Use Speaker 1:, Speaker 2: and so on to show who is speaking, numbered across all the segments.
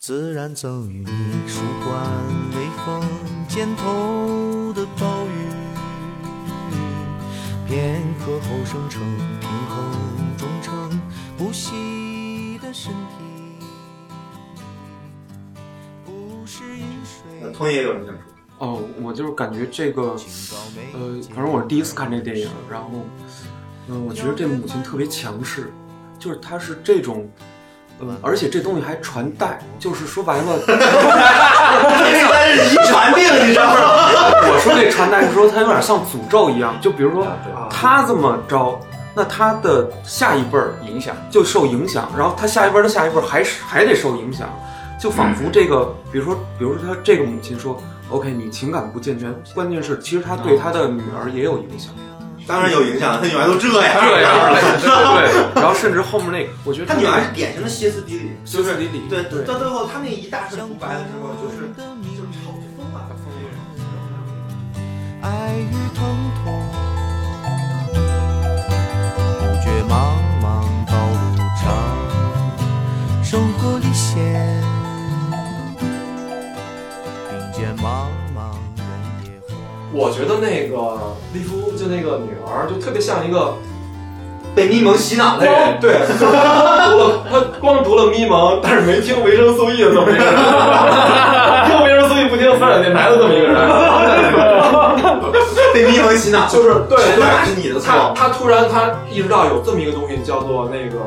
Speaker 1: 自然赠予你舒缓微风肩头的暴雨，片刻后生成平衡忠诚不息的身体，不是饮
Speaker 2: 那
Speaker 1: 水。
Speaker 2: 通也有什么想说？
Speaker 3: 哦，我就是感觉这个，呃，反正我是第一次看这电影，然后，嗯、我觉得这母亲特别强势，就是她是这种，嗯，而且这东西还传代，就是说白 了，
Speaker 2: 但是遗传病，你知道吗？
Speaker 3: 我说这传代是说它有点像诅咒一样，就比如说
Speaker 2: 啊
Speaker 3: 她这么着，那她的下一辈儿
Speaker 4: 影响。
Speaker 3: 就受影响，然后他下一辈儿的下一辈儿还是还得受影响，就仿佛这个，比如说，比如说他这个母亲说，OK，你情感不健全，关键是其实他对他的女儿也有影响，
Speaker 2: 当然有影响，他女儿都这样，
Speaker 3: 对对对，然后甚至后面那个，我觉得
Speaker 2: 他女儿是典型的歇斯底里，
Speaker 3: 歇斯底里
Speaker 2: 对，
Speaker 3: 对
Speaker 2: 到最后他那一大串独白的时候，就是就是吵就疯了，
Speaker 1: 爱与疼痛，不觉茫茫道路长，生活历险，并肩茫茫人野荒。
Speaker 5: 我觉得那个丽珠就那个女儿就特别像一个
Speaker 2: 被咪蒙洗脑的
Speaker 5: 光
Speaker 2: 人，
Speaker 5: 对，她读了她光读了咪蒙，但是没听维生素 E 的这么一个人， 听维生素 E 不听酸软电台的这么一个人，
Speaker 2: 被咪蒙洗脑，
Speaker 5: 就是对
Speaker 2: 全
Speaker 5: 对
Speaker 2: 是你的
Speaker 5: 他
Speaker 2: 错。
Speaker 5: 他突然他意识到有这么一个东西叫做那个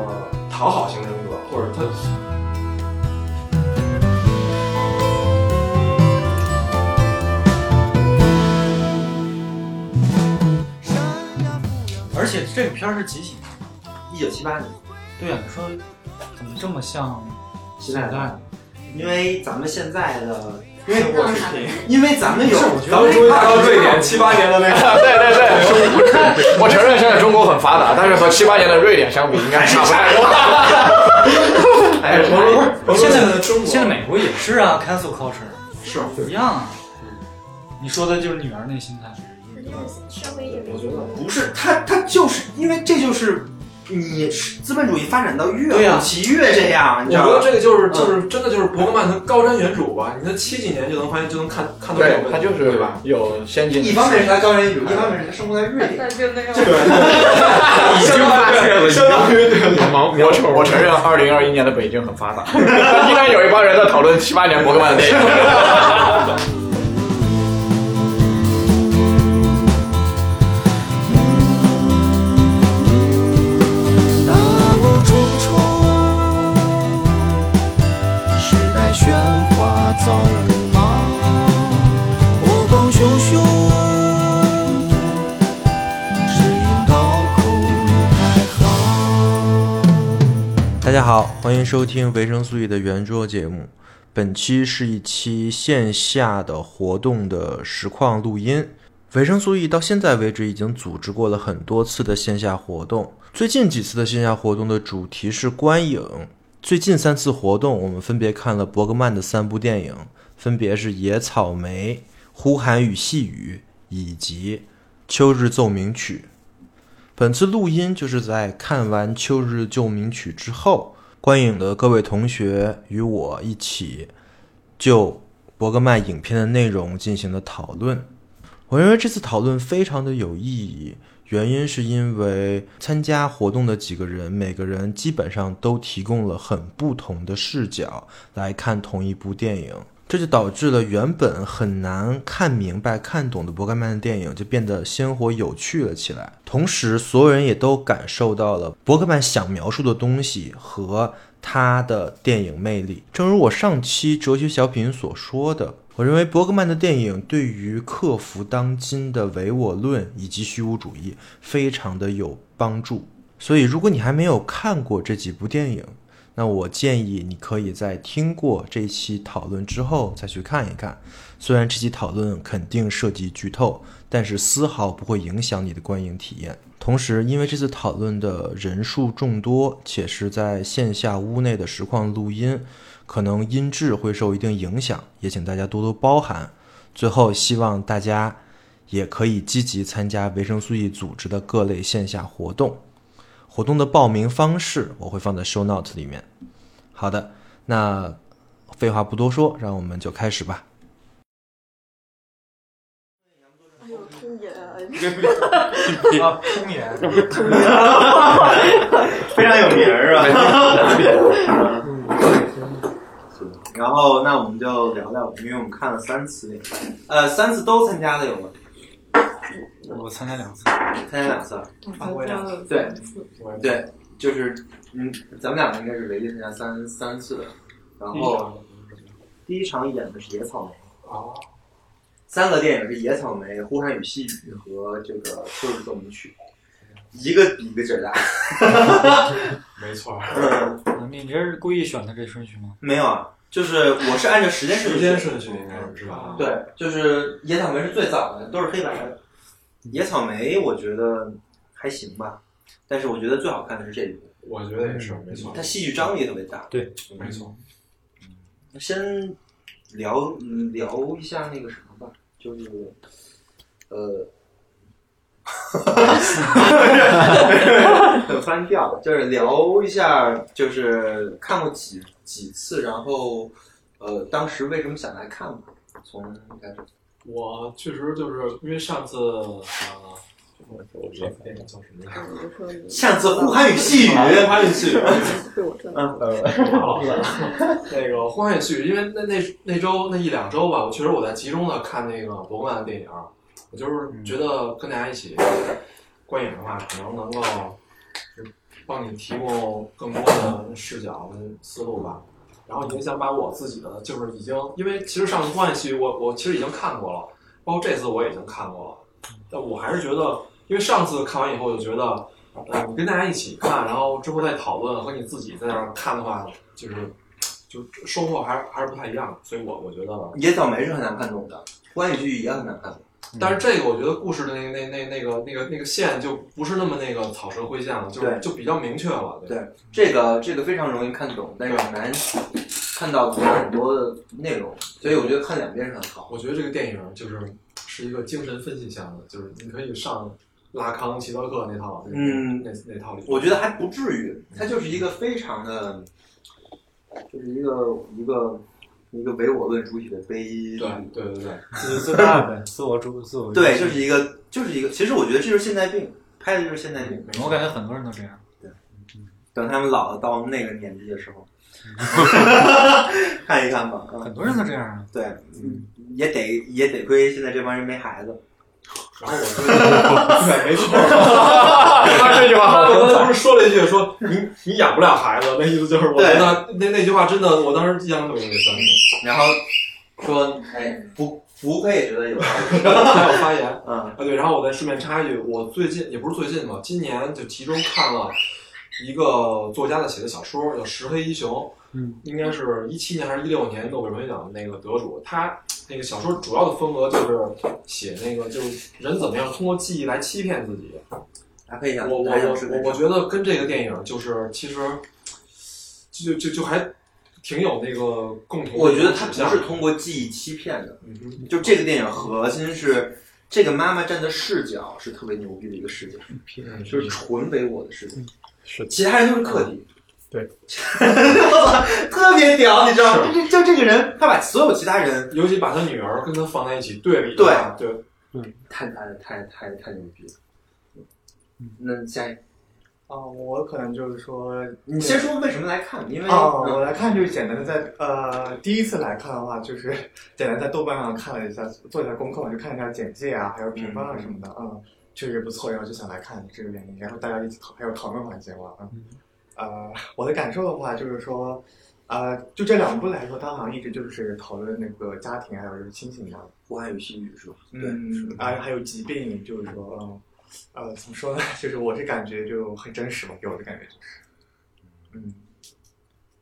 Speaker 5: 讨好型人格，或者他
Speaker 4: 而且这个片儿是几几年？
Speaker 2: 一九七八年，
Speaker 4: 对啊，你说怎么这么像
Speaker 2: 现
Speaker 4: 古
Speaker 2: 在
Speaker 4: 代？
Speaker 2: 因为咱们现在的，因
Speaker 6: 因
Speaker 2: 为
Speaker 6: 为
Speaker 2: 因为咱们有，
Speaker 5: 咱们终于达到瑞典七八年的那个，
Speaker 7: 对对对，我承认现在中国很发达，但是和七八年的瑞典相比，应该差不太多。
Speaker 5: 哎，我们我们
Speaker 4: 现在
Speaker 5: 中国
Speaker 4: 现在美国也是啊，cancel culture
Speaker 5: 是
Speaker 4: 一样啊。你说的就是女儿那心态，
Speaker 6: 社会也没
Speaker 2: 不是他，他就是因为这就是你是资本主义发展到
Speaker 4: 对
Speaker 2: 越
Speaker 7: 啊
Speaker 4: 呀
Speaker 2: 往其越这样，
Speaker 5: 我
Speaker 2: 你知
Speaker 5: 觉得
Speaker 2: 道嗯吗？
Speaker 5: 这个就是就是真的就是伯格曼他高瞻远瞩吧，你看七几年就能发现就能看看到这
Speaker 7: 对
Speaker 5: 个，问
Speaker 7: 他
Speaker 5: 题，
Speaker 7: 就是
Speaker 5: 对吧？
Speaker 7: 有先进，
Speaker 2: 一方面是他高人一主，一方面是他生活在 瑞典。
Speaker 6: 那就那样。
Speaker 7: 已经发现了，已经
Speaker 5: 相当于对对
Speaker 7: 毛我承我承认，二零二一年的北京很发达， 依然有一帮人在讨论七八年伯格曼的电影。
Speaker 1: 大雾重重，时代喧哗早无忙，波光汹汹，只因高空太行。
Speaker 8: 大家好，欢迎收听维生素 E 的圆桌节目。本期是一期线下的活动的实况录音。维生素 E 到现在为止已经组织过了很多次的线下活动，最近几次的线下活动的主题是观影。最近三次活动，我们分别看了伯格曼的三部电影，分别是《野草莓》《呼喊与细雨》以及《秋日奏鸣曲》。本次录音就是在看完《秋日奏鸣曲》之后，观影的各位同学与我一起就伯格曼影片的内容进行了讨论。我认为这次讨论非常的有意义，原因是因为参加活动的几个人，每个人基本上都提供了很不同的视角来看同一部电影，这就导致了原本很难看明白、看懂的伯格曼的电影就变得鲜活有趣了起来。同时，所有人也都感受到了伯格曼想描述的东西和他的电影魅力。正如我上期哲学小品所说的，我认为伯格曼的电影对于克服当今的唯我论以及虚无主义非常的有帮助。所以，如果你还没有看过这几部电影，那我建议你可以在听过这一期讨论之后再去看一看。虽然这期讨论肯定涉及剧透，但是丝毫不会影响你的观影体验。同时，因为这次讨论的人数众多，且是在线下屋内的实况录音，可能音质会受一定影响，也请大家多多包涵。最后，希望大家也可以积极参加维生素 E 组织的各类线下活动。活动的报名方式我会放在 show note 里面。好的，那废话不多说，让我们就开始吧。
Speaker 6: 哎呦，通言啊！
Speaker 4: 啊，通言，
Speaker 2: 非常有名儿啊。 然后，那我们就聊聊，因为我们看了三次那个，呃，三次都参加的有吗？
Speaker 4: 我参加两次，
Speaker 2: 参加两次啊，
Speaker 4: 啊我也
Speaker 2: 对对，就是嗯，咱们两个应该是唯一参加三三次的。然后第一场演的是《野草莓》，
Speaker 4: 哦，
Speaker 2: 三个电影是《野草莓》《呼喊与细雨》和这个《秋日奏鸣曲》，一个比一个劲儿大。
Speaker 5: 没错儿，
Speaker 2: 嗯，
Speaker 4: 你这是故意选的这顺序吗？
Speaker 2: 没有啊，就是我是按照时间顺
Speaker 5: 时
Speaker 2: 序啊
Speaker 5: 间顺序应该是吧？
Speaker 2: 对，就是野草莓是最早的，都是黑白的。野草莓我觉得还行吧，但是我觉得最好看的是这一部，
Speaker 5: 我觉得也是，没错
Speaker 2: 它，戏剧张力特别大。
Speaker 5: 没错。
Speaker 2: 先聊嗯聊一下那个什么吧，就是 呃， 很翻调，就是聊一下，就是看过几几次，然后呃，当时为什么想来看吧？从开始
Speaker 5: 我确实就是因为上次啊，我这电影叫什么来着？
Speaker 6: 你就说你
Speaker 2: 上次呼喊与细 雨，
Speaker 5: 花语细雨，
Speaker 6: 被我说
Speaker 2: 嗯，
Speaker 5: 老师，呃那个花语细雨，因为那那那周那一两周吧，我确实我在集中的看那个罗曼的电影，我就是觉得跟大家一起观影的话，可能能够帮你提供更多的视角跟思路吧。然后也想把我自己的，就是已经，因为其实上次花语细雨，我我其实已经看过了，包括这次我已经看过了，但我还是觉得，因为上次看完以后，我就觉得。呃，你跟大家一起看，然后之后再讨论，和你自己在那儿看的话，就是就收获还是还是不太一样的。所以我我觉得，
Speaker 2: 野草莓是很难看懂的，欢喜剧也很难看懂。
Speaker 5: 但是这个我觉得故事的那个那那那个那个那个线就不是那么那个草蛇灰线了，就
Speaker 2: 对
Speaker 5: 是就比较明确了。
Speaker 2: 对这个这个非常容易看懂，但是很难看到里面很多的内容，所以我觉得看两遍是很好。
Speaker 5: 我觉得这个电影就是是一个精神分析向的，就是你可以上拉康、齐德克那套，那
Speaker 2: 嗯
Speaker 5: 那那套里。
Speaker 2: 我觉得还不至于，它就是一个非常的，就是一个一个一个唯我论主体的悲
Speaker 5: 对对对对，
Speaker 4: 自自大呗，自我主自我
Speaker 2: 对，就是一个就是一个，其实我觉得这就是现代病，拍的就是现代病。
Speaker 4: 我感觉很多人都这样。
Speaker 2: 等他们老了到那个年纪 的时候，看一看吧。嗯
Speaker 4: 很多人都这样啊，
Speaker 2: 对，
Speaker 5: 嗯
Speaker 2: 也得也得亏现在这帮人没孩子。
Speaker 5: 然后我说， 没 错，他这句话
Speaker 7: 好精彩
Speaker 5: 我当时不是说了一句说你你养不了孩子，那意思就是我
Speaker 2: 对
Speaker 5: 觉得那那句话真的，我当时印象特别特别深。
Speaker 2: 然后说，哎，福福克也觉 得有道 理。
Speaker 5: 还有发言啊，
Speaker 2: 嗯，
Speaker 5: 对，然后我再顺便插一句，我最近也不是最近吧，今年就集中看了一个作家的写的小说，叫《石黑一雄》，
Speaker 3: 嗯，
Speaker 5: 应该是一七年还是一六年诺贝尔文学奖的那个得主，他那个小说主要的风格就是写那个就是人怎么样通过记忆来欺骗自己，
Speaker 2: 搭配一下，
Speaker 5: 我我
Speaker 2: 搭配上
Speaker 5: 我
Speaker 2: 吃
Speaker 5: 我我觉得跟这个电影就是其实就就就还挺有那个共同的
Speaker 2: 我觉得他
Speaker 5: 指向
Speaker 2: 不是通过记忆欺骗的，
Speaker 5: 嗯哼
Speaker 2: 就这个电影核心是这个妈妈站的视角是特别牛逼的一个视角，
Speaker 5: 嗯
Speaker 2: 就是纯唯我的视角，
Speaker 7: 是
Speaker 2: 其他人都是客体。
Speaker 7: 对，
Speaker 2: 我操， 特别屌，你知道吗？就就这个人，他把所有其他人
Speaker 5: 尤其把他女儿跟他放在一起对比的
Speaker 2: 对
Speaker 5: 话，对
Speaker 2: 太太太太太牛逼了。那下一，
Speaker 9: 啊，我可能就是说，
Speaker 2: 你先说为什么来看？因为
Speaker 9: 啊，
Speaker 2: 嗯
Speaker 9: 我来看就是简单的在呃第一次来看的话，就是 简单在豆瓣上看了一下，做一下功课嘛，就看一下简介啊，还有评分啊什么的，嗯，确实不错，然后就想来看这个原因，然后大家一起讨还有讨论环节嘛，嗯，呃， 我的感受的话就是说，呃，就这两部来说，它好像一直就是讨论那个家庭还有就是亲情嘛，
Speaker 2: 我爱与细雨是吧？
Speaker 9: 嗯，啊，还有疾病，就是说，嗯，呃，怎么说呢？ 就是我是感觉就很真实吧，给我的感觉就是，嗯，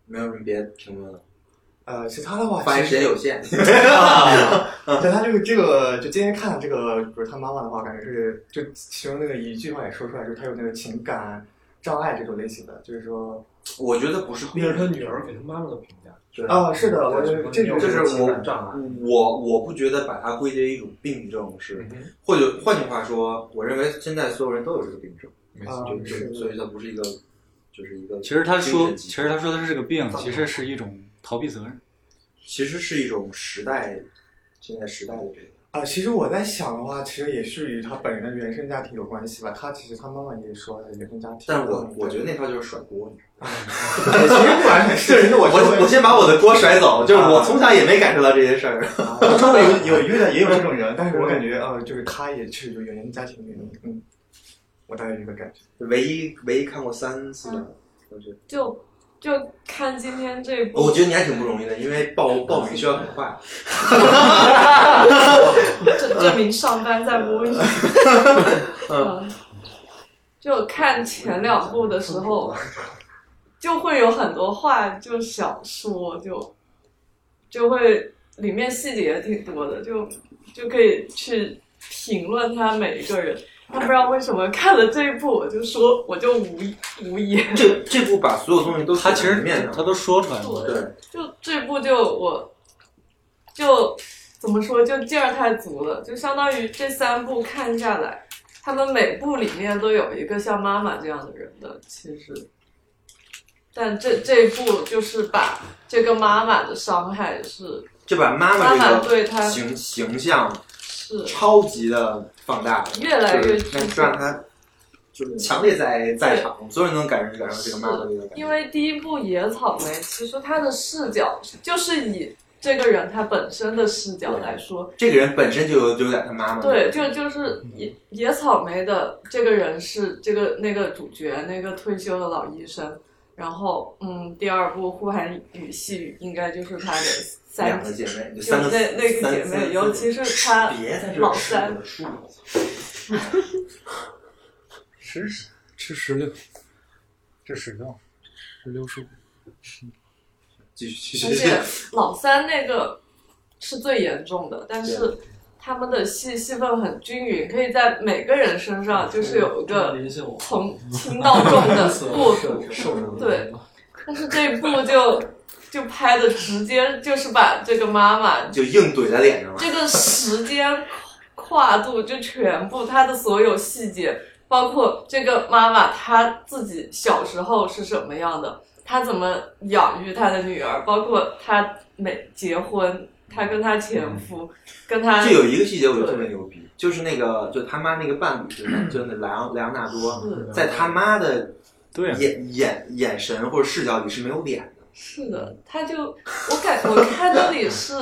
Speaker 2: 没有什么别的评论了，
Speaker 9: 呃，其他的话，
Speaker 2: 发言
Speaker 9: 其
Speaker 2: 时
Speaker 9: 实
Speaker 2: 间有限。
Speaker 9: 对他就是这个，就今天看这个，比如他妈妈的话，感觉是就其中那个一句话也说出来，就是他有那个情感障碍这种类型的，就是说，
Speaker 2: 我觉得不是故意
Speaker 5: 那是他女儿给他妈妈的评价。
Speaker 2: 对
Speaker 9: 啊，是的，我觉得这种
Speaker 2: 这是
Speaker 5: 情
Speaker 2: 我
Speaker 5: 感障碍。
Speaker 2: 我我不觉得把它归结一种病症是，
Speaker 5: 嗯
Speaker 2: 或者换句话说，我认为现在所有人都有这个病症，
Speaker 5: 没
Speaker 9: 啊
Speaker 5: 错，，
Speaker 2: 就是就所以它不是一个，就是一个。
Speaker 4: 其实他说，
Speaker 2: 精神
Speaker 4: 其
Speaker 2: 疾
Speaker 4: 实他说的是这个病，其实是一种逃避责任。
Speaker 2: 其实是一种时代，现在时代的这个。
Speaker 9: 啊，其实我在想的话，其实也是与他本人的原生家庭有关系吧。他其实他妈妈也说他的原生家庭，
Speaker 2: 但我我觉得那套就是甩锅，你知道吗？
Speaker 9: 嗯 其实不然是，其实我啊
Speaker 2: 我我先把我的锅甩走，就是我从小也没感受到这些事儿。
Speaker 9: 我周围有有遇到也有这种人，但是我感觉啊、呃就是他也是有原生家庭原因， 嗯，我大概有这个感觉。嗯
Speaker 2: 唯一唯一看过三次的，我觉得，
Speaker 10: 就就看今天这部，
Speaker 2: 哦我觉得你还挺不容易的，因为报
Speaker 4: 嗯
Speaker 2: 报名需要很快。
Speaker 10: 证证明上班在摸 鱼。嗯，就看前两部的时候，就会有很多话就想说，就就会里面细节也挺多的，就就可以去评论他每一个人。但不知道为什么看了这一部，我就说我就无无言。
Speaker 2: 这这部把所有东西都
Speaker 4: 他其实
Speaker 2: 面上，
Speaker 4: 他都说出来了，
Speaker 2: 对，
Speaker 10: 就这部就我，就怎么说，就劲儿太足了，就相当于这三部看下来，他们每部里面都有一个像妈妈这样的人的，其实，但这这一部就是把这个妈妈的伤害是
Speaker 2: 就把妈
Speaker 10: 妈
Speaker 2: 妈这
Speaker 10: 对
Speaker 2: 个
Speaker 10: 他
Speaker 2: 形形象
Speaker 10: 是
Speaker 2: 超级的放大了，
Speaker 10: 越来越
Speaker 2: 就是让让他就是强烈在在场，所有人都能感受感受这个妈妈的这个感
Speaker 10: 因
Speaker 2: 觉。
Speaker 10: 为第一部《野草莓》，其实他的视角就是以这个人他本身的视角来说，
Speaker 2: 这个人本身就有就有点他妈妈的
Speaker 10: 对，
Speaker 2: 感觉，
Speaker 10: 就就是野野草莓的这个人是这个那个主角那个退休的老医生，然后嗯，第二部《呼喊与细雨》应该就是他的
Speaker 2: 两
Speaker 10: 三
Speaker 2: 个姐妹，
Speaker 10: 就
Speaker 2: 就三个
Speaker 10: 那那个
Speaker 2: 三
Speaker 10: 姐
Speaker 2: 三
Speaker 10: 妹，尤其是他
Speaker 2: 别在这
Speaker 10: 老
Speaker 2: 吃
Speaker 10: 三
Speaker 2: 我，的书我操
Speaker 4: 吃屎
Speaker 3: 吃石榴，
Speaker 4: 这屎洞，
Speaker 3: 石榴树，
Speaker 2: 继续
Speaker 10: 而
Speaker 2: 继续
Speaker 10: 且。老三那个是最严重的，但是他们的戏戏份很均匀，可以在每个人身上就是有一个
Speaker 5: 联系我，
Speaker 10: 从轻到重 的过渡。
Speaker 5: 受伤
Speaker 10: 对，但是这一部就就拍的直接就是把这个妈妈
Speaker 2: 就硬怼在脸上了。
Speaker 10: 这个时间跨度就全部她的所有细节，包括这个妈妈她自己小时候是什么样的，她怎么养育她的女儿，包括她没结婚，她跟她前夫，跟她
Speaker 2: 嗯这有一个细节我觉得特别牛逼，就是那个就他妈那个伴侣，就是那就那莱昂莱昂纳多，
Speaker 10: 是
Speaker 2: 在他妈的
Speaker 4: 对啊，
Speaker 2: 眼眼眼神或者视角里是没有脸的。
Speaker 10: 是的，她就我感我看那里是。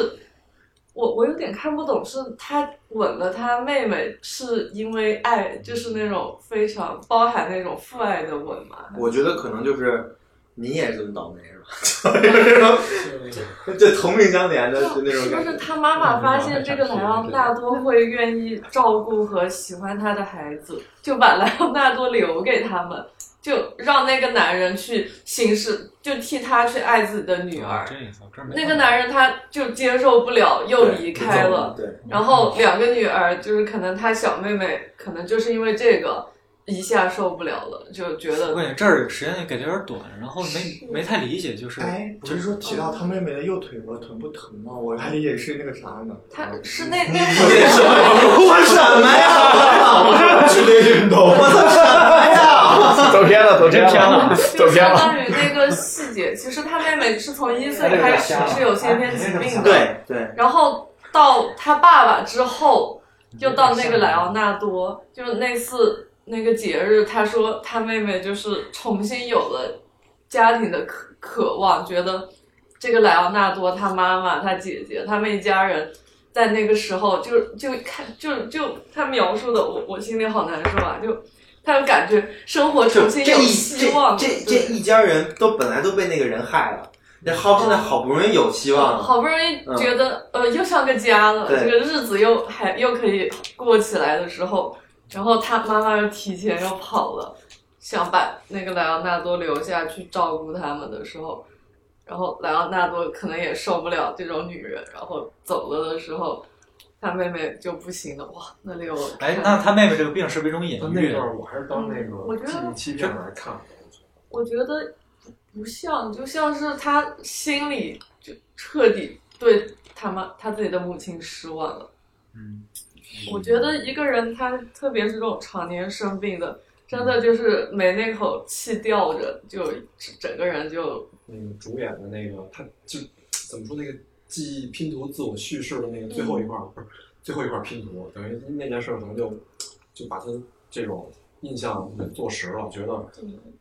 Speaker 10: 我我有点看不懂，是她吻了她妹妹，是因为爱，就是那种非常包含那种父爱的吻吗？
Speaker 2: 我觉得可能就是你也是这么倒霉是吧？ 就是这种就同病相怜的就那种
Speaker 10: 是不
Speaker 2: 感
Speaker 10: 是
Speaker 2: 觉。
Speaker 10: 他妈妈发现这个莱昂纳多会愿意照顾和喜欢他的孩子，就把莱昂纳多留给他们，就让那个男人去行事，就替他去爱自己的女儿。
Speaker 4: 这一层这儿没
Speaker 10: 那个男人他就接受不了，又离开了。
Speaker 2: 对，
Speaker 10: 然后两个女儿就是可能他小妹妹可能就是因为这个一下受不了了，就觉
Speaker 4: 我
Speaker 10: 得
Speaker 4: 感觉这儿时间也给的有点短，然后没没太理解，就是
Speaker 9: 哎，不是说提到他妹妹的右腿和臀不疼吗？我还也是那个啥呢？
Speaker 10: 他是那那 个
Speaker 2: 我什
Speaker 7: 哎
Speaker 2: 么呀？
Speaker 9: 剧烈运动，
Speaker 7: 走偏了，走偏了，走
Speaker 10: 就
Speaker 7: 偏
Speaker 10: 相
Speaker 7: 了。
Speaker 10: 当于那个细节，其实他妹妹是从一岁开始是有先天疾病的，
Speaker 2: 对对，
Speaker 10: 然后到他爸爸之后，又到那个莱昂纳多，就是那次那个节日，他说他妹妹就是重新有了家庭的渴渴望，觉得这个莱昂纳多他妈妈、他姐姐他们一家人。在那个时候就，就看就就他描述的我，我心里好难受啊！就他就感觉生活重
Speaker 2: 就
Speaker 10: 新
Speaker 2: 这
Speaker 10: 有
Speaker 2: 一
Speaker 10: 希望，
Speaker 2: 这这
Speaker 10: 对
Speaker 2: 这一家人都本来都被那个人害了，那好现在好不容易有希望了，
Speaker 10: 好不容易觉得、呃又像个家了，
Speaker 2: 嗯
Speaker 10: 这
Speaker 2: 对
Speaker 10: 个日子又还又可以过起来的时候，然后他妈妈又提前又跑了，想把那个莱昂纳多留下去照顾他们的时候，然后莱昂纳多可能也受不了这种女人，然后走了的时候，他妹妹就不行了，哇，那里有
Speaker 4: 哎，那他妹妹这个病是不是一种隐
Speaker 5: 但那
Speaker 4: 喻？
Speaker 5: 段我还是当那
Speaker 10: 嗯我觉
Speaker 5: 个
Speaker 10: 得
Speaker 5: 记忆欺骗来看的。
Speaker 10: 我觉得不像，就像是他心里就彻底对他妈他自己的母亲失望了。
Speaker 4: 嗯，
Speaker 10: 我觉得一个人他特别是这种常年生病的，真的就是没那口气吊着，就整个人就
Speaker 5: 那个主演的那个，他就怎么说那个记忆拼图自我叙事的那个最后一块儿，最后一块儿拼图，等于那件事儿可能就就把他这种印象给坐实了，觉得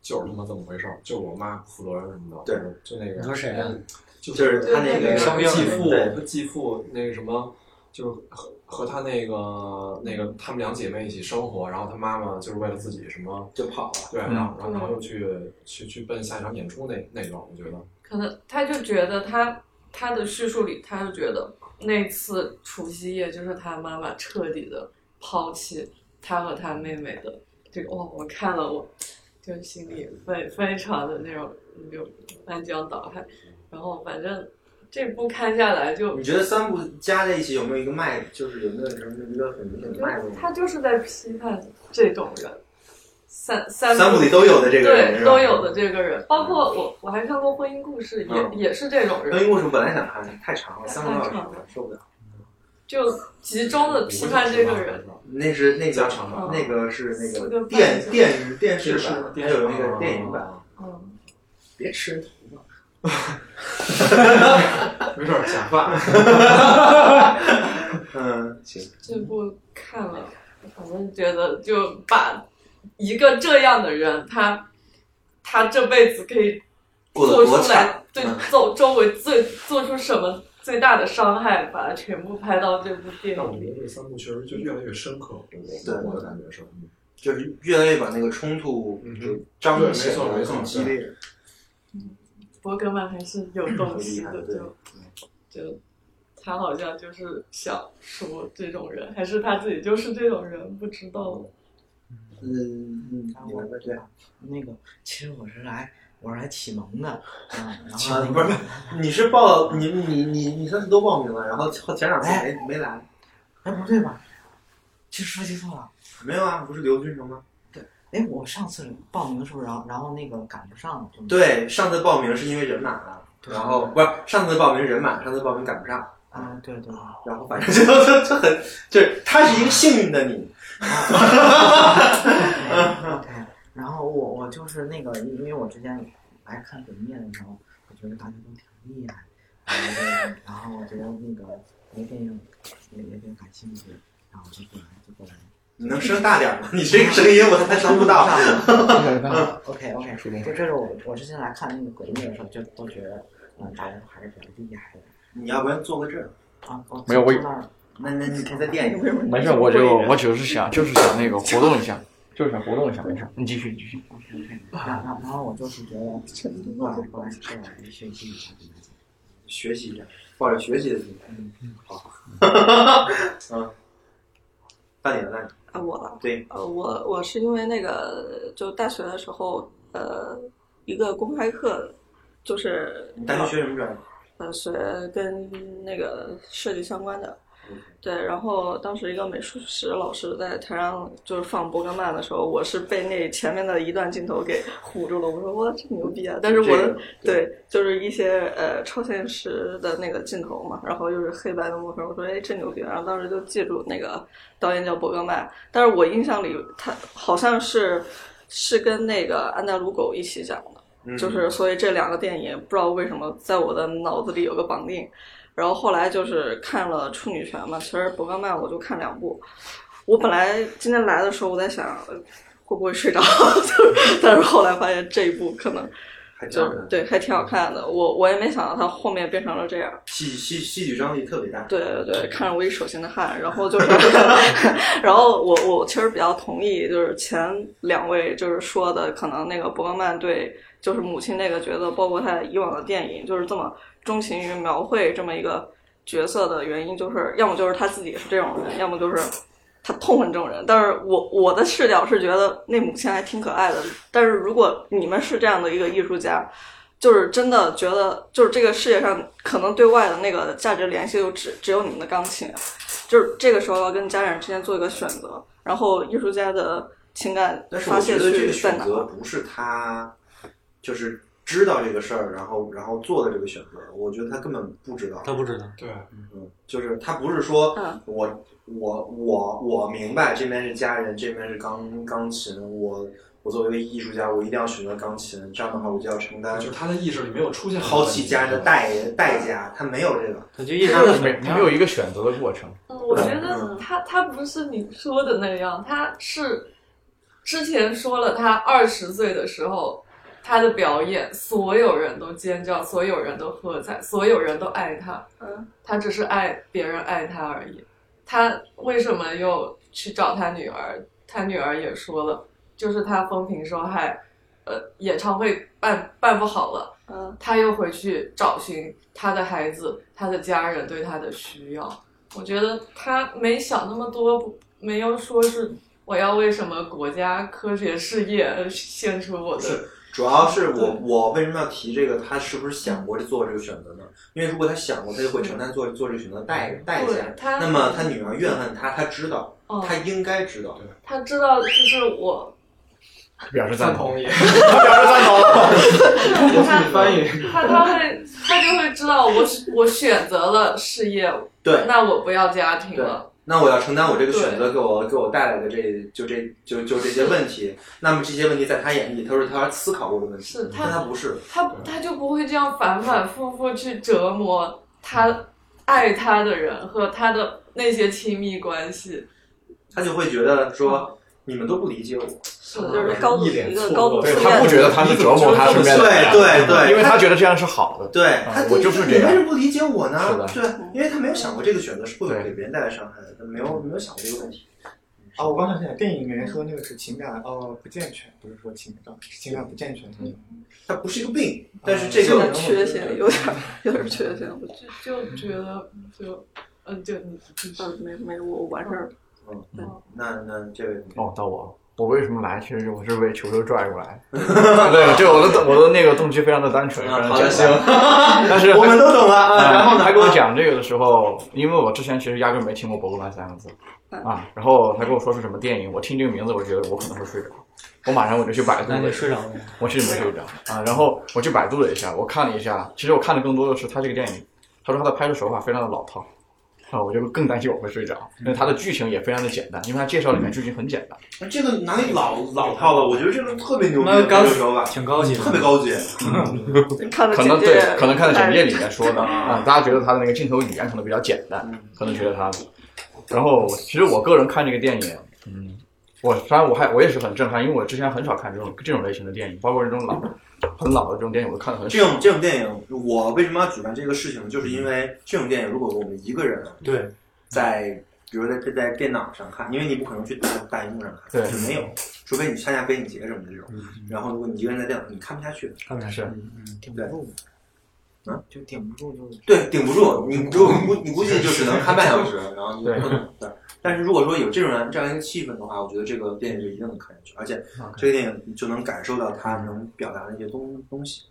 Speaker 5: 就是他妈这么回事儿，就是我妈负责人什么的，
Speaker 2: 对
Speaker 5: 就那个
Speaker 2: 你说谁啊
Speaker 5: 就
Speaker 2: 就是
Speaker 5: 是
Speaker 2: 他那个生病
Speaker 5: 继父，
Speaker 2: 对
Speaker 5: 他继父那个什么。就是和和他那个那个，他们两姐妹一起生活，然后他妈妈就是为了自己什么
Speaker 2: 就跑了，
Speaker 5: 对，
Speaker 2: 嗯
Speaker 5: 然后然后然后
Speaker 10: 嗯
Speaker 5: 又去去去奔下一场演出那那段，我觉得
Speaker 10: 可能他就觉得他他的叙述里，他就觉得那次除夕夜就是他妈妈彻底的抛弃他和他妹妹的这个，哇！我看了我就心里非非常的那种就翻江倒海，然后反正这部看下来就
Speaker 2: 你觉得三部加在一起有没有一个脉，就是有没有什么一个很明显的脉络？
Speaker 10: 他就是在批判这种人，三三
Speaker 2: 三部里都有的这个人
Speaker 10: 对，
Speaker 2: 是吧
Speaker 10: 都有的这个人，包括我我还看过《婚姻故事》，也、
Speaker 2: 嗯
Speaker 10: 也是这种人。
Speaker 2: 因为为什么本来想看的，太长了，三个多小
Speaker 10: 太长
Speaker 2: 时受不了。
Speaker 10: 就集中的批判这个人，
Speaker 2: 那是那个
Speaker 10: 长版
Speaker 2: 那个是那
Speaker 10: 个
Speaker 2: 个
Speaker 10: 半小
Speaker 2: 电
Speaker 10: 时
Speaker 2: 电
Speaker 10: 电
Speaker 2: 电视
Speaker 10: 视
Speaker 2: 版，还有那个电影版。
Speaker 10: 嗯，
Speaker 2: 别吃 头发。
Speaker 5: 没事儿，假发。
Speaker 2: 嗯，行。
Speaker 10: 这部看了，反正觉得就把一个这样的人，他他这辈子可以
Speaker 2: 过得
Speaker 10: 做
Speaker 2: 多
Speaker 10: 出来
Speaker 2: 惨
Speaker 10: 对
Speaker 2: 嗯
Speaker 10: 周周围最做出什么最大的伤害，把它全部拍到这部电
Speaker 5: 但我
Speaker 10: 影
Speaker 5: 觉
Speaker 10: 里。
Speaker 5: 得这三部确实就越来越深刻，
Speaker 2: 对
Speaker 5: 我的感觉是，嗯
Speaker 2: 就是越来越把那个冲突就彰显
Speaker 5: 对
Speaker 2: 的
Speaker 5: 没错没错
Speaker 2: 更激烈。
Speaker 10: 伯格曼还是有东西的，
Speaker 2: 对
Speaker 10: 就就他好像就是想说这种人，还是他自己就是这种人，不知道。
Speaker 2: 嗯嗯，
Speaker 11: 我对那个，其实我是来我是来启蒙的，啊， 然后那，
Speaker 2: 啊不
Speaker 11: 个
Speaker 2: 是，你是报你你你你三次都报名了，然后前两次没没来，
Speaker 11: 哎不对吧？其实说记错了，
Speaker 2: 没有啊，不是刘军成吗？
Speaker 11: 哎，我上次报名的时候，然后然后那个赶不上了，就
Speaker 2: 对，上次报名是因为人满了，然后不是上次报名人满，上次报名赶不上，
Speaker 11: 啊，对对，
Speaker 2: 然后反正就就就很就是他是一个幸运的你，
Speaker 11: 对， 然后我我就是那个，因因为我之前来看鬼灭的时候，我觉得大家都挺厉害，然后然后我觉得那个那电影也也挺感兴趣，然后我就过来就过来。
Speaker 2: 你能声大点儿吗？你这个声音我还听不 到。
Speaker 7: 嗯
Speaker 11: OK OK，就这是我我之前来看那个鬼灭的时候，就都觉得嗯，大家都还是比较厉害的。
Speaker 2: 你要不然坐个这儿
Speaker 11: 啊？哦
Speaker 7: 没有我
Speaker 11: 坐那儿
Speaker 2: 那那你可以再垫 一个。
Speaker 7: 没事，我就我只是想，就是想那个活动一下，就是想活动一下，没事。你继续，你继续。
Speaker 11: 然后然后我就是觉得过来过来过来学习一下。
Speaker 2: 学习一下，抱着学习的心态。嗯，好。 嗯，那你呢？那你
Speaker 6: 啊，我啊
Speaker 2: 对，
Speaker 6: 呃，我我是因为那个，就大学的时候，呃，一个公开课，就是
Speaker 2: 你大学学什么专业？
Speaker 6: 呃，学跟那个设计相关的。对，然后当时一个美术史老师在台上就是放伯格曼的时候，我是被那前面的一段镜头给唬住了。我说哇，这牛逼啊！但是我
Speaker 10: 这
Speaker 6: 的
Speaker 10: 个
Speaker 6: 对，就是一些呃超现实的那个镜头嘛，然后又是黑白的幕后，我说哎这牛逼，然后当时就记住那个导演叫伯格曼，但是我印象里他好像是是跟那个安达鲁狗一起讲的，
Speaker 10: 嗯
Speaker 6: 就是所以这两个电影不知道为什么在我的脑子里有个绑定，然后后来就是看了《处女泉》嘛，其实伯格曼我就看两部，我本来今天来的时候我在想呃会不会睡着， 就是但是后来发现这一部可能。就
Speaker 2: 挺好看的
Speaker 6: 对，还挺好看的。我我也没想到它后面变成了这样。
Speaker 2: 戏戏戏剧张力特别大。
Speaker 6: 对对对，看着我一手心的汗，然后就是， 然后我我其实比较同意，就是前两位就是说的，可能那个伯格曼对就是母亲那个角色，包括他以往的电影，就是这么钟情于描绘这么一个角色的原因，就是要么就是他自己是这种人，要么就是他痛恨这种人。但是我我的视角是觉得那母亲还挺可爱的，但是如果你们是这样的一个艺术家，就是真的觉得，就是这个世界上可能对外的那个价值联系就只只有你们的钢琴，就是这个时候要跟家人之间做一个选择，然后艺术家的情感
Speaker 2: 但是
Speaker 6: 发
Speaker 2: 我觉
Speaker 6: 泄
Speaker 2: 得这
Speaker 6: 区
Speaker 2: 个
Speaker 6: 在
Speaker 2: 选
Speaker 6: 哪？
Speaker 2: 择不是他，就是知道这个事儿，然后然后做的这个选择。我觉得他根本不知道，
Speaker 4: 他不知道，
Speaker 5: 对，
Speaker 2: 嗯，就是他不是说
Speaker 6: 嗯
Speaker 2: 我、我我我明白这边是家人，这边是钢钢琴，我我作为一个艺术家，我一定要选择钢琴，这样的话我就要承担。
Speaker 5: 就是他的意识里没有出现
Speaker 2: 好几家的代代价，他没有这个，
Speaker 7: 他就一直 没没有一个选择的过程。
Speaker 10: 嗯我觉得他他不是你说的那样，他是之前说了，他二十岁的时候，他的表演，所有人都尖叫，所有人都喝彩，所有人都爱他。
Speaker 6: 嗯，
Speaker 10: 他只是爱别人爱他而已。他为什么又去找他女儿？他女儿也说了，就是他风评受害，呃，演唱会办办不好了，
Speaker 6: 嗯，
Speaker 10: 他又回去找寻他的孩子、他的家人对他的需要。我觉得他没想那么多，不没有说是我要为什么国家科学事业而献出我的。
Speaker 2: 是主要是我我为什么要提这个？他是不是想过做这个选择呢？因为如果他想过，他就会承担做做这个选择的代代
Speaker 10: 对
Speaker 2: 价。
Speaker 10: 他
Speaker 2: 那么他女儿怨恨他，他知道，
Speaker 10: 嗯
Speaker 2: 他应该知道。
Speaker 10: 他知道，就是我
Speaker 7: 表示赞
Speaker 5: 同，
Speaker 7: 表示赞 同。
Speaker 10: 我是翻译。他他会他就会知道我是我选择了事业，
Speaker 2: 对
Speaker 10: 那我不要家庭
Speaker 2: 对
Speaker 10: 了。，
Speaker 2: 那我要承担我这个选择给我给我带来的这就这就就这些问题。那么这些问题在他眼里，他说他思考过的问题，
Speaker 10: 是他
Speaker 2: 但他不是。
Speaker 10: 他他就不会这样反反复复去折磨他爱他的人和他的那些亲密关系。
Speaker 2: 他就会觉得说你们都不理解我，
Speaker 6: 就是高度一脸一个高度
Speaker 7: 对他不觉得他是折磨他身边的人，啊
Speaker 2: 对对对，
Speaker 7: 因为他觉得这样是好的。啊
Speaker 2: 对他
Speaker 7: 我就是这
Speaker 2: 你为什
Speaker 7: 样。
Speaker 2: 么不理解我呢？
Speaker 7: 是的
Speaker 2: 对，
Speaker 6: 嗯
Speaker 2: 因为他没有想过这个选择是会给别人带来伤害的，他没有没有想过这个问题。
Speaker 9: 哦，我刚想起来，电影里面说那个是情感哦不健全，不是说情感情感不健全那种。
Speaker 2: 嗯
Speaker 9: 嗯
Speaker 2: 它不是一个病，但是
Speaker 6: 嗯有点缺陷，有点有点缺陷。我
Speaker 10: 就就觉得就嗯，就你
Speaker 6: 嗯，没没，我完事儿。
Speaker 2: 嗯，那那这位
Speaker 7: 哦，到我，我为什么来？其实我是被球球拽过 来。对，就我的我的那个动机非常的单纯，非常
Speaker 2: 啊好的
Speaker 7: 简单
Speaker 2: 行
Speaker 7: 但是
Speaker 2: 我们都懂了啊
Speaker 7: 嗯
Speaker 2: 然
Speaker 7: 然
Speaker 2: 后
Speaker 7: 后
Speaker 2: 呢
Speaker 7: 呢，他给我讲这个的时候，因为我之前其实压根儿没听过博格曼三个字啊，然后他跟我说是什么电影，我听这个名字，我觉得我可能会睡着。我马上我就去百度了，
Speaker 4: 那你睡着了吗
Speaker 7: 我其实没睡着啊，然后我去百度了一下，我看了一下，其实我看的更多的是他这个电影，他说他的拍摄手法非常的老套，啊，我就更担心我会睡着，因为他的剧情也非常的简单，因为他介绍里面剧情很简单，
Speaker 2: 那这个哪里老老套了？我觉得这个特别牛逼，
Speaker 7: 那刚
Speaker 2: 这个手法
Speaker 7: 挺高级的
Speaker 2: 特别高级。
Speaker 6: 嗯看了
Speaker 7: 可
Speaker 6: 简
Speaker 7: 能
Speaker 6: 介
Speaker 7: 对，可能看的简介里面说的 啊，大家觉得他的那个镜头语言可能比较简单，
Speaker 2: 嗯
Speaker 7: 可能觉得他。然后其实我个人看这个电影，嗯，我当然我还我也是很震撼，因为我之前很少看这种这种类型的电影，包括这种老很老的这种电影，我都看的很少。
Speaker 2: 这种这种电影，我为什么要举办这个事情呢？就是因为这种电影，如果我们一个人
Speaker 4: 对
Speaker 2: 在，比如在在在电脑上看，因为你不可能去大大荧幕上看，
Speaker 7: 对
Speaker 2: 就没有，除非你参加北影节什么的这种。然后如果你一个人在电脑，你看不下去，
Speaker 4: 看不下去
Speaker 2: 嗯
Speaker 4: 嗯
Speaker 2: 顶不住，啊，
Speaker 11: 就顶不住就
Speaker 2: 对，顶不住，你估你估你估计就只能看半小时，然后你
Speaker 11: 对
Speaker 2: 不能对。但是如果说有这种人这样一个气氛的话，我觉得这个电影就一定能看下去，而且
Speaker 7: OK
Speaker 2: 这个电影你就能感受到他能表达的一些东东西。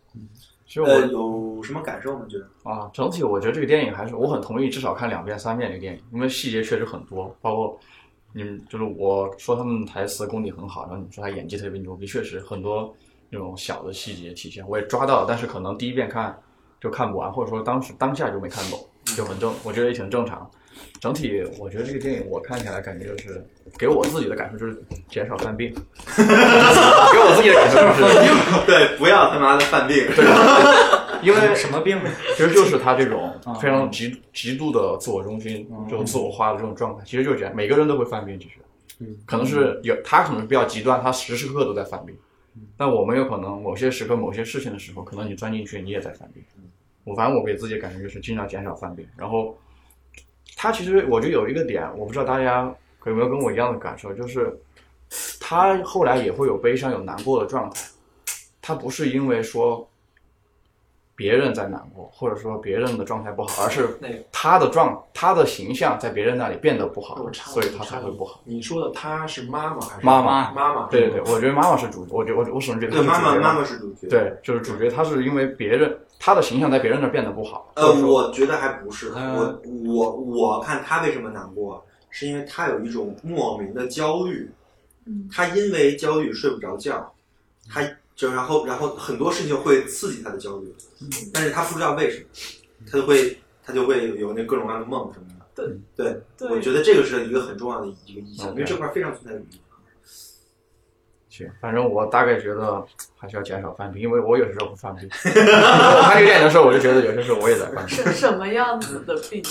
Speaker 7: 其实我
Speaker 2: 呃，有什么感受吗？觉得
Speaker 7: 啊，整体我觉得这个电影还是我很同意，至少看两遍、三遍这个电影，因为细节确实很多，包括你们就是我说他们台词功底很好，然后你们说他演技特别牛逼，确实很多那种小的细节体现我也抓到了，但是可能第一遍看就看不完，或者说当时当下就没看懂，就很正，我觉得也挺正常。整体我觉得这个电影我看起来感觉就是给我自己的感受就是减少犯 病，给我自己的感受就是啊
Speaker 2: 对，不要他妈的犯病，
Speaker 7: 因为
Speaker 4: 什么病？嗯
Speaker 7: 其实就是他这种非常极极度的自我中心，这种自我化的这种状态，其实就是这样，每个人都会犯病，其实
Speaker 4: 嗯
Speaker 7: 可能是有他可能比较极端，他时时刻刻都在犯病，但我们有可能某些时刻、某些事情的时候，可能你钻进去，你也在犯病。
Speaker 5: 嗯
Speaker 7: 我反正我给自己感觉就是尽量减少犯病，然后他其实我觉得有一个点，我不知道大家有没有跟我一样的感受，就是他后来也会有悲伤、有难过的状态。他不是因为说别人在难过，或者说别人的状态不好，而是
Speaker 5: 那个
Speaker 7: 他的状、他的形象在别人那里变得不好
Speaker 5: 我，插一句
Speaker 7: 所以他才会不好。
Speaker 5: 你说的他是妈妈还是
Speaker 7: 妈妈，
Speaker 5: 妈妈，
Speaker 7: 对对对，我觉得妈妈是主角，我觉我我始终觉得她
Speaker 2: 对妈妈
Speaker 7: 主角
Speaker 2: 妈妈是主角
Speaker 7: 对，就是主角，他是因为别人他的形象在别人那儿变得不好，
Speaker 2: 呃
Speaker 7: 或者，说
Speaker 2: 我觉得还不是，我我我看他为什么难过，是因为他有一种莫名的焦虑，
Speaker 6: 嗯
Speaker 2: 他因为焦虑睡不着觉，他就然后然后很多事情会刺激他的焦虑，但是他不知道为什么，他就会他就会有那各种各样的梦什么的。
Speaker 10: 对
Speaker 2: 对，
Speaker 10: 对
Speaker 2: 哦我觉得这个是一个很重要的一个意象，
Speaker 7: OK
Speaker 2: 因为这块非常存在意义。
Speaker 7: 去。反正我大概觉得还是要减少犯病，因为我有时候会 犯病。我看这个电影的时候，我就觉得有些时候我也在犯 病，
Speaker 10: 什什么样子的病？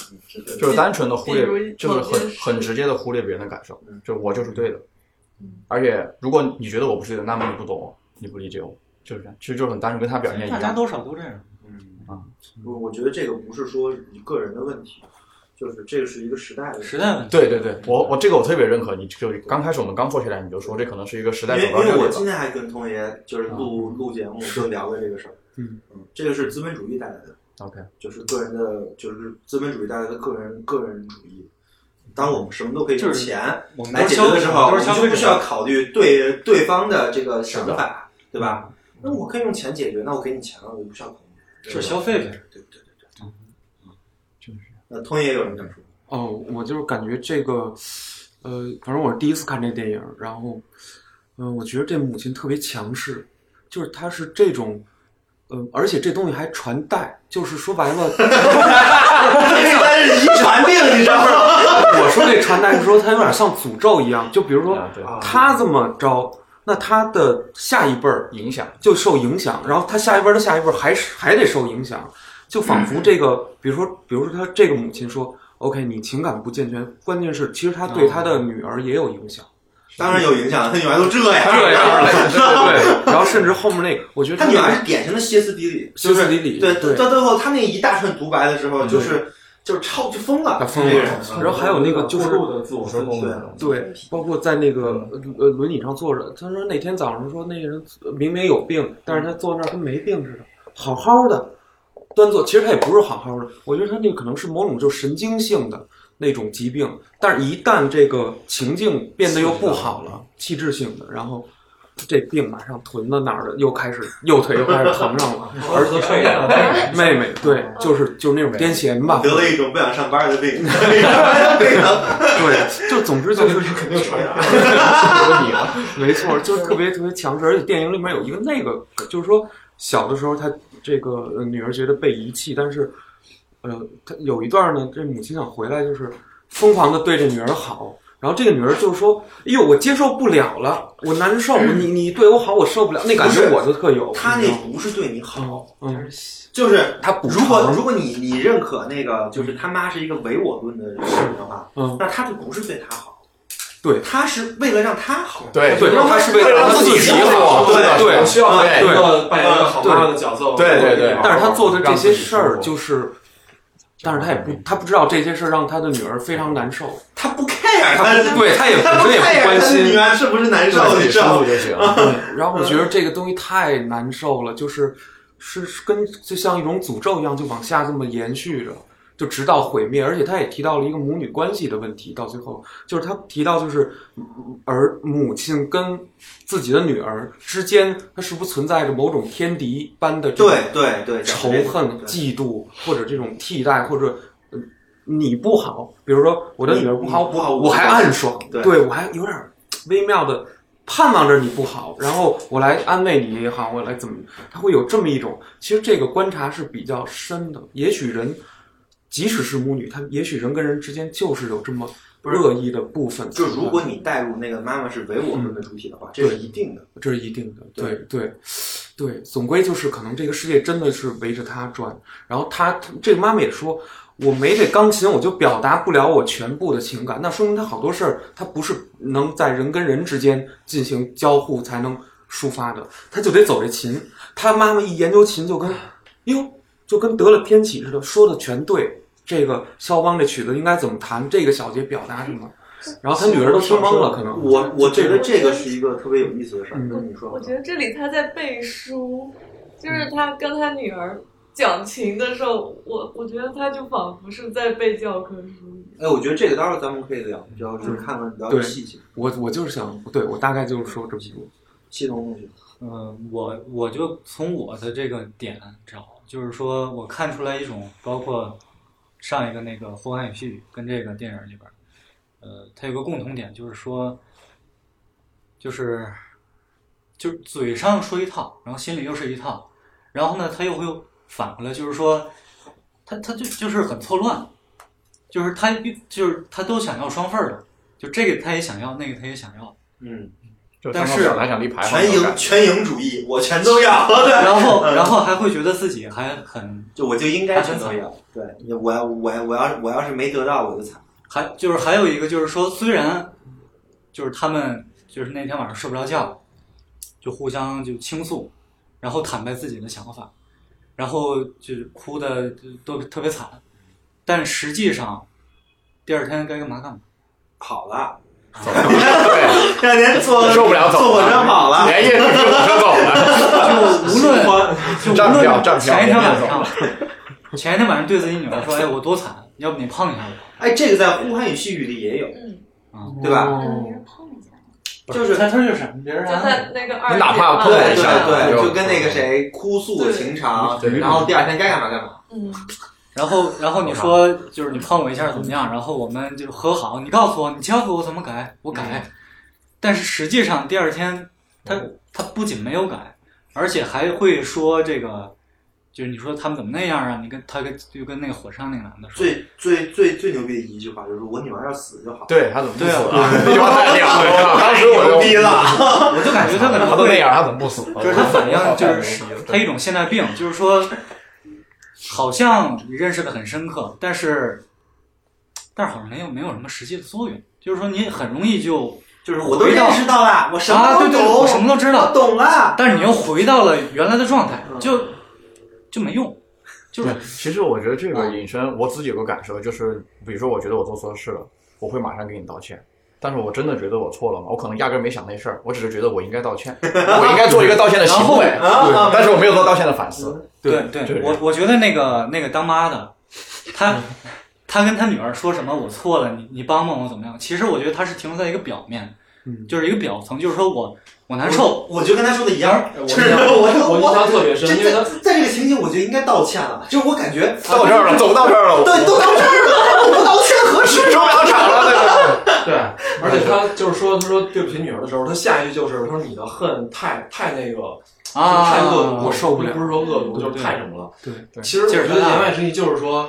Speaker 7: 就是单纯的忽
Speaker 10: 比如
Speaker 7: 略，就是
Speaker 10: 某件
Speaker 7: 很
Speaker 10: 事
Speaker 7: 很直接的忽略别人的感受，
Speaker 2: 嗯
Speaker 7: 就是我就是对的。而且如果你觉得我不是对的，那么你不懂我，你不理解我，就是这样。其实就是很单纯，跟他表现一样。
Speaker 4: 大
Speaker 7: 嗯
Speaker 4: 家多少都这样。
Speaker 2: 我我觉得这个不是说你个人的问题，就是这个是一个时代的问题
Speaker 7: 对对对，我我这个我特别认可你，就是刚开始我们刚做起来你就说这可能是一个时代
Speaker 2: 因为
Speaker 7: 走
Speaker 2: 因
Speaker 7: 到这
Speaker 2: 为我
Speaker 7: 里
Speaker 2: 今
Speaker 7: 了。
Speaker 2: 天还跟童爷就是录
Speaker 4: 嗯
Speaker 2: 录节目，就聊过这个事儿。
Speaker 7: 嗯
Speaker 2: 嗯，这个是资本主义带来的，
Speaker 7: OK，
Speaker 2: 就是个人的，就是资本主义带来的个人个人主义。当我们什么都可以
Speaker 4: 就
Speaker 2: 用
Speaker 4: 是
Speaker 2: 钱
Speaker 4: 我们
Speaker 2: 来
Speaker 4: 都是
Speaker 2: 解
Speaker 4: 消
Speaker 2: 决
Speaker 4: 费
Speaker 2: 的
Speaker 4: 者
Speaker 2: 时候，
Speaker 4: 都
Speaker 2: 我
Speaker 4: 是
Speaker 2: 们
Speaker 4: 消
Speaker 2: 就
Speaker 4: 费
Speaker 2: 不
Speaker 4: 者
Speaker 2: 需要考虑对对方的这个想法，对吧？那我可以用钱解决，那我给你钱了，我不需要考虑。
Speaker 3: 嗯
Speaker 2: 对吧
Speaker 4: 就是消费呗。
Speaker 2: 对对对对对。那童爷有什么想说？
Speaker 3: 哦，我就是感觉这个，呃，反正我是第一次看这电影，然后，嗯、我觉得这母亲特别强势，就是她是这种，嗯、而且这东西还传代，就是说白 了，
Speaker 2: 但是遗传病，你知道吗？
Speaker 3: 我说这传代是说它有点像诅咒一样，就比如说
Speaker 2: 啊
Speaker 3: 他这么着，那他的下一辈儿
Speaker 7: 影响
Speaker 3: 就受影响，然后他下一辈儿的下一辈儿还是还得受影响，就仿
Speaker 2: 嗯
Speaker 3: 佛这个，比如说，比如说他这个母亲说，OK，你情感不健全，关键是其实他对他的女儿也有影响。
Speaker 2: 哦当然有影响他女儿都这 样
Speaker 3: 这样了，对对 对。然后甚至后面那个，我觉得
Speaker 2: 他女儿是典型的歇斯底里，
Speaker 3: 歇斯底里，
Speaker 2: 对，
Speaker 3: 对
Speaker 2: 到最后他那一大串独白的时候，
Speaker 3: 嗯
Speaker 2: 就是就是超就疯了，
Speaker 3: 他疯了
Speaker 2: 这个人。
Speaker 3: 然后还有那个就是
Speaker 2: 过度的嗯自我分析，
Speaker 3: 对，包括在那个呃轮椅上坐着，他说那天早上说那个人呃明明有病，但是他坐那儿跟没病似的，好好的端坐，其实他也不是好好的，我觉得他那个可能是某种就神经性的那种疾病，但是一旦这个情境变得又不好了，器质性的，然后。这病马上臀的哪儿的又开始 右腿又开始疼上了而
Speaker 2: 哦
Speaker 3: 且 妹妹对，就是就是那种癫痫吧，
Speaker 2: 嗯得了一种不想上班的病，
Speaker 3: 对，就总之就是肯定传染，有你了， 没错，就是特别特别强势，而且电影里面有一个那个，就是说小的时候他这个呃女儿觉得被遗弃，但是呃，他有一段呢，这母亲想回来，就是疯狂的对这女儿好。然后这个女儿就说：“哎呦，我接受不了了，我难受，你你对我好，我受不 了，那感觉我就特有。”
Speaker 2: 他
Speaker 3: 你知
Speaker 2: 那
Speaker 3: 道吗
Speaker 2: 不是对你好，
Speaker 3: 嗯，
Speaker 2: 就是
Speaker 3: 他补
Speaker 2: 如果
Speaker 3: 偿
Speaker 2: 如果你你认可那个就是他妈是一个唯我论的人的话，
Speaker 3: 嗯
Speaker 2: 那他就不是对他好。
Speaker 3: 对，
Speaker 2: 他是为了让他好，
Speaker 7: 对对
Speaker 2: 让
Speaker 7: 他是为了
Speaker 2: 让
Speaker 7: 让自己
Speaker 2: 好，
Speaker 7: 好
Speaker 2: 对
Speaker 7: 对
Speaker 2: 我需要
Speaker 7: 对
Speaker 2: 一个
Speaker 7: 对
Speaker 2: 扮演一个好妈妈的角色，
Speaker 7: 对对对
Speaker 3: 但是他做的这些事儿就是，但是他也不，他不知道这些事儿让他的女儿非常难受。
Speaker 2: 他不 care，
Speaker 3: 他不对，他也
Speaker 2: 他不
Speaker 3: 也不
Speaker 2: care
Speaker 3: 关
Speaker 2: 他的
Speaker 3: 心
Speaker 2: 女儿是不是难受
Speaker 3: 对
Speaker 2: 你知道吗
Speaker 3: 对对
Speaker 2: 嗯
Speaker 3: 对然后我觉得这个东西太难受了，就是是是跟就像一种诅咒一样，就往下这么延续着。就直到毁灭，而且他也提到了一个母女关系的问题，到最后就是他提到就是儿母亲跟自己的女儿之间，它是不是存在着某种天敌般的这种
Speaker 2: 对对对
Speaker 3: 仇恨、嫉妒或者这种替代或者。呃你不好，比如说我的女儿不好，
Speaker 2: 你不好
Speaker 3: 我还暗爽，
Speaker 2: 对
Speaker 3: 对我还有点微妙的盼望着你不好，然后我来安慰你也好，我来怎么，他会有这么一种，其实这个观察是比较深的。也许人，即使是母女，他也许人跟人之间就是有这么恶意的部分。
Speaker 2: 就如果你带入那个妈妈是唯我论的主体的话，这是一定的。
Speaker 3: 嗯对，这是一定的，对对对，总归就是可能这个世界真的是围着他转。然后他他这个妈妈也说，我没这钢琴，我就表达不了我全部的情感，那说明他好多事儿他不是能在人跟人之间进行交互才能抒发的，他就得走这琴。他妈妈一研究琴，就跟哟，就跟得了天启似的，说的全对。这个肖邦这曲子应该怎么弹？这个小节表达什么？然后他女儿都听懵了，可能
Speaker 2: 我我觉得
Speaker 3: 就
Speaker 2: 这个是一个特别有意思的事儿，
Speaker 3: 嗯
Speaker 2: 跟你说
Speaker 10: 我。觉得这里他在背书，就是
Speaker 7: 嗯
Speaker 10: 他跟他女儿讲情的时候，我我觉得他就仿佛是在背教科书。
Speaker 2: 哎，我觉得这个到时候咱们可以聊，就要是看看聊聊
Speaker 3: 嗯对
Speaker 2: 细节。
Speaker 3: 我我就是想，对我大概就是说这么多。
Speaker 2: 系统同学，
Speaker 4: 嗯，我我就从我的这个点找，就是说我看出来一种，包括上一个那个《霍汉语细语》跟这个电影里边儿，呃，它有个共同点，就是说，就是就是嘴上说一套，然后心里又是一套，然后呢，他又会反过来，就是说，他他就就是很错乱，就是他就是他都想要双份儿的，就这个他也想要，那个他也想要，
Speaker 2: 嗯，
Speaker 7: 就
Speaker 4: 但
Speaker 7: 他
Speaker 4: 是
Speaker 7: 们表达奖励牌
Speaker 2: 全赢全赢主义，我全都要。
Speaker 4: 然 后然后
Speaker 2: 还
Speaker 4: 会觉得自己还很，
Speaker 2: 就我就应
Speaker 4: 还
Speaker 2: 该
Speaker 4: 很
Speaker 2: 全都
Speaker 4: 惨
Speaker 2: 要。对，我要我要我要是我要是没得到，我就惨。
Speaker 4: 还就是还有一个就是说，虽然就是他们就是那天晚上睡不着觉，就互相就倾诉，然后坦白自己的想法，然后就是哭的都特别惨，但实际上第二天该干嘛干嘛，
Speaker 2: 好了。
Speaker 4: 对，
Speaker 2: 让您坐
Speaker 4: 受不了走了
Speaker 2: 坐火车跑了，
Speaker 4: 连夜
Speaker 7: 坐火车走
Speaker 4: 了 就无论就无
Speaker 7: 站票站
Speaker 4: 论
Speaker 7: 票
Speaker 4: 前一天晚
Speaker 7: 连夜走
Speaker 4: 上，前一天晚上对自己女儿说：“哎，我多惨，要不你碰一下我。
Speaker 2: 哎，这个在呼汉语细语里也有，
Speaker 10: 嗯
Speaker 2: 对吧？就是
Speaker 4: 他，他啊哦就是别人
Speaker 10: 就在那个二姐
Speaker 2: 对
Speaker 10: 嘛
Speaker 2: 对
Speaker 4: 对
Speaker 2: 对
Speaker 4: 对
Speaker 2: 对，就跟那个谁哭诉情长，然后第二天该干嘛干嘛。
Speaker 10: 嗯，
Speaker 4: 然后，然后你说就是你碰我一下怎么样？然后我们就和好。你告诉我，你教给我怎么改，我改。但是实际上第二天，他他不仅没有改，而且还会说这个，就是你说他们怎么那样啊？你跟他跟就跟那个火山那个男的说，
Speaker 2: 最最最最牛逼的一句话就是我女儿要死就好。
Speaker 7: 对他怎么不
Speaker 4: 对啊
Speaker 7: 死啊？ 这句话太屌了！当时我
Speaker 2: 太
Speaker 7: 就
Speaker 2: 牛逼了
Speaker 4: 我就感觉他可能
Speaker 7: 他
Speaker 4: 会
Speaker 7: 都那样，他怎么不死啊？
Speaker 4: 就是他反应就
Speaker 7: 太
Speaker 4: 是
Speaker 7: 牛逼了
Speaker 4: 他一种现代病，就是说，好像你认识的很深刻，但是，但是好像没有没有什么实际的作用。就是说，你很容易就就是
Speaker 2: 我都认识到了我什么都
Speaker 4: 啊、对对，
Speaker 2: 懂
Speaker 4: 我什么都知道，
Speaker 2: 我懂了。
Speaker 4: 但是你又回到了原来的状态，就就没用。就是
Speaker 7: 嗯
Speaker 4: 嗯
Speaker 7: 对其实我觉得这个引申，我自己有个感受，就是比如说，我觉得我做错事了，我会马上给你道歉。但是我真的觉得我错了嘛？我可能压根儿没想那事儿，我只是觉得我应该道 歉，我应该做一个道歉的行为，
Speaker 4: 然后啊啊
Speaker 7: 对但是我没有做道歉的反思。
Speaker 4: 对
Speaker 7: 对
Speaker 4: 对，我我觉得那个那个当妈的，她她跟她女儿说什么我错了，你你帮帮我怎么样？其实我觉得她是停留在一个表面，就是一个表层，就是说我我难受，
Speaker 2: 我就跟他说的一样，
Speaker 4: 我
Speaker 2: 就是我
Speaker 4: 我印象特别深
Speaker 2: 这
Speaker 4: 因为他
Speaker 2: 在在这个情景我就应该道歉了，就是我感觉
Speaker 7: 到这儿了走到这儿了
Speaker 2: 对，都到这儿了，我不道歉合适吗？
Speaker 7: 受不了场了对对对
Speaker 5: 对，而且他就是说，他说对不起女儿的时候，他下一句就是他说你的恨太太那个
Speaker 4: 啊
Speaker 5: 就太恶毒了，
Speaker 4: 我受不了
Speaker 5: 不是说恶毒，
Speaker 4: 对
Speaker 5: 就是太什么了。
Speaker 4: 对对
Speaker 5: 其实我
Speaker 4: 劲
Speaker 5: 觉
Speaker 4: 儿
Speaker 5: 得
Speaker 4: 太大
Speaker 5: 言外之意就是说，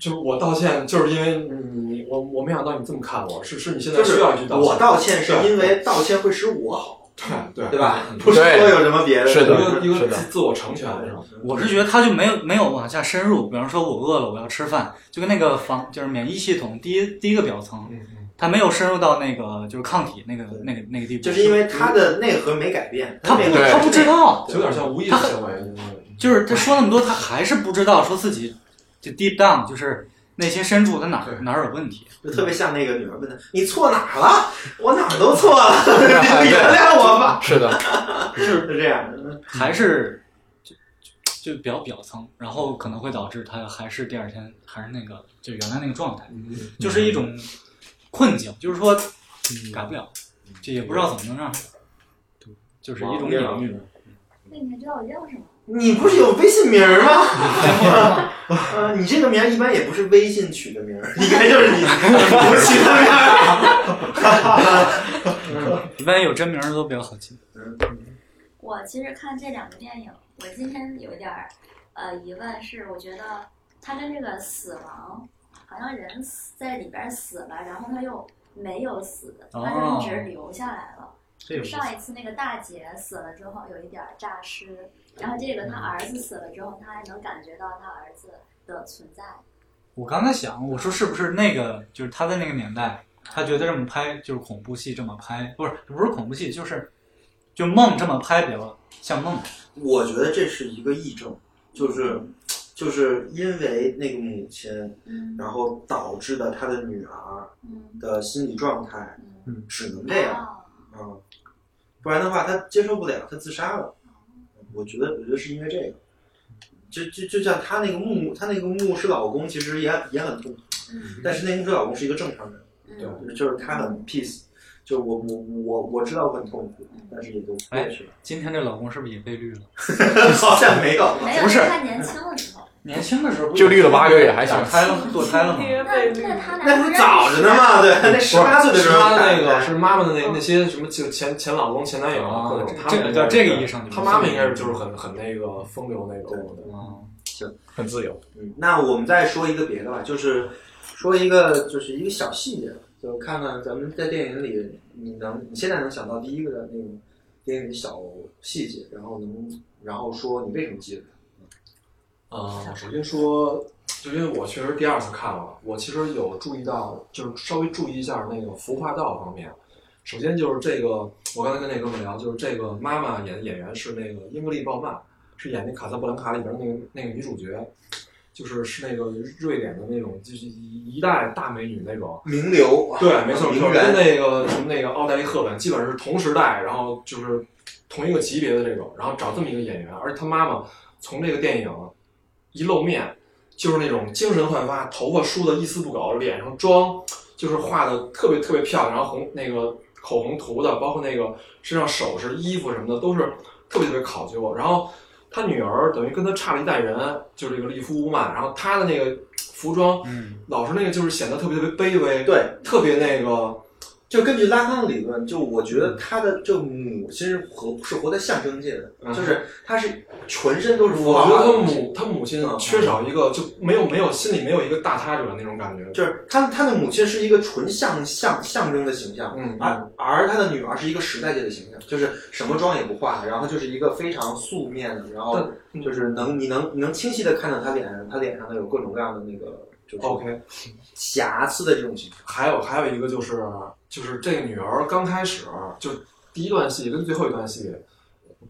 Speaker 5: 就是我道歉，就是因为你我我没想到你这么看我，是是你现在
Speaker 2: 就是
Speaker 5: 需要一句道
Speaker 2: 我道歉是因为
Speaker 5: 对
Speaker 2: 道歉会使我好，
Speaker 5: 对
Speaker 2: 对吧
Speaker 5: 嗯？
Speaker 2: 不是说有什么别的，
Speaker 5: 是
Speaker 2: 对
Speaker 5: 的，
Speaker 2: 吧
Speaker 5: 一个一个自自我成全是吧？
Speaker 4: 我是觉得他就没有没有往下深入，比方说我饿了，我要吃饭，就跟那个防就是免疫系统第一第一个表层，
Speaker 5: 嗯
Speaker 4: 他没有深入到那个就是抗体那个那个那个地步，
Speaker 2: 就是因为他的内核没改变，
Speaker 4: 他不
Speaker 2: 内核
Speaker 4: 他不知道，
Speaker 5: 有点像无意识行为。
Speaker 4: 就是他说那么多，他还是不知道说自己就 deep down 就是内心深处他哪儿哪儿有问题，
Speaker 2: 就特别像那个女儿问他：“你错哪儿了？我哪儿都错了， 你原谅我吧。”
Speaker 7: 是的，
Speaker 2: 就是这样的。
Speaker 4: 还是就就比较表层，然后可能会导致他还是第二天还是那个就原来那个状态，
Speaker 2: 嗯
Speaker 4: 就是一种困境，就是说
Speaker 2: 嗯
Speaker 4: 改不了，就也不知道怎么能让，就是一种隐喻。
Speaker 12: 那你还知道我叫什么？
Speaker 2: 你不是有微信名儿吗？ 呃，你这个名儿一般也不是微信取的名儿， 应该就是你你取的名儿。
Speaker 4: 一般有真名儿都比较好记。
Speaker 12: 我其实看这两个电影，我今天有一点儿呃疑问是，我觉得它跟这个死亡，好像人死在里边儿死了，然后他又没有死，他就一直
Speaker 13: 哦
Speaker 12: 留下来了。
Speaker 13: 这个
Speaker 12: 上一次那个大姐死了之后有一点儿诈尸，然后这个他儿子死了之后，他还能感觉到他儿子的存在。
Speaker 4: 我刚才想，我说是不是那个，就是他在那个年代，他觉得这么拍就是恐怖戏，这么拍不是不是恐怖戏，就是就梦这么拍比较像梦。
Speaker 2: 我觉得这是一个癔症，就是就是因为那个母亲，然后导致的她的女儿的心理状态，
Speaker 8: 嗯
Speaker 2: 只能这样，嗯，不然的话她接受不了，她自杀了。我觉得，我觉得是因为这个，就就就像她那个牧，她那个牧师老公其实也也很痛苦，但是那个牧师老公是一个正常人，对，就是他很 peace，就是我我我我知道我很痛苦，但是也就过
Speaker 4: 哎
Speaker 2: 去了。，
Speaker 4: 今天这老公是不是也被绿了？
Speaker 2: 好像没有
Speaker 12: 没有，
Speaker 4: 不是
Speaker 12: 他年轻的时候。
Speaker 4: 年轻的时候不
Speaker 7: 就绿了八个月还行
Speaker 4: 打胎了吗？堕胎了吗？
Speaker 12: 那那他俩
Speaker 2: 那不是早着呢嘛对那18岁的时候
Speaker 5: 他那个是妈妈的那那些什么就前前老公前男友啊各种，他
Speaker 4: 这
Speaker 5: 们
Speaker 4: 这这个意义上
Speaker 5: 他妈妈应该是就是很很那个风流那种的，
Speaker 2: 嗯行，
Speaker 7: 很自由。
Speaker 2: 嗯，那我们再说一个别的吧，就是说一个就是一个小细节，就看看咱们在电影里你能你现在能想到第一个的那种电影里小细节，然后能然后说你为什么记得它。
Speaker 5: 啊、首先说，就因为我确实第二次看了，我其实有注意到，就是稍微注意一下那个服化道方面。首先就是这个，我刚才跟那哥们聊，就是这个妈妈演的演员是那个英格丽·鲍曼，是演那《卡萨布兰卡》里边那个那个女主角，就是是那个瑞典的那种，就是一代大美女那种
Speaker 2: 名流啊
Speaker 5: 对，没错，没错，
Speaker 2: 名媛
Speaker 5: 跟那个什么那个奥黛丽·赫本基本上是同时代，然后就是同一个级别的这种，然后找这么一个演员，而且她妈妈从这个电影一露面，就是那种精神焕发，头发梳的一丝不苟，脸上妆就是画的特别特别漂亮，然后红那个口红涂的，包括那个身上首饰、衣服什么的，都是特别特别考究。然后他女儿等于跟他差了一代人，就是这个利夫乌曼，然后她的那个服装， 老是那个就是显得特别特别卑微，
Speaker 2: 对，
Speaker 5: 特别那个。
Speaker 2: 就根据拉康的理论，就我觉得他的就母亲是活是活在象征界的，就是他是浑身都是符
Speaker 5: 啊我
Speaker 2: 号
Speaker 5: 觉
Speaker 2: 化
Speaker 5: 得他
Speaker 2: 的东西。嗯
Speaker 5: 母他母亲缺少一个，就没有没有心里没有一个大他者那种感觉，
Speaker 2: 就是他他的母亲是一个纯象象象征的形象，嗯，而而他的女儿是一个时代界的形象，就是什么妆也不化，然后就是一个非常素面的，然后就是能你能你能清晰的看到他脸他脸上的有各种各样的那个就是
Speaker 5: OK
Speaker 2: 瑕疵的这种形象。
Speaker 5: 还有还有一个就是就是这个女儿刚开始啊就第一段戏跟最后一段戏，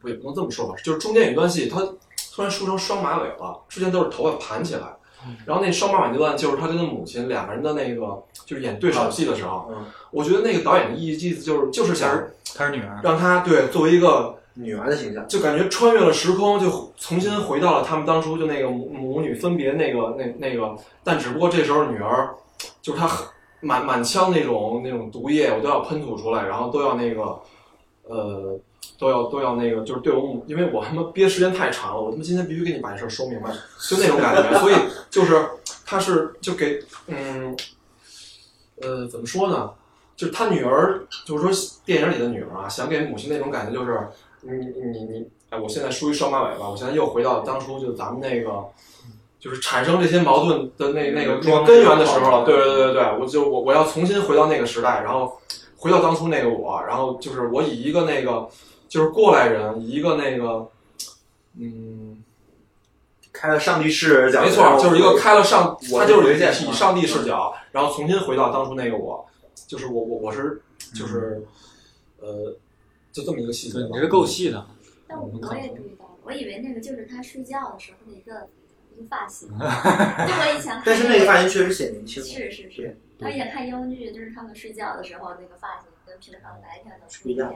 Speaker 5: 不也不能这么说吧，就是中间有一段戏她突然梳成双马尾了，之前都是头发盘起来，然后那双马尾那段就是她跟她母亲两个人的那个就是演对手戏的时候，
Speaker 2: 嗯
Speaker 5: 我觉得那个导演的意意思就是就是想
Speaker 4: 她是女儿，
Speaker 5: 让她对作为一个
Speaker 2: 女儿的形象，
Speaker 5: 啊就感觉穿越了时空，就重新回到了他们当初就那个母母女分别那个那那个，但只不过这时候女儿就是她很满满腔那种那种毒液，我都要喷吐出来，然后都要那个呃都要都要那个，就是对我母，因为我他妈憋时间太长了，我他妈今天必须给你把这事儿说明白，就那种感觉，所以就是他是就给嗯呃怎么说呢？就是他女儿，就是说电影里的女儿啊，想给母亲那种感觉，就是你你你，哎，我现在梳一双马尾吧，我现在又回到当初就咱们那个，就是产生这些矛盾的
Speaker 2: 嗯
Speaker 5: 那那个
Speaker 2: 装
Speaker 5: 根源的时候
Speaker 2: 装
Speaker 5: 了。对对对对对，我就我我要重新回到那个时代，然后回到当初那个我，然后就是我以一个那个就是过来人，以一个那个嗯。
Speaker 2: 开了上帝视角，
Speaker 5: 没错，就是一个开了上，
Speaker 2: 我
Speaker 5: 他就是
Speaker 2: 回见嗯
Speaker 5: 以上帝视角，然后重新回到当初那个我，就是我我我是就是，
Speaker 2: 嗯
Speaker 5: 呃，就这么一个细节吧。
Speaker 4: 你这够细的，
Speaker 12: 但我我也注意到了，我以为那个就是他睡觉的时候的一个一个发 型，就我以前看
Speaker 2: 但是那个发型确实显年轻啊
Speaker 12: 是是是，我以前看英剧就是他们睡觉的时候那个发型跟平常白天的不一样。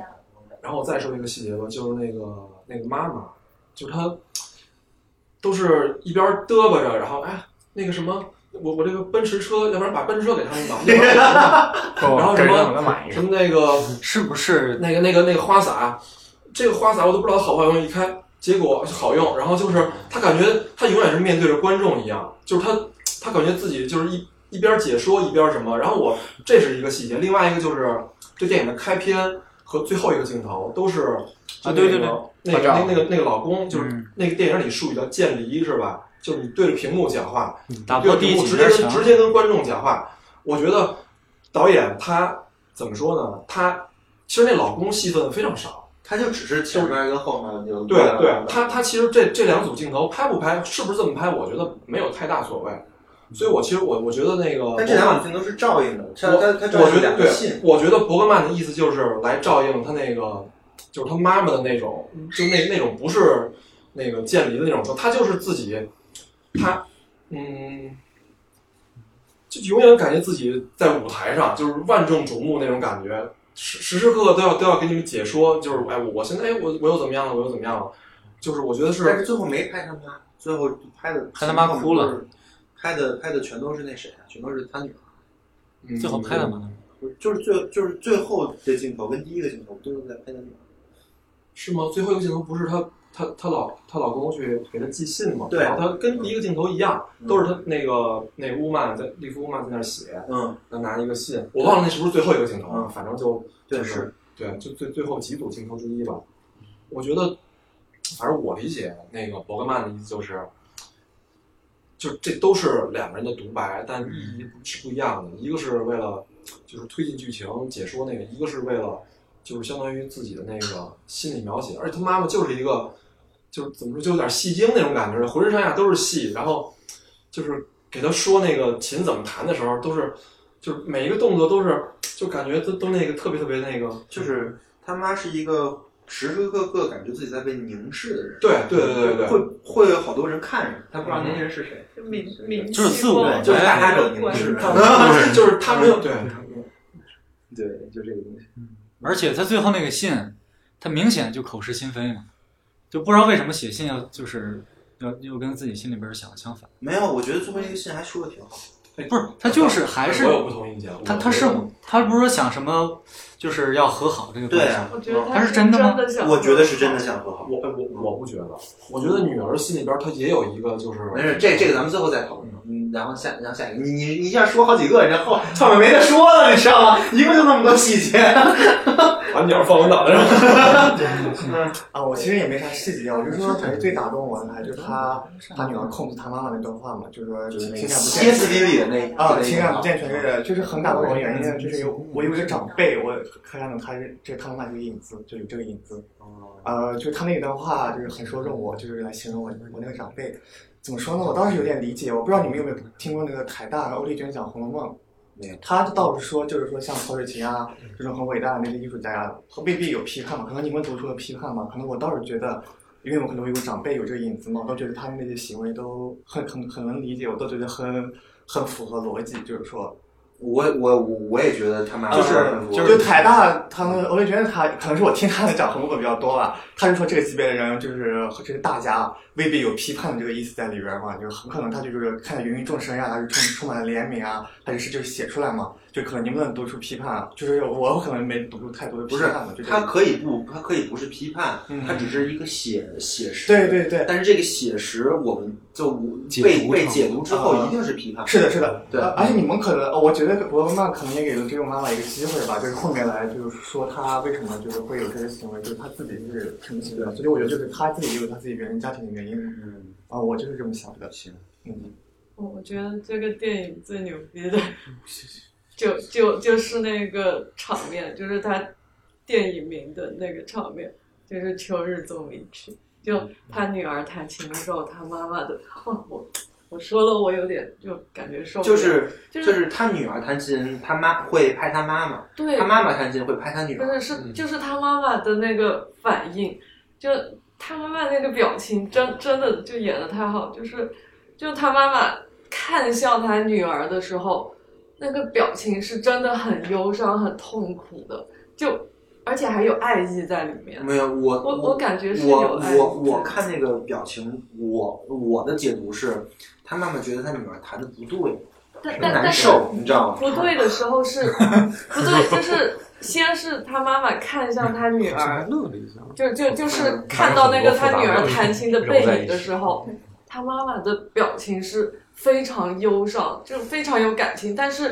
Speaker 5: 然后我再说一个细节吧，就是那个那个妈妈，就是她都是一边嘚吧着，然后哎那个什么。我我这个奔驰车，要不然把奔驰车给他们吧，要不然 给我们吧然后
Speaker 7: 哦
Speaker 5: 什
Speaker 7: 给他们买一
Speaker 5: 么
Speaker 7: 个
Speaker 5: 什么那 个是不是那个那个那个花洒，这个花洒我都不知道好不好用，一开结果好用，然后就是他感觉他永远是面对着观众一样，就是他他感觉自己就是一一边解说一边什么，然后我这是一个细节，另外一个就是这电影的开篇和最后一个镜头都是
Speaker 4: 啊对对对
Speaker 5: 那个
Speaker 4: 拍照
Speaker 5: 那个那个那个老公就是
Speaker 4: 嗯
Speaker 5: 那个电影里术语叫渐离是吧？就是你对着屏幕讲话，
Speaker 4: 嗯打破第一
Speaker 5: 我
Speaker 4: 几
Speaker 5: 直接
Speaker 4: 面
Speaker 5: 跟
Speaker 4: 墙
Speaker 5: 直接跟观众讲话。我觉得导演他怎么说呢？他其实那老公戏份非常少，
Speaker 2: 他就只是前面跟后面就
Speaker 5: 对对，他他其实这这两组镜头拍不拍，是不是这么拍，我觉得没有太大所谓。所以我其实我我觉得那个，
Speaker 2: 但这两组镜头是照应的，
Speaker 5: 我
Speaker 2: 它它它照
Speaker 5: 我
Speaker 2: 应
Speaker 5: 觉
Speaker 2: 两
Speaker 5: 得
Speaker 2: 个
Speaker 5: 对
Speaker 2: 信，，
Speaker 5: 我觉得伯格曼的意思就是来照应他那个，就是他妈妈的那种，就那那种不是那个渐离的那种，他就是自己，他嗯，就永远感觉自己在舞台上，就是万众瞩目那种感觉，时时时刻刻都要都要给你们解说，就是哎，我我现在哎我我又怎么样了，我又怎么样了，就是我觉得是，
Speaker 2: 但是最后没拍他妈，最后拍的
Speaker 5: 拍他妈哭了，
Speaker 2: 拍的拍的全都是那谁啊，全都是他女儿。
Speaker 4: 嗯最后拍他妈，
Speaker 2: 就是最就是最后的镜头跟第一个镜头都是在拍他女儿。
Speaker 5: 是吗？最后一个镜头不是她她她老她老公去给她寄信吗？
Speaker 2: 对
Speaker 5: 然后她跟第一个镜头一样，都是她那个那乌曼在利夫乌曼在那儿写，
Speaker 2: 嗯，
Speaker 5: 她拿一个信，我忘了那是不是最后一个镜头了，
Speaker 2: 嗯
Speaker 5: 反正就
Speaker 2: 对
Speaker 5: 就是对，就最最后几组镜头之一吧。我觉得，反正我理解那个伯格曼的意思就是，嗯就这都是两个人的独白，但意义是不一样的。一个是为了就是推进剧情、解说那个，一个是为了就是相当于自己的那个心理描写，而且他妈妈就是一个就是怎么说，就有点戏精那种感觉，浑身上下都是戏，然后就是给他说那个琴怎么弹的时候，都是就是每一个动作都是就感觉都都那个特别特别那个，
Speaker 2: 就是他妈是一个时时刻刻感觉自己在被凝视的人，
Speaker 5: 对对对对对
Speaker 2: 会会有好多人看着他，不知道那些人是谁，
Speaker 10: 明明
Speaker 2: 就是四五个，就是大家都凝 视，
Speaker 5: 就是他没有对嗯
Speaker 2: 对，就这个东西。
Speaker 4: 而且他最后那个信，他明显就口是心非嘛，就不知道为什么写信要就是要要跟自己心里边想的相反。
Speaker 2: 没有，我觉得最后那个信还说的挺好。
Speaker 4: 哎不是，他就是还是
Speaker 5: 我有不同意见。
Speaker 4: 他他是他不是说想什么，就是要和好这个关系。
Speaker 2: 对啊
Speaker 10: 我觉得
Speaker 4: 他
Speaker 10: 是
Speaker 4: 真
Speaker 10: 的
Speaker 4: 吗？
Speaker 10: 想
Speaker 2: 我觉得是真的想和好。
Speaker 5: 我我我不觉得，我觉得女儿心里边她也有一个就是
Speaker 2: 没事，这这个咱们最后再讨论。嗯，然后下然后下一个，你你你一下说好几个，然后后面没得说了，你知道吗？一共就那么多细 节。
Speaker 5: 把鸟放我脑袋上。
Speaker 9: 啊，我其实也没啥细节，啊我就说可能最打动我的还是他他女儿控制他妈妈那段话嘛，就是说情感不健
Speaker 2: 歇斯底里的那嗯
Speaker 9: 啊，情感不健全这个就是很打动我的原因，就是有我有一个长辈，我看上了他是这个他妈妈这个影子，就有这个影子。
Speaker 2: 哦
Speaker 9: 呃，就是他那段话就是很说中我，就是来形容我我那个长辈。怎么说呢？我当时有点理解，我不知道你们有没有听过那个台大欧丽娟讲《红楼梦》。他倒是说，就是说像曹雪芹啊这种很伟大的那些艺术家呀、和未必有批判嘛，可能你们读书的批判嘛，可能我倒是觉得，因为我可能有长辈有这个影子嘛，我倒觉得他们那些行为都很很很能理解，我倒觉得很很符合逻辑，就是说。
Speaker 2: 我我我我也觉得他妈
Speaker 9: 就是就是台大，他们我也觉得他可能是我听他的讲红本比较多吧，他就说这个级别的人就是这个大家未必有批判的这个意思在里边嘛，就很可能他就是看着芸芸众生呀，他就充充满了怜悯啊，他就是就是写出来嘛，就可能能不能读出批判，啊就是我可能没读出太多的批
Speaker 2: 不是
Speaker 9: 判嘛，就这个
Speaker 2: 他可以不，他可以不是批判，
Speaker 9: 嗯
Speaker 2: 他只是一个写写实。
Speaker 9: 对对对
Speaker 2: 但是这个写实，我们就
Speaker 9: 解
Speaker 2: 被
Speaker 9: 读
Speaker 2: 被
Speaker 9: 成
Speaker 2: 解读之后，
Speaker 9: 啊
Speaker 2: 一定是批判。
Speaker 9: 是的，是的，
Speaker 2: 对啊
Speaker 9: 呃。而且你们可能，呃我觉得伯格曼可能也给了这个妈妈一个机会吧，就是后面来就是说她为什么就是会有这些行为，就是她自己是什么行为，所以我觉得就是她自己也有她自己原生家庭的原因。
Speaker 2: 嗯。
Speaker 9: 啊，我就是这么想的。
Speaker 2: 行。
Speaker 9: 嗯。
Speaker 10: 我觉得这个电影最牛逼的，就就就是那个场面，就是他电影名的那个场面，就是《秋日奏鸣曲》，就他女儿弹琴的时候，他妈妈的，哦、 我我说了，我有点就感觉受不了，
Speaker 2: 就是
Speaker 10: 就是
Speaker 2: 就是他女儿弹琴，他妈会拍他妈妈；
Speaker 10: 对
Speaker 2: 他妈妈弹琴会拍他女
Speaker 10: 不
Speaker 2: 儿。嗯
Speaker 10: 是是就是他妈妈的那个反应，就他妈妈那个表情真真的就演的太好，就是就他妈妈看向他女儿的时候，那个表情是真的很忧伤、很痛苦的，就而且还有爱意在里面。
Speaker 2: 没有我
Speaker 10: 我我感觉是有
Speaker 2: 我
Speaker 10: 爱
Speaker 2: 我我看那个表情，我我的解读是，他妈妈觉得他女儿弹的不对，
Speaker 10: 但
Speaker 2: 是
Speaker 10: 但
Speaker 2: 难
Speaker 10: 但是
Speaker 2: 受，你知道吗？
Speaker 10: 不对的时候是，不对就是先是他妈妈看向他女儿，
Speaker 3: 乐了一下。
Speaker 10: 就就就是看到那个他女儿弹琴的背影的时候，他妈妈的表情是非常忧伤，就是非常有感情。但是，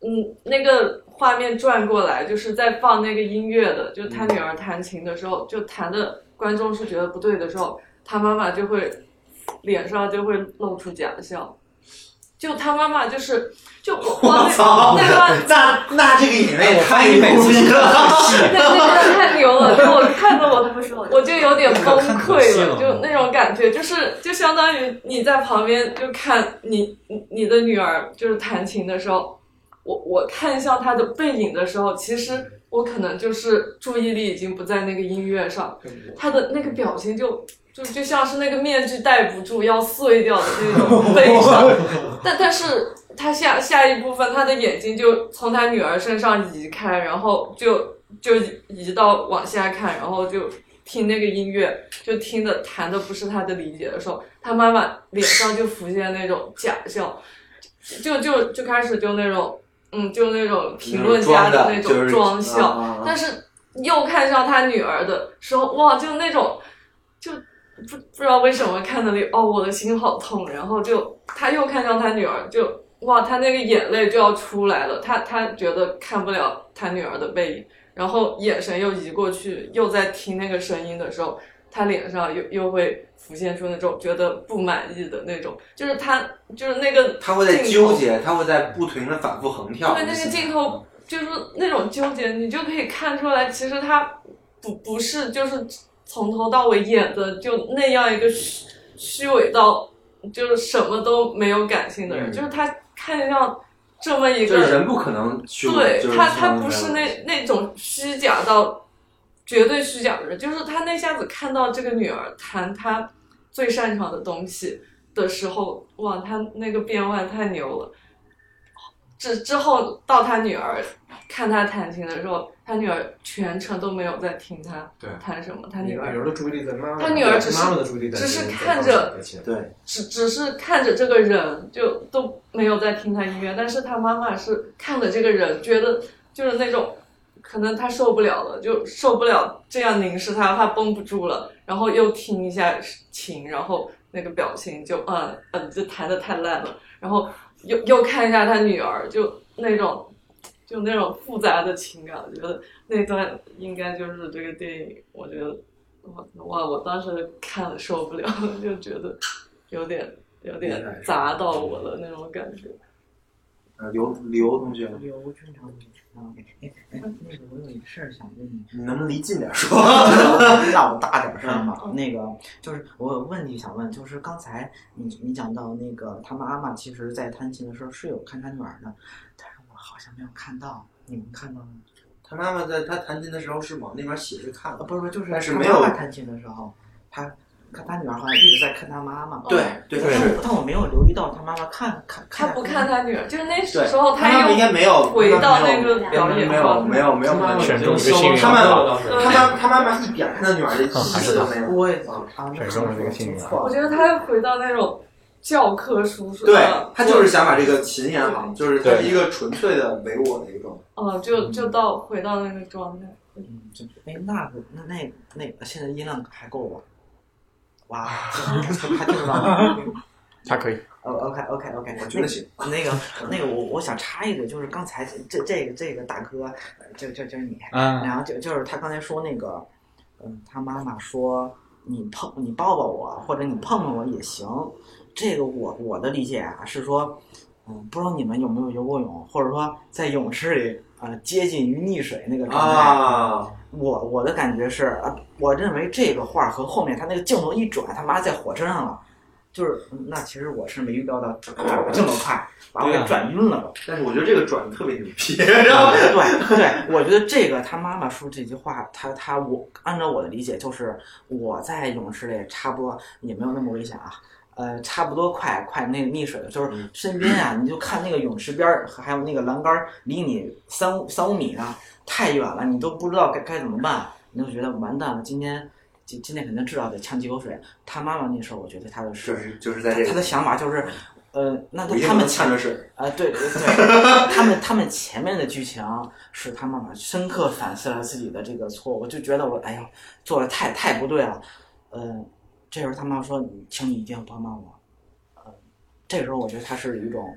Speaker 10: 嗯，那个画面转过来，就是在放那个音乐的，就他女儿弹琴的时候，就弹的观众是觉得不对的时候，他妈妈就会脸上就会露出假笑。就他妈妈就是，就我 我
Speaker 2: 操
Speaker 10: 那个
Speaker 2: 那那这个演
Speaker 4: 哎
Speaker 2: 员也太牛 逼
Speaker 10: 那那
Speaker 2: 了！
Speaker 10: 个太牛了！就我看的我
Speaker 12: 我，
Speaker 10: 我就有点崩溃
Speaker 2: 看
Speaker 10: 了，
Speaker 2: 了
Speaker 10: 就那种感觉，就是就相当于你在旁边就看你你你的女儿就是弹琴的时候，我我看向她的背影的时候，其实我可能就是注意力已经不在那个音乐上，她的那个表情就。就就像是那个面具戴不住要碎掉的那种悲 伤，但但是他下下一部分，他的眼睛就从他女儿身上移开，然后就就移到往下看，然后就听那个音乐，就听的弹的不是他的理解的时候，他妈妈脸上就浮现那种假笑，就就就开始就那种嗯，就那种评论家的那种装
Speaker 2: 就是
Speaker 10: 笑，
Speaker 2: 啊啊啊
Speaker 10: 但是又看上他女儿的时候，哇，就那种就不不知道为什么看到那哦，我的心好痛，然后就他又看上他女儿，就哇，他那个眼泪就要出来了，他他觉得看不了他女儿的背影，然后眼神又移过去，又在听那个声音的时候，他脸上又又会浮现出那种觉得不满意的那种，就是他就是那个
Speaker 2: 他会在
Speaker 10: 镜头
Speaker 2: 纠结，他会在不停的反复横跳。
Speaker 10: 对那个镜头就是那种纠结，你就可以看出来，其实他不不是就是从头到尾演的就那样一个虚虚伪到就是什么都没有感情的人，
Speaker 2: 嗯
Speaker 10: 就是他看上这么一
Speaker 2: 就
Speaker 10: 个
Speaker 2: 是人不可能虚伪
Speaker 10: 对
Speaker 2: 就是
Speaker 10: 他
Speaker 2: 不可
Speaker 10: 他
Speaker 2: 能
Speaker 10: 不
Speaker 2: 这样
Speaker 10: 是那那种虚假到绝对虚假的人，就是他那下子看到这个女儿弹他最擅长的东西的时候，哇，他那个变换太牛了。之之后到他女儿看他弹琴的时候，他女儿全程都没有在听他
Speaker 5: 对
Speaker 10: 弹什么，他女
Speaker 5: 女儿的注意力在妈妈，
Speaker 10: 他女儿只是
Speaker 5: 妈妈的注意力在
Speaker 10: 只是
Speaker 5: 在
Speaker 10: 看着
Speaker 5: 在前
Speaker 2: 对，
Speaker 10: 只只是看着这个人，就都没有在听他音乐，但是他妈妈是看着这个人，觉得就是那种，可能他受不了了，就受不了这样凝视他，他绷不住了，然后又听一下琴，然后那个表情就嗯嗯，这弹的太烂了，然后又又看一下他女儿，就那种。就那种复杂的情感，我觉得那段应该就是这个电影，我觉得我哇，我当时看了受不了，就觉得有点有点砸到我了那种感觉。
Speaker 2: 呃刘刘同学，
Speaker 11: 刘正常啊，哎哎，那个我有一事儿想问你，
Speaker 2: 你能不能离近 点说
Speaker 11: 那我大点声吧。那个就是我有问题想问，就是刚才你你讲到那个他妈妈其实在弹琴的时候是有看他女儿的，但是我好像没有看到，你们看到了吗？
Speaker 2: 他妈妈在他弹琴的时候是往那边斜着看的，
Speaker 11: 啊不是不是，就是
Speaker 2: 但是
Speaker 11: 他
Speaker 2: 没有
Speaker 11: 妈妈弹琴的时候，他看他女儿好像一直在看他妈妈。
Speaker 2: 对对
Speaker 11: 但
Speaker 2: 是
Speaker 11: 是但我没有留意到他妈妈看看
Speaker 10: 他不看他女儿，就是那
Speaker 2: 对，
Speaker 10: 时候
Speaker 2: 他
Speaker 10: 又
Speaker 2: 们应该没有
Speaker 10: 回到那个
Speaker 2: 他
Speaker 10: 表
Speaker 2: 们
Speaker 10: 演
Speaker 2: 没有没有没有没有
Speaker 7: 全中之幸运
Speaker 2: 他
Speaker 7: 啊
Speaker 2: 们他妈他妈妈一点儿看他女儿
Speaker 7: 嗯
Speaker 2: 的意识都没有，
Speaker 11: 我也啊，
Speaker 7: 全中了这个幸运啊。
Speaker 10: 我觉得他又回到那种教科书式的。
Speaker 2: 对他就是想把这个琴演好，就是他是一个纯粹的唯我的一种。
Speaker 10: 哦、就就到回到那个状态。
Speaker 11: 就哎，那个那那那个现在音量还够吧？哇， 还听得到吗？
Speaker 7: 还可以。
Speaker 11: O OK OK OK，
Speaker 2: 我觉得行。
Speaker 11: 哦那个那个，我我想插一嘴，就是刚才这这个这个大哥，呃就就就是你，
Speaker 7: 嗯
Speaker 11: 然后就就是他刚才说那个，嗯，他妈妈说你碰你抱抱我，或者你碰碰我也行。这个我我的理解啊是说，嗯，不知道你们有没有游过泳，或者说在泳池里呃接近于溺水那个状态。
Speaker 2: 啊
Speaker 11: 我我的感觉是，啊，我认为这个画和后面他那个镜头一转，他妈在火车上了，就是嗯那其实我是没预料到转得这么快，把
Speaker 2: 啊
Speaker 11: 我给转晕了。
Speaker 2: 但是我觉得这个转得特别牛 逼，
Speaker 11: 对
Speaker 2: 然后
Speaker 11: 对，我觉得这个他妈妈说这句话，他他我按照我的理解就是我在泳池里差不多也没有那么危险啊，呃，差不多快快那个溺水了，
Speaker 2: 嗯
Speaker 11: 就是身边啊，你就看那个泳池边儿还有那个栏杆儿离你三五三五米呢，太远了，你都不知道该该怎么办，你就觉得完蛋了，今天。今今天肯定知道得呛几口水。他妈妈那时候，我觉得他的
Speaker 2: 就是就是在这个嗯
Speaker 11: 他的想法就是，呃，那
Speaker 2: 我一定
Speaker 11: 他们
Speaker 2: 能呛着水
Speaker 11: 啊、对对对，他们他们前面的剧情是他妈妈深刻反思了自己的这个错误，就觉得我哎呦做的太太不对了，嗯，这时候他妈说，请你一定要帮帮我，呃，这时候我觉得他是一种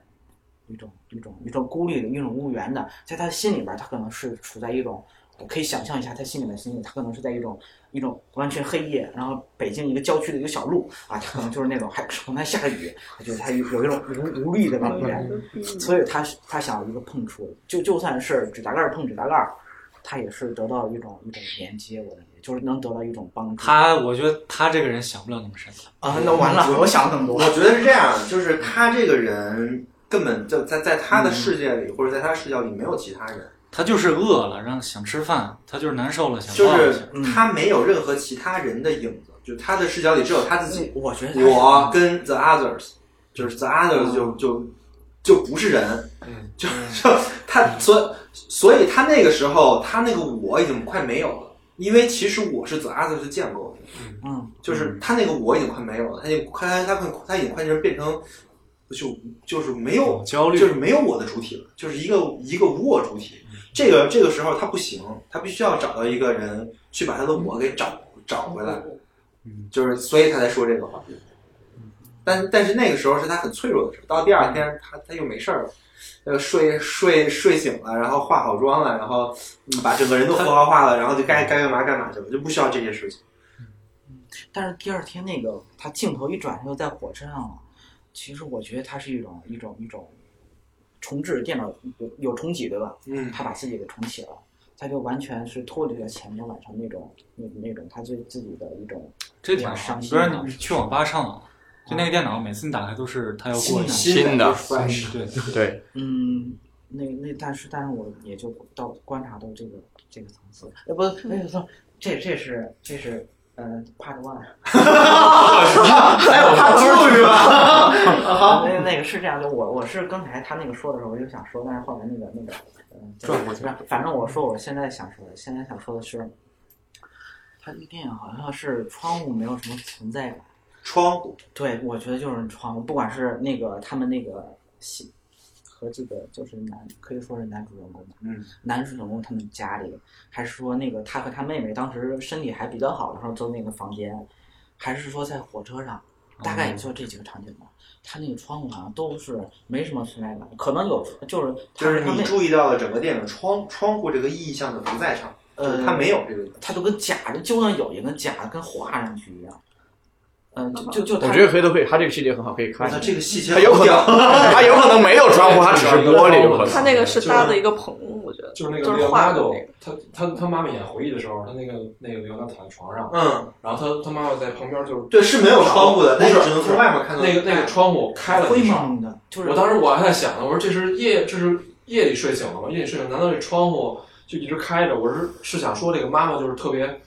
Speaker 11: 一种一种一种孤立的一种无缘的，在他心里边儿，他可能是处在一种，我可以想象一下他心里的心里，他可能是在一种一种完全黑夜，然后北京一个郊区的一个小路啊，他可能就是那种还可能还下雨，他就是他有有一种无无力的感觉，所以他他想有一个碰触，就就算是指甲盖儿碰指甲盖儿，他也是得到一种一种连接，我的理解就是能得到一种帮助。
Speaker 4: 他，我觉得他这个人想不了那么深
Speaker 11: 啊那完了我想那么多
Speaker 2: 我觉得是这样，就是他这个人根本就在在他的世界里，或者在他视角里没有其他人，
Speaker 11: 嗯
Speaker 4: 他就是饿了，让想吃饭，他就是难受了，想
Speaker 2: 就
Speaker 4: 抱一
Speaker 2: 是
Speaker 4: 下。
Speaker 11: 嗯
Speaker 2: 他没有任何其他人的影子，就他的视角里只有他自己。
Speaker 11: 嗯我觉
Speaker 4: 得
Speaker 2: 我跟 the others，就是 the others 就就就不是人，
Speaker 11: 嗯
Speaker 2: 就就他所所以他那个时候他那个我已经快没有了，因为其实我是 the others 建构的，
Speaker 11: 嗯，
Speaker 2: 就是他那个我已经快没有了，他就快他他快他已经快就是变成。就就是没有
Speaker 4: 焦虑，
Speaker 2: 就是没有我的主体了，就是一个一个无我主体。这个这个时候他不行，他必须要找到一个人去把他的我给找找回来，就是所以他才说这个话。但但是那个时候是他很脆弱的时候，到第二天他他又没事儿了，呃睡睡睡醒了，然后化好妆了，然后嗯把整个人都符号化了，然后就该该干嘛干嘛去了，就不需要这些事情。
Speaker 11: 但是第二天那个他镜头一转又在火车上了，其实我觉得它是一种一种一种重置电脑有有重启对吧？
Speaker 2: 嗯，
Speaker 11: 他把自己给重启了，他就完全是脱离了前天晚上那种那那种他对自己的一种
Speaker 4: 这挺好
Speaker 11: 伤。
Speaker 4: 你
Speaker 11: 心
Speaker 4: 不
Speaker 11: 的。
Speaker 2: 啊
Speaker 4: 然你去网吧上网，就那个电脑每次你打开都是它要过一
Speaker 11: 新的
Speaker 4: 新的 对
Speaker 7: 对，
Speaker 11: 嗯，那那但是但是我也就到观察到这个这个层次，呃，不是，那个说这这是这是呃，Part One，哎，我怕
Speaker 9: 至于吗
Speaker 11: 好，那那个是这样的，我我是刚才他那个说的时候，我就想说，但是后来那个那个，嗯，
Speaker 3: 转过去了
Speaker 11: 反正我说我现在想说的，现在想说的是，他这个电影好像是窗户没有什么存在感。
Speaker 2: 窗户，
Speaker 11: 对，我觉得就是窗户，不管是那个他们那个戏和这个就是男，可以说是男主人公吧，
Speaker 2: 嗯，
Speaker 11: 男主人公他们家里，还是说那个他和他妹妹当时身体还比较好的时候住那个房间，还是说在火车上，大概也
Speaker 2: 哦
Speaker 11: 就这几个场景吧。他那个窗户好像都是没什么存在感，可能有，就是他
Speaker 2: 就是
Speaker 11: 和他
Speaker 2: 你
Speaker 11: 妹
Speaker 2: 注意到了整个电影窗窗户这个意象的不在场，就是
Speaker 11: 呃，
Speaker 2: 它没有这个。
Speaker 11: 他就跟假的，就算有也跟假的，跟画上去一样。嗯、就就就他
Speaker 7: 我觉得可以都可以，他这个系列很好，可以看。
Speaker 2: 那这个细节
Speaker 7: 他有可能，他有可能没有窗户，他 只是玻璃，有可
Speaker 6: 他
Speaker 7: 能。
Speaker 6: 那个是搭的一个棚，我觉得
Speaker 5: 就是那个
Speaker 6: 就是
Speaker 5: Leonardo，
Speaker 6: 画的那个。
Speaker 5: 他他他妈妈演回忆的时候，他那个那个刘娜躺在床上，
Speaker 2: 嗯，
Speaker 5: 然后他他妈妈在旁边就
Speaker 2: 对是没有窗户的
Speaker 5: 不是
Speaker 2: 那个只能哎从外面看到
Speaker 5: 那个那个窗户开了一扇，
Speaker 11: 灰蒙蒙的就是
Speaker 5: 我当时我还在想呢，我说这是夜这是夜里睡醒了吗？夜里睡醒，难道这窗户就一直开着？我是是想说这个妈妈就是特别。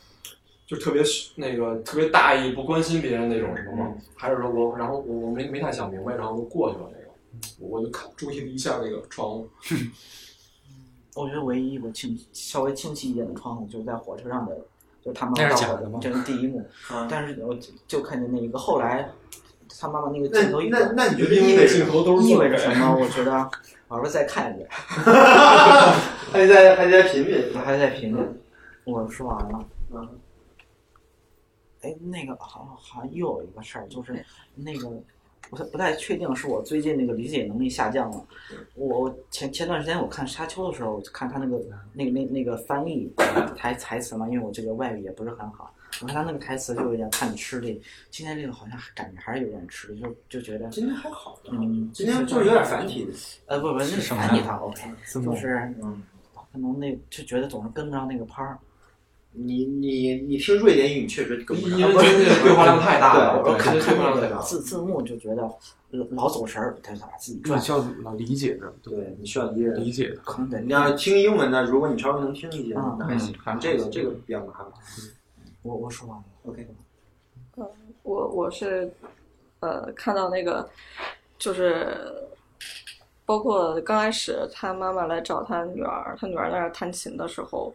Speaker 5: 就特别那个特别大意，不关心别人那种什么
Speaker 11: 嗯
Speaker 5: 吗？还是说我，然后我我没没太想明白，然后就过去了这个，我我就看注意了一下那个窗户，
Speaker 11: 我觉得唯一一个清稍微清晰一点的窗户，就是在火车上的，就是他妈
Speaker 4: 那
Speaker 11: 妈
Speaker 4: 是
Speaker 11: 到
Speaker 4: 假
Speaker 11: 我
Speaker 4: 的吗啊
Speaker 11: 这是第一幕。但是我呃就就看见那一个，后来他妈妈那个
Speaker 2: 那
Speaker 11: 镜头一
Speaker 2: 那
Speaker 11: 转
Speaker 2: 那你觉得意味着
Speaker 11: 意味着什么？我觉得，我说再看 一遍，
Speaker 2: 还在还在品品，
Speaker 11: 还在品
Speaker 4: 嗯
Speaker 11: 品。我说完了。哎，那个好像好像又有一个事儿，就是那个不太不太确定是我最近那个理解能力下降了。我我前前段时间我看《沙丘》的时候，我就看他那个那个那那个翻译台台词嘛，因为我这个外语也不是很好，我看他那个台词就有点看着吃力。今天这个好像感觉还是有点吃力，就就觉得
Speaker 2: 今天还好，
Speaker 11: 嗯，
Speaker 2: 今天就是有点繁体的
Speaker 11: 呃不不，那
Speaker 2: 是
Speaker 11: 个
Speaker 2: 什么
Speaker 11: 繁体
Speaker 2: 呀
Speaker 11: 它 OK，
Speaker 2: 字幕
Speaker 11: 就是嗯，可能那就觉得总是跟不上那个拍儿。
Speaker 2: 你你你听瑞典语，你确实跟不上，
Speaker 11: 因为这个对话量太大了
Speaker 2: 对
Speaker 11: 我看
Speaker 2: 对
Speaker 11: 看
Speaker 2: 对话量太
Speaker 11: 那
Speaker 2: 大
Speaker 11: 个
Speaker 2: 了
Speaker 11: 字字幕就觉得
Speaker 2: 呃
Speaker 11: 老老走神儿，他就把自己
Speaker 3: 你
Speaker 11: 转
Speaker 3: 需要老理解着，
Speaker 2: 对，你需要理解
Speaker 3: 理解的，
Speaker 11: 可能得
Speaker 2: 你要听英文的，如果你稍微能听一些，
Speaker 11: 嗯
Speaker 2: 那还行
Speaker 11: 嗯。
Speaker 2: 这个这个比较麻烦。
Speaker 11: 我我说完了
Speaker 2: ，OK。
Speaker 6: 嗯，我我是呃看到那个就是包括刚开始他妈妈来找他女儿，他女儿在那儿弹琴的时候，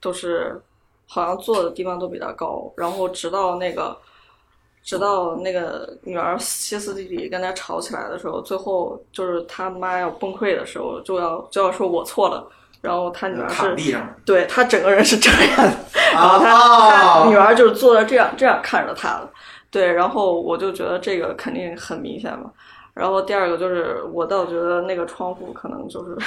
Speaker 6: 都是好像坐的地方都比较高，然后直到那个直到那个女儿歇斯底里跟他吵起来的时候，最后就是他妈要崩溃的时候，就要就要说我错了。然后他女儿
Speaker 2: 卡
Speaker 6: 是
Speaker 2: 壁上，
Speaker 6: 对他整个人是这样的，然后他、他女儿就是坐着这样这样看着他的，对，然后我就觉得这个肯定很明显嘛。然后第二个就是，我倒觉得那个窗户可能就是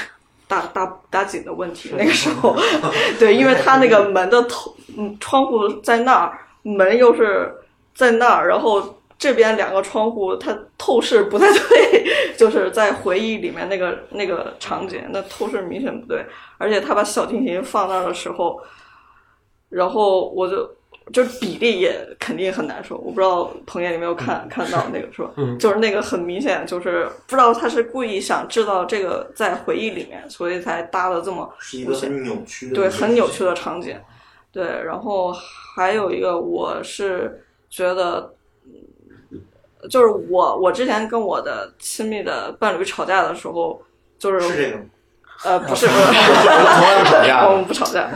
Speaker 6: 打打打紧的问题。那个时候， 对，因为他那个门的头，嗯，窗户在那儿，门又是在那儿，然后这边两个窗户它透视不太对， 就是在回忆里面那个那个场景，那透视明显不对。而且他把小提琴放那儿的时候，然后我就就是比例也肯定很难受，我不知道彭爷有没有看看到那个是吧？
Speaker 3: 嗯
Speaker 6: 就是那个很明显，就是不知道他是故意想制造这个在回忆里面，所以才搭的这么
Speaker 2: 是一个很扭曲的
Speaker 6: 对，
Speaker 2: 一个
Speaker 6: 很扭曲的场景。对，然后还有一个，我是觉得就是我我之前跟我的亲密的伴侣吵架的时候，就是
Speaker 2: 是这个吗
Speaker 6: 呃，不是，不
Speaker 2: 我们从来不吵架
Speaker 6: 我们不吵架。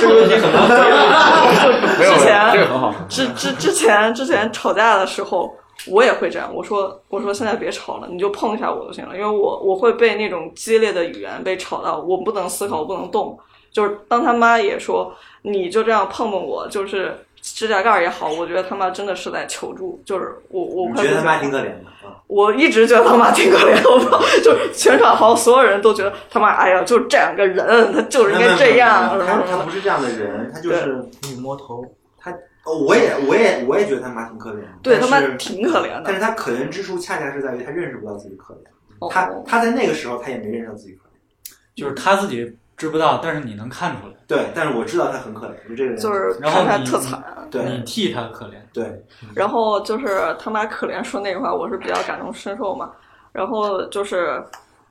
Speaker 2: 这个问题很难回答没有
Speaker 6: 之前
Speaker 2: 这个很好
Speaker 6: 之之之前之前吵架的时候，我也会这样，我说我说现在别吵了，你就碰一下我就行了，因为我我会被那种激烈的语言被吵到，我不能思考，我不能动。就是当他妈也说你就这样碰碰我，就是指甲盖儿也好，我觉得他妈真的是在求助，就是我我
Speaker 2: 你
Speaker 6: 快
Speaker 2: 觉得他
Speaker 6: 不
Speaker 2: 妈
Speaker 6: 行
Speaker 2: 挺可
Speaker 6: 了
Speaker 2: 怜的啊？
Speaker 6: 我一直觉得他妈挺可怜的，我不知道，就是全场好像所有人都觉得他妈，哎呀，就是这样个人，他就是应该这样。
Speaker 2: 没有没有
Speaker 6: 嗯
Speaker 2: 没有他
Speaker 6: 然后
Speaker 2: 他不是这样的人，他就是
Speaker 11: 女魔头，
Speaker 2: 他哦，我也我也我也觉得他妈挺可怜的，
Speaker 6: 对他妈
Speaker 2: 但是
Speaker 6: 挺可怜的
Speaker 2: 但是他可怜之处恰恰是在于他认识不到自己可怜，他他在那个时候他也没认识到自己可怜，
Speaker 4: 就是他自己知不到，但是你能看出来。
Speaker 2: 对，但是我知道他很可怜，就这个人
Speaker 6: 就是
Speaker 4: 然后
Speaker 6: 看他
Speaker 4: 你
Speaker 6: 特惨啊
Speaker 11: 啊
Speaker 2: 对，
Speaker 4: 你替他可怜，
Speaker 2: 对，
Speaker 6: 然后就是他妈可怜说那个话，我是比较感同身受嘛。然后就是，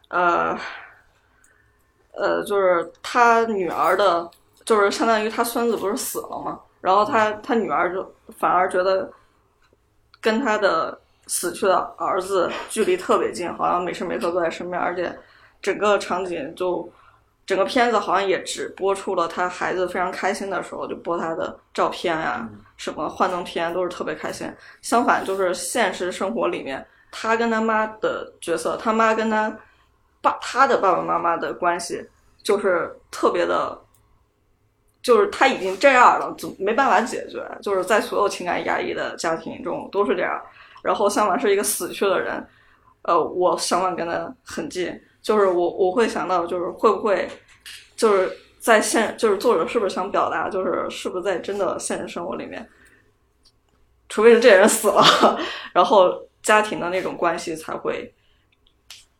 Speaker 6: 呃，呃，就是他女儿的，就是相当于他孙子不是死了嘛，然后他他女儿就反而觉得跟他的死去的儿子距离特别近，好像每时每刻都在身边，而且整个场景就整个片子好像也只播出了他孩子非常开心的时候，就播他的照片呀、什么幻灯片都是特别开心。相反，就是现实生活里面，他跟他妈的角色，他妈跟他爸他的爸爸妈妈的关系，就是特别的，就是他已经这样了，怎么没办法解决？就是在所有情感压抑的家庭中都是这样。然后相反是一个死去的人，呃，我想法跟他很近，就是我我会想到，就是会不会，就是在现，就是作者是不是想表达，就是是不是在真的现实生活里面，除非是这人死了， 然后家庭的那种关系才会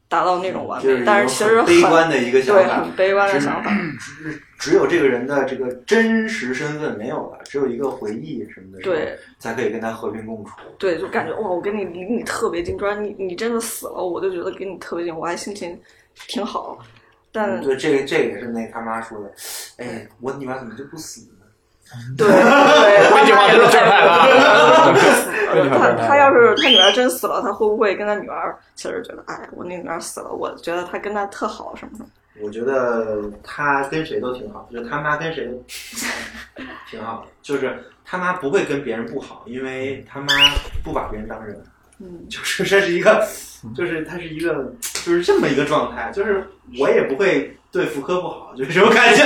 Speaker 6: 达到那种完
Speaker 2: 这
Speaker 6: 美
Speaker 2: 是，
Speaker 6: 但是其实
Speaker 2: 很悲观的一个想法，
Speaker 6: 对，很悲观的想法。
Speaker 2: 只只只有这个人的这个真实身份没有了，只有一个回忆什么的，
Speaker 6: 对，
Speaker 2: 才可以跟他和平共处。
Speaker 6: 对，就感觉哇，我跟你离你特别近，主要你你真的死了，我就觉得跟你特别近，我还心情挺好。但
Speaker 2: 嗯对，这个这个也是那他妈说的，哎，我女儿怎么就不死呢？
Speaker 6: 对，对，
Speaker 2: 这句话就是这儿来
Speaker 6: 的。
Speaker 2: 的
Speaker 6: 他他要是他女儿真死了，他会不会跟他女儿其实觉得，哎，我那女儿死了，我觉得他跟他特好什么什么。
Speaker 2: 我觉得他跟谁都挺好，就是他妈跟谁都挺好的，就是他妈不会跟别人不好，因为他妈不把别人当人。
Speaker 6: 嗯，
Speaker 2: 就是这是一个，就是它是一个，就是这么一个状态，就是我也不会对福柯不好，就是这种感觉。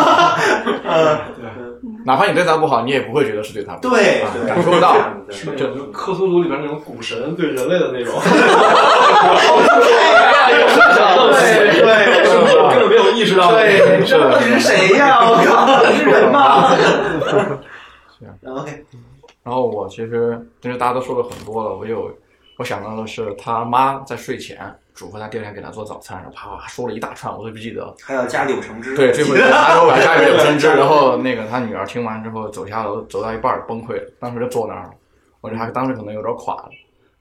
Speaker 2: 嗯，
Speaker 7: 呃哪怕你对他不好，你也不会觉得是对他不好，
Speaker 2: 对
Speaker 7: 啊
Speaker 2: 对
Speaker 7: 感受不 到，
Speaker 5: 是那种就克苏鲁里边那种古神对人类的 那种，
Speaker 2: 对对
Speaker 5: 是我根本没有意识到，
Speaker 2: 对
Speaker 5: 是
Speaker 2: 到底是谁呀我靠是人吗
Speaker 7: 是啊。
Speaker 2: OK，
Speaker 7: 然后我其实就是大家都说了很多了，我有我想到的是他妈在睡前嘱咐他第二天给他做早餐，然后啪啪说了一大串，我都不记得。
Speaker 2: 还要加柳橙汁
Speaker 7: 对，这回他说我家里有橙汁，然后那个他女儿听完之后走下楼，走到一半儿崩溃了，当时就坐那儿了。我觉得他当时可能有点垮了，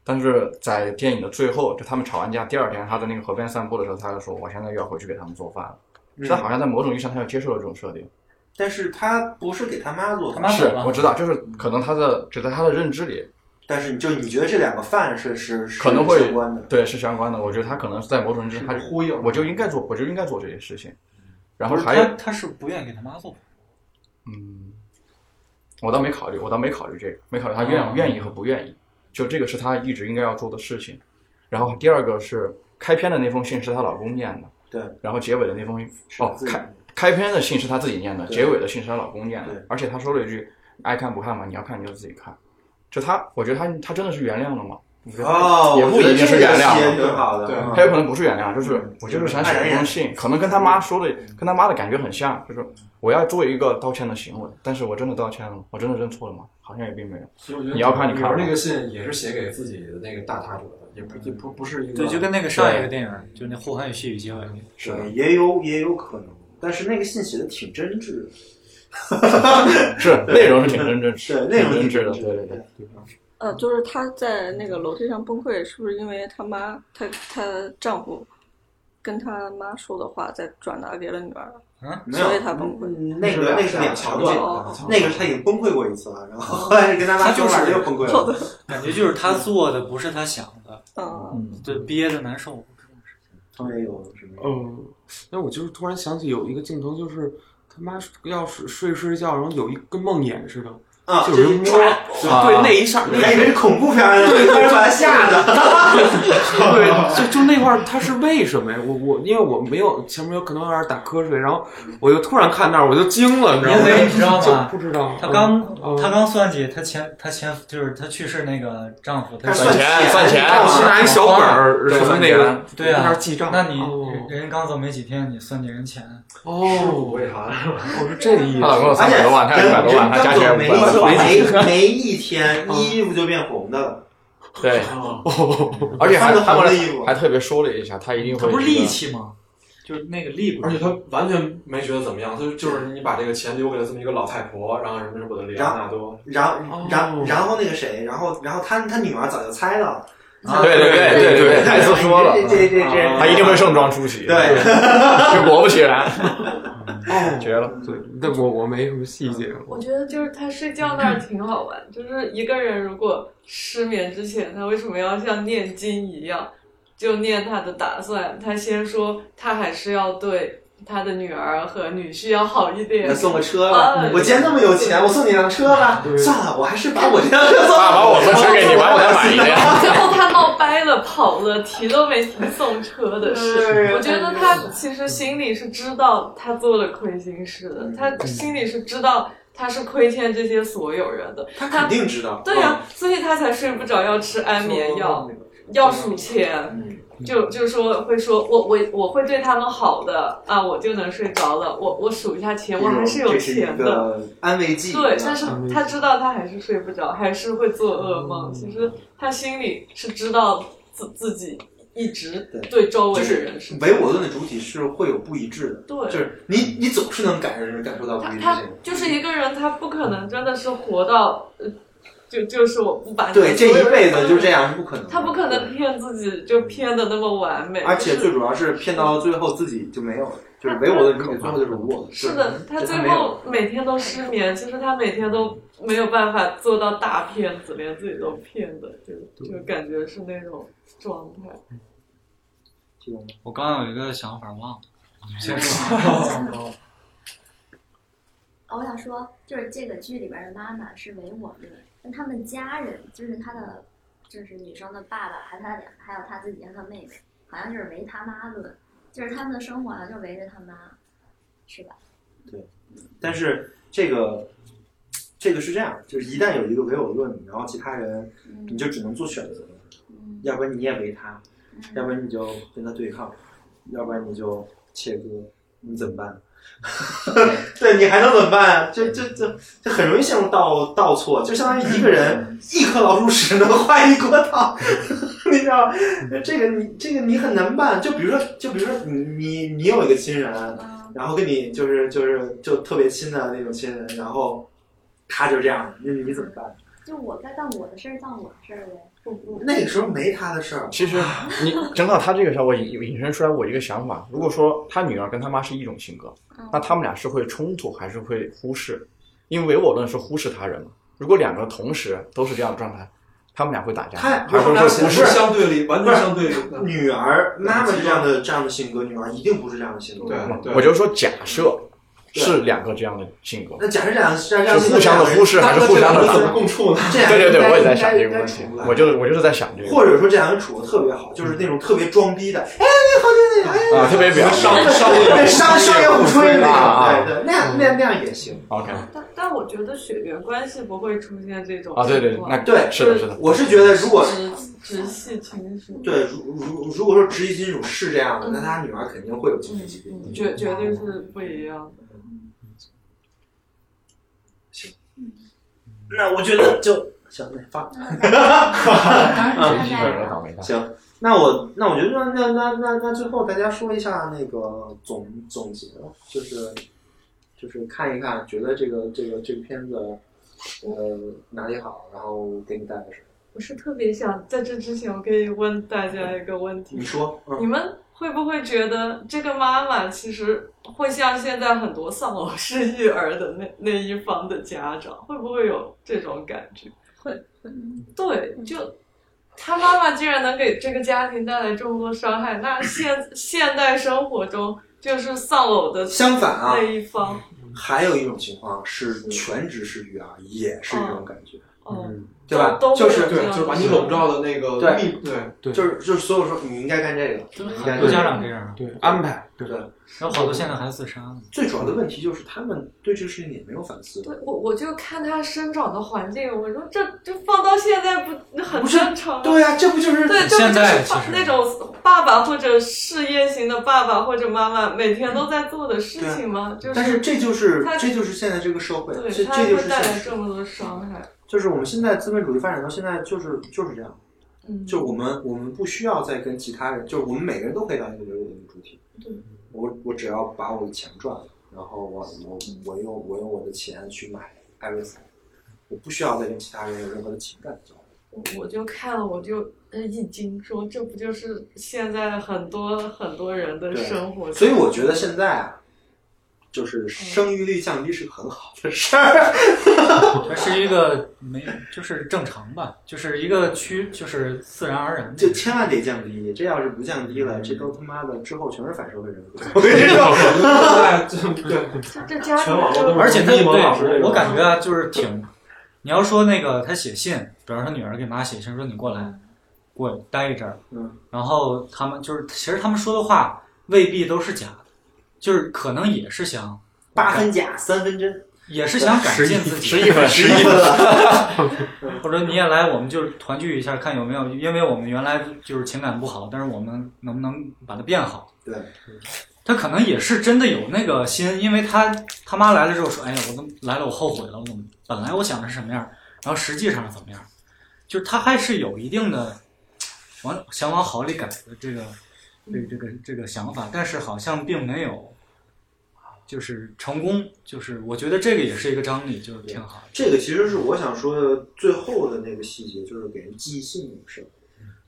Speaker 7: 但是在电影的最后，就他们吵完架，第二天他在那个河边散步的时候，他就说我现在又要回去给他们做饭了。
Speaker 2: 嗯
Speaker 7: 他好像在某种意义上，他就接受了这种设定。
Speaker 2: 但是他不是给他妈做，
Speaker 7: 是，我知道，就是可能他的只在他的认知里，
Speaker 2: 但是你就你觉得这两个饭是是是
Speaker 7: 可能会
Speaker 2: 相关的，
Speaker 7: 对是相关的。我觉得他可能是在某种认知，他呼应，我就应该做，我就应该做这些事情。然后
Speaker 4: 不是
Speaker 7: 还有
Speaker 4: 他，他是不愿意给他妈做，
Speaker 7: 嗯，我倒没考虑，我倒没考虑这个，没考虑他愿
Speaker 4: 嗯
Speaker 7: 不愿意和不愿意，就这个是他一直应该要做的事情。然后第二个是开篇的那封信是她老公念的，
Speaker 2: 对，
Speaker 7: 然后结尾的那封哦
Speaker 2: 自己
Speaker 7: 开开篇的信是她自己念的，
Speaker 2: 对
Speaker 7: 结尾的信是她老公念
Speaker 2: 对
Speaker 7: 的，而且她说了一句爱看不看嘛，你要看你就自己看，就她，我觉得她她真的是原谅了吗？我觉得
Speaker 2: 哦
Speaker 7: 也不一定是原谅
Speaker 2: 我觉得这个写得挺好的
Speaker 7: 对
Speaker 2: 嗯，
Speaker 7: 还有可能不是原谅，就是我就是想写一封信，可能跟他妈说的，跟他妈的感觉很像，就是我要做一个道歉的行为，但是我真的道歉了吗？我真的认错了吗？好像也并没
Speaker 5: 其实
Speaker 7: 有
Speaker 5: 我觉。得
Speaker 7: 你要看你
Speaker 5: 女
Speaker 7: 看
Speaker 5: 儿
Speaker 7: 吧
Speaker 5: 那个信也是写给自己的那个大他者的，也不也不不是一个
Speaker 4: 对，就跟那个上一个电影，就那《后汉语细语》结尾，
Speaker 7: 是
Speaker 2: 对也有也有可能，但是那个信写的挺真挚的。
Speaker 7: 是内容是挺真正，
Speaker 2: 对内容
Speaker 7: 挺真挚
Speaker 2: 挺真
Speaker 7: 的，
Speaker 2: 挚
Speaker 7: 对对对。
Speaker 6: 呃，就是她在那个楼梯上崩溃，是不是因为她妈、她她丈夫跟她妈说的话，再转达给了女儿？
Speaker 4: 嗯
Speaker 2: 啊没有
Speaker 6: 所以她崩溃。
Speaker 2: 嗯那个那是两条段
Speaker 6: 哦，
Speaker 2: 那个是他已经崩溃过一次了，然后后来是跟他妈
Speaker 4: 他就
Speaker 2: 说话
Speaker 4: 是
Speaker 2: 又崩溃了。
Speaker 4: 感觉就是他做的不是他想的，
Speaker 6: 嗯，
Speaker 4: 对，憋的难受。
Speaker 2: 他们也有什么？
Speaker 3: 嗯，那我就是突然想起有一个镜头，就是他妈要是睡睡觉，然后有一跟梦魇似的，
Speaker 2: 啊
Speaker 3: 就有人
Speaker 2: 就是
Speaker 3: 摸，
Speaker 2: 抓
Speaker 4: 啊
Speaker 3: 对那一下，
Speaker 2: 你还以为是恐怖片呢
Speaker 3: 对，
Speaker 2: 当时把他吓的
Speaker 3: 对对，就就那块儿，他是为什么呀？我我因为我没有前面有可能有点打瞌睡，然后我就突然看那儿，我就惊了，你知道吗？
Speaker 4: 因为你知道吗？
Speaker 3: 就不知道。
Speaker 4: 她刚
Speaker 3: 嗯
Speaker 4: 她刚算计她前她前就是她去世那个丈夫，她
Speaker 3: 算钱算钱是拿一小本儿什么那个
Speaker 4: 对
Speaker 3: 在那
Speaker 4: 啊
Speaker 3: 儿记账
Speaker 4: 那你人人刚走没几天，你算计人钱
Speaker 3: 哦，
Speaker 5: 为啥？
Speaker 3: 我是这意思。
Speaker 4: 她
Speaker 7: 啊
Speaker 4: 老公有300多万她有100多万她加起来
Speaker 2: 没
Speaker 4: 500多万
Speaker 2: 没没一天衣服就变红的了。
Speaker 7: 对， 而且还他们还特别说了一下，他一定会
Speaker 4: 吗？就是那个力
Speaker 5: 而且他完全没觉得怎么样，他就是你把这个钱留给了这么一个老太婆，然后什么什么的，里
Speaker 2: 然
Speaker 5: 奥
Speaker 2: 后
Speaker 5: 纳多，
Speaker 2: 然
Speaker 7: 哦
Speaker 2: 后然后然后那个谁，然后然后他他女儿早就猜了。
Speaker 7: 啊对对对对对
Speaker 2: 太
Speaker 7: 太子说了啊
Speaker 2: 这这这，
Speaker 7: 他一定会盛装出席，
Speaker 2: 对，
Speaker 7: 就果不其然，
Speaker 3: 哦，
Speaker 7: 绝了。
Speaker 3: 对，但我我没什么细节。
Speaker 10: 我觉得就是他睡觉那儿挺好玩，就是一个人如果失眠之前，他为什么要像念经一样，就念他的打算？他先说他还是要对他的女儿和女婿要好一点，
Speaker 2: 送个车
Speaker 10: 啊
Speaker 2: 吧，我既然那么有钱，我送你辆车吧。算了，我还是把我这辆车送了。
Speaker 7: 啊把我的车给你吧我再买一 辆
Speaker 10: 最后他闹掰了，跑了，提都没提送车的事。我觉得他其实心里是知道他做了亏心事的，
Speaker 2: 嗯
Speaker 10: 他心里是知道他是亏欠这些所有人的。他
Speaker 2: 肯定知道嗯
Speaker 10: 对呀、啊所以他才睡不着，要吃安眠药，要数钱。
Speaker 2: 嗯
Speaker 10: 就就是说会说，我我我会对他们好的啊，我就能睡着了。我我数一下钱， 我还是有
Speaker 2: 这是一
Speaker 10: 钱的。
Speaker 2: 个安慰剂。
Speaker 10: 对，但是他知道他还是睡不着，还是会做噩梦。其实
Speaker 2: 嗯
Speaker 10: 他心里是知道自自己一直对周围
Speaker 2: 就
Speaker 10: 的
Speaker 2: 是
Speaker 10: 人是
Speaker 2: 唯我论的主体是会有不一致的，
Speaker 10: 对
Speaker 2: 就是你你总是能感受感受到不一致
Speaker 10: 他
Speaker 2: 性。
Speaker 10: 就是一个人，他不可能真的是活到，呃就就是我不把
Speaker 2: 对，
Speaker 10: 所
Speaker 2: 这
Speaker 10: 有
Speaker 2: 一
Speaker 10: 人
Speaker 2: 辈子就这样是不可能的，
Speaker 10: 他不可能骗自己就骗的那么完美，
Speaker 2: 而且
Speaker 10: 就
Speaker 2: 最
Speaker 10: 是
Speaker 2: 主要是骗到最后自己就没有了，就是唯我论主体最后就是无我了。
Speaker 10: 是的，他
Speaker 2: 就
Speaker 10: 最
Speaker 2: 嗯没有
Speaker 10: 后每天都失眠，其实他每天都没有办法做到大骗子，连自己都骗的，就就感觉是那种状态。
Speaker 4: 我刚刚有一个想法 忘了，你们先
Speaker 12: 哦
Speaker 4: 说。
Speaker 12: 我想说，就是这个剧里边的妈妈是唯我论，但他们家人就是他的，就是女生的爸爸，还有他俩，还有他自己和他妹妹，好像就是唯他妈论，就是他们的生活好像就围着他妈，是吧？
Speaker 2: 对，但是这个这个是这样，就是一旦有一个唯我论，然后其他人
Speaker 12: 嗯
Speaker 2: 你就只能做选择，要不然你也唯他，要不然你就跟他对抗，要不然你就切割，你怎么办？ 对你还能怎么办？这这这这很容易陷入倒倒错，就相当于一个人一颗老鼠屎能坏一锅汤， 你知道吗？这个你这个你很难办。就比如说，就比如说你你你有一个亲人，然后跟你就是就是就特别亲的那种亲人，然后他就这样，那你怎么办？
Speaker 12: 就我该干我的事儿，干我的事儿呗。我我
Speaker 2: 那个时候没他的事儿，
Speaker 7: 其实你整到他这个时候，我引引申出来我一个想法：如果说他女儿跟他妈是一种性格，那他们俩是会冲突还是会忽视？因为唯我论是忽视他人嘛。如果两个同时都是这样的状态，他们俩会打架，
Speaker 2: 他
Speaker 7: 还是会忽视？
Speaker 5: 对立
Speaker 2: 不是女儿妈妈是这样的这样的性格，女儿一定不是这样的性格。
Speaker 7: 我就说假设是两个这样的性格，
Speaker 2: 那假设这样这样
Speaker 7: 是互相的忽视还是互相的
Speaker 2: 这样
Speaker 7: 对对对，我也在
Speaker 2: 应该
Speaker 7: 想这个问题
Speaker 2: 应该处不，来
Speaker 7: 我就我就是在想这个，
Speaker 2: 或者说这两个人处的特别好，就是那种特别装逼的，哎，你好，你好，哎，
Speaker 7: 啊特别表啊
Speaker 2: 对商商业互吹那种，对对，那样那样那样也行。
Speaker 7: 嗯 OK，
Speaker 10: 啊但但我觉得血缘关系不会出现这种
Speaker 7: 啊对对
Speaker 10: 情况
Speaker 7: 那对是的是的
Speaker 2: 我是觉得如果
Speaker 10: 直直系亲属，
Speaker 2: 对，如如如果说直系亲属是这样的，那他女儿肯定会有精神疾病。
Speaker 10: 嗯绝绝对是不一样的。
Speaker 2: 那我觉得就 行，那发。
Speaker 10: 啊
Speaker 4: 嗯
Speaker 1: 嗯
Speaker 2: 行，那我那我觉得那那那那那最后大家说一下那个总总结，就是就是看一看，觉得这个这个这个片子呃哪里好，然后给你带来什么？
Speaker 10: 我是特别想在这之前，我可以问大家一个问题：
Speaker 2: 你说，嗯
Speaker 10: 你们会不会觉得这个妈妈其实会像现在很多丧偶式育儿的那那一方的家长，会不会有这种感觉？
Speaker 6: 会
Speaker 10: 会，对，就他妈妈竟然能给这个家庭带来这么多伤害，那现现代生活中就是丧偶的
Speaker 2: 相反啊
Speaker 10: 那一方，
Speaker 2: 啊还有一种情况是全职式育儿，也是这种感觉。
Speaker 10: 嗯，
Speaker 2: 对吧
Speaker 5: 都？
Speaker 2: 就
Speaker 5: 都
Speaker 2: 是
Speaker 5: 会有这样的就是把你笼罩的那个
Speaker 2: 对
Speaker 5: 密对
Speaker 3: 对，
Speaker 2: 就是就是所有说你应该干这个，你应该
Speaker 4: 很多家长这样，
Speaker 3: 对安排，
Speaker 2: 对。
Speaker 4: 然后好多现在孩子自杀了，
Speaker 2: 最主要的问题就是他们对这个事情也没有反思。
Speaker 10: 我我就看他生长的环境，我说这这放到现在不很正常吗？啊
Speaker 2: 对呀、这不就是
Speaker 10: 对，这不
Speaker 4: 现
Speaker 10: 就
Speaker 4: 在
Speaker 10: 是
Speaker 4: 其
Speaker 10: 爸
Speaker 4: 实
Speaker 10: 那种爸爸或者事业型的爸爸或者妈妈每天都在做的事情吗？就是，
Speaker 2: 嗯啊但是这就是
Speaker 10: 他
Speaker 2: 这就是现在这个社会，
Speaker 10: 对
Speaker 2: 这
Speaker 10: 他
Speaker 2: 这就
Speaker 10: 会
Speaker 2: 是
Speaker 10: 带
Speaker 2: 现
Speaker 10: 来
Speaker 2: 实，
Speaker 10: 这么多伤害。
Speaker 2: 就是我们现在资本主义发展到现在就是就是这样，
Speaker 10: 嗯，
Speaker 2: 就我们我们不需要再跟其他人，就是我们每个人都可以当一个流动的主体。
Speaker 10: 对，
Speaker 2: 我我只要把我的钱赚了，然后我我我用我用我的钱去买艾瑞斯，我不需要再跟其他人有任何的情感交流。
Speaker 10: 我我就看了，我就呃一惊，说这不就是现在很多很多人的生活？
Speaker 2: 对，所以我觉得现在啊，就是生育率降低是个很好的事儿。
Speaker 4: 这是一个没就是正常吧，就是一个趋，就是自然而然的。
Speaker 2: 就千万得降低，这要是不降低了，这都他妈的之后全是反社会人 格。 我跟你说，
Speaker 10: 这这家
Speaker 5: 全网
Speaker 10: 长
Speaker 5: 络都是
Speaker 4: 而且他
Speaker 5: 一模老师这
Speaker 4: 对
Speaker 5: 种
Speaker 4: 我感觉啊，就是挺，你要说那个他写信，比方说女儿给妈写信说你过来，过待一阵儿，
Speaker 2: 嗯，
Speaker 4: 然后他们就是其实他们说的话未必都是假的，就是可能也是想
Speaker 2: 八分假，三分真，
Speaker 4: 也是想改进自己，
Speaker 7: 十一分，十一分，
Speaker 2: 嗯
Speaker 4: 或者你也来，我们就是团聚一下，看有没有，因为我们原来就是情感不好，但是我们能不能把它变好？
Speaker 2: 对，
Speaker 4: 他可能也是真的有那个心，因为他他妈来了之后说：“哎呀，我怎么来了？我后悔了，我怎么本来我想的是什么样，然后实际上是怎么样？”就是他还是有一定的往想往好里改的这个这个这个这个想法，但是好像并没有就是成功，就是我觉得这个也是一个张力，就是挺好的。
Speaker 2: 这个其实是我想说的最后的那个细节，就是给人寄信这个事儿。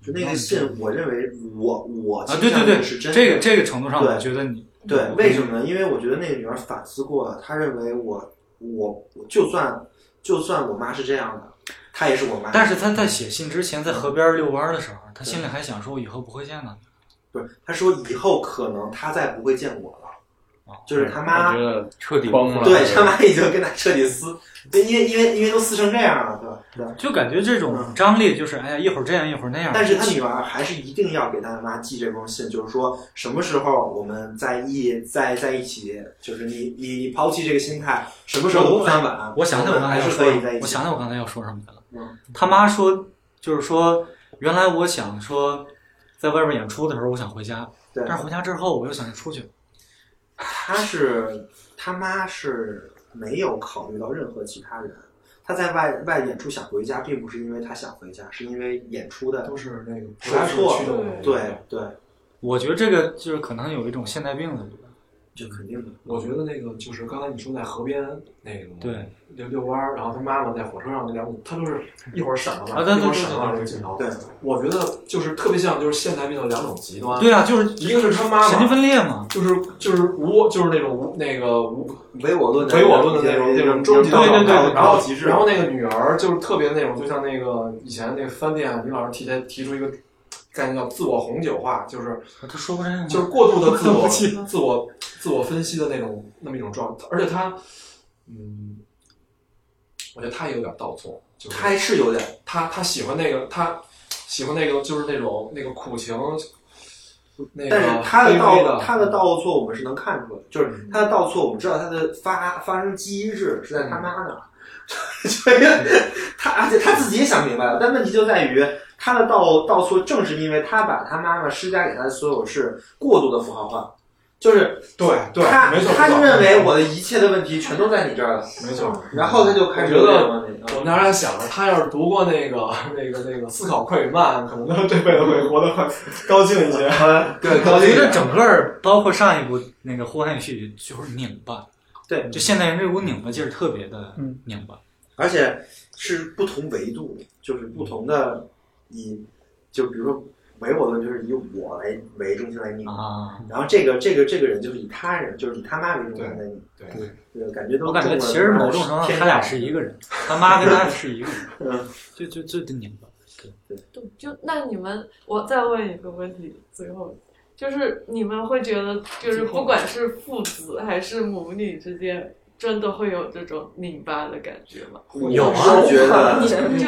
Speaker 2: 就那个信，我认为我我
Speaker 4: 啊，对对
Speaker 2: 倾向
Speaker 4: 对，
Speaker 2: 于是真的
Speaker 4: 这个这个程度上，
Speaker 2: 对
Speaker 4: 我觉得你
Speaker 2: 对，为什么呢？因为我觉得那个女儿反思过了，她认为我我我就算就算我妈是这样的，她也是我妈。
Speaker 4: 但是他在写信之前，在河边遛弯的时候，他心里还想说：“我以后不会见到你。
Speaker 2: 不是，她说以后可能她再不会见我
Speaker 4: 哦
Speaker 2: 了，就是她
Speaker 7: 我
Speaker 2: 妈
Speaker 7: 觉得
Speaker 3: 彻底
Speaker 7: 崩了。
Speaker 2: 对他妈已经跟他彻底撕，对，因为因为因为都撕成这样了，对吧？对吧”
Speaker 4: 就感觉这种张力就是，哎呀，一会儿这样，一会儿那样。
Speaker 2: 但是他女儿还是一定要给他妈寄这封信，就是说什么时候我们在一在在一起，就是你你抛弃这个心态，什么时候都不算晚。
Speaker 4: 我想起我
Speaker 2: 们
Speaker 4: 刚才
Speaker 2: 还
Speaker 4: 要
Speaker 2: 是
Speaker 4: 说
Speaker 2: 可以在一，起。
Speaker 4: 我想起我刚才要说什么去了。
Speaker 2: 嗯
Speaker 4: 他妈说，就是说，原来我想说，在外边演出的时候，我想回家，
Speaker 2: 对，
Speaker 4: 但是回家之后，我又想出去。
Speaker 2: 他是他妈是没有考虑到任何其他人。他在外外演出想回家，并不是因为他想回家，是因为演出的
Speaker 5: 都是那个
Speaker 2: 说错
Speaker 5: 驱动的
Speaker 2: 了。对对，
Speaker 4: 我觉得这个就是可能有一种现代病在里边。
Speaker 2: 这肯定的。
Speaker 5: 我觉得那个就是刚才你说在河边那个
Speaker 4: 对
Speaker 5: 遛遛弯儿，然后他妈妈在火车上那两股，他就是一会儿闪到
Speaker 4: 啊
Speaker 5: 那
Speaker 4: 对对
Speaker 5: 儿，一会儿
Speaker 4: 对
Speaker 5: 闪到
Speaker 4: 对
Speaker 5: 这个镜头。
Speaker 2: 对，
Speaker 5: 我觉得就是特别像就是现代病的两种极端，
Speaker 4: 对啊，就是
Speaker 5: 一个是他妈
Speaker 4: 神经
Speaker 5: 妈，
Speaker 4: 分裂嘛。
Speaker 5: 就是就是无我就是那种无那个无
Speaker 2: 唯我论的
Speaker 5: 唯我论的那种那种终极的
Speaker 4: 对对对
Speaker 5: 状态然后
Speaker 2: 极致，
Speaker 5: 然后那个女儿就是特别那种，就像那个以前那个翻店，李老师提前提出一个概念叫自我红酒化，就是
Speaker 4: 他说不上吗
Speaker 5: 就是过度的 自
Speaker 4: 我
Speaker 5: 我、
Speaker 4: 记
Speaker 5: 自我、自我分析的那种那么一种状态，而且他，嗯，我觉得他也有点倒错，就是
Speaker 2: 他还是有点
Speaker 5: 他他喜欢那个他喜欢那个就是那种那个苦情，那个
Speaker 2: 但是他的
Speaker 5: 卑微
Speaker 2: 倒
Speaker 5: 的嗯
Speaker 2: 他的倒错我们是能看出来，就是他的倒错，我们知道他的发发生机制是在他妈那儿， 所以
Speaker 5: 嗯
Speaker 2: 他而且他自己也想明白了，但问题就在于他的倒倒错正是因为他把他妈妈施加给他的所有事过度的符号化，就是
Speaker 5: 对对，
Speaker 2: 他
Speaker 5: 没错，
Speaker 2: 他
Speaker 5: 没
Speaker 2: 就
Speaker 5: 错
Speaker 2: 认为我的一切的问题全都在你这儿了，嗯
Speaker 5: 没错。
Speaker 2: 然后他就开始
Speaker 5: 我觉得
Speaker 2: 有点
Speaker 5: 我们当时还想着，他要是读过那个那个那个《思考快与慢》，可能他这辈子会活得快高兴一些。
Speaker 2: 呃对
Speaker 4: 我
Speaker 2: 高兴
Speaker 4: 觉
Speaker 2: 一
Speaker 4: 得
Speaker 2: 点，
Speaker 4: 整个儿包括上一部那个《呼汉序》就是拧巴，
Speaker 2: 对，嗯
Speaker 4: 就现代人这股拧巴劲儿特别的拧巴。
Speaker 2: 而且是不同维度的，就是不同的以，就比如说唯我论就是以我来为中心来拧，
Speaker 4: 啊，
Speaker 2: 然后这个这个这个人就是以他人，就是以他妈为中心来拧，
Speaker 5: 对
Speaker 2: 对，对，感觉都
Speaker 4: 我感觉其实某种程度上他俩是一 个人，他妈跟他是一个人，
Speaker 2: 嗯，
Speaker 4: 就就就得拧巴。
Speaker 10: 对，就那你们，我再问一个问题，最后就是你们会觉得，就是不管是父子还是母女之间，真的会有这种拧巴的感觉吗？
Speaker 2: 有啊我
Speaker 4: 啊
Speaker 2: 是觉得
Speaker 10: 你 就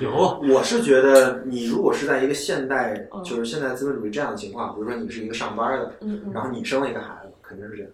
Speaker 2: 有，啊我是觉得你如果是在一个现代，就是现代资本主义这样的情况，比如说你是一个上班的，
Speaker 10: 嗯嗯
Speaker 2: 然后你生了一个孩子，肯定是这样。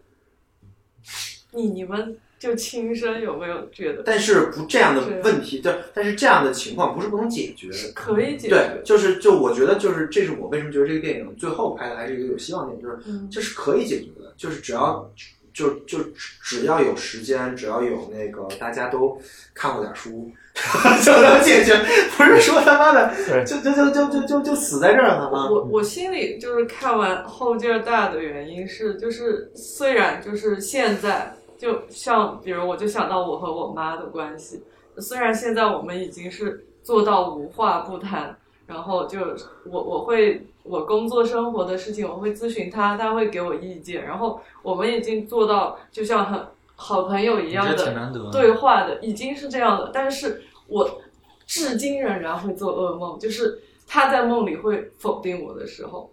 Speaker 10: 你你们就亲身有没有觉得？
Speaker 2: 但是不这样的问题，对，但是这样的情况不是不能解决，
Speaker 10: 可以解决
Speaker 2: 对，就是就我觉得就是这是我为什么觉得这个电影最后拍的还是一个有希望的电影，就是、
Speaker 10: 嗯
Speaker 2: 这是可以解决的，就是只要就就只要有时间，只要有那个大家都看过点书。 就能解决，不是说他妈的 就就就就就就就死在这儿了啊吗？
Speaker 10: 我我心里就是看完后劲儿大的原因是，就是虽然就是现在，就像比如我就想到我和我妈的关系，虽然现在我们已经是做到无话不谈，然后就我我会我工作生活的事情我会咨询她，她会给我意见，然后我们已经做到就像很好朋友一样
Speaker 4: 你这挺难得
Speaker 10: 的对话的，已经是这样的，但是我至今仍然会做噩梦，就是他在梦里会否定我的时候，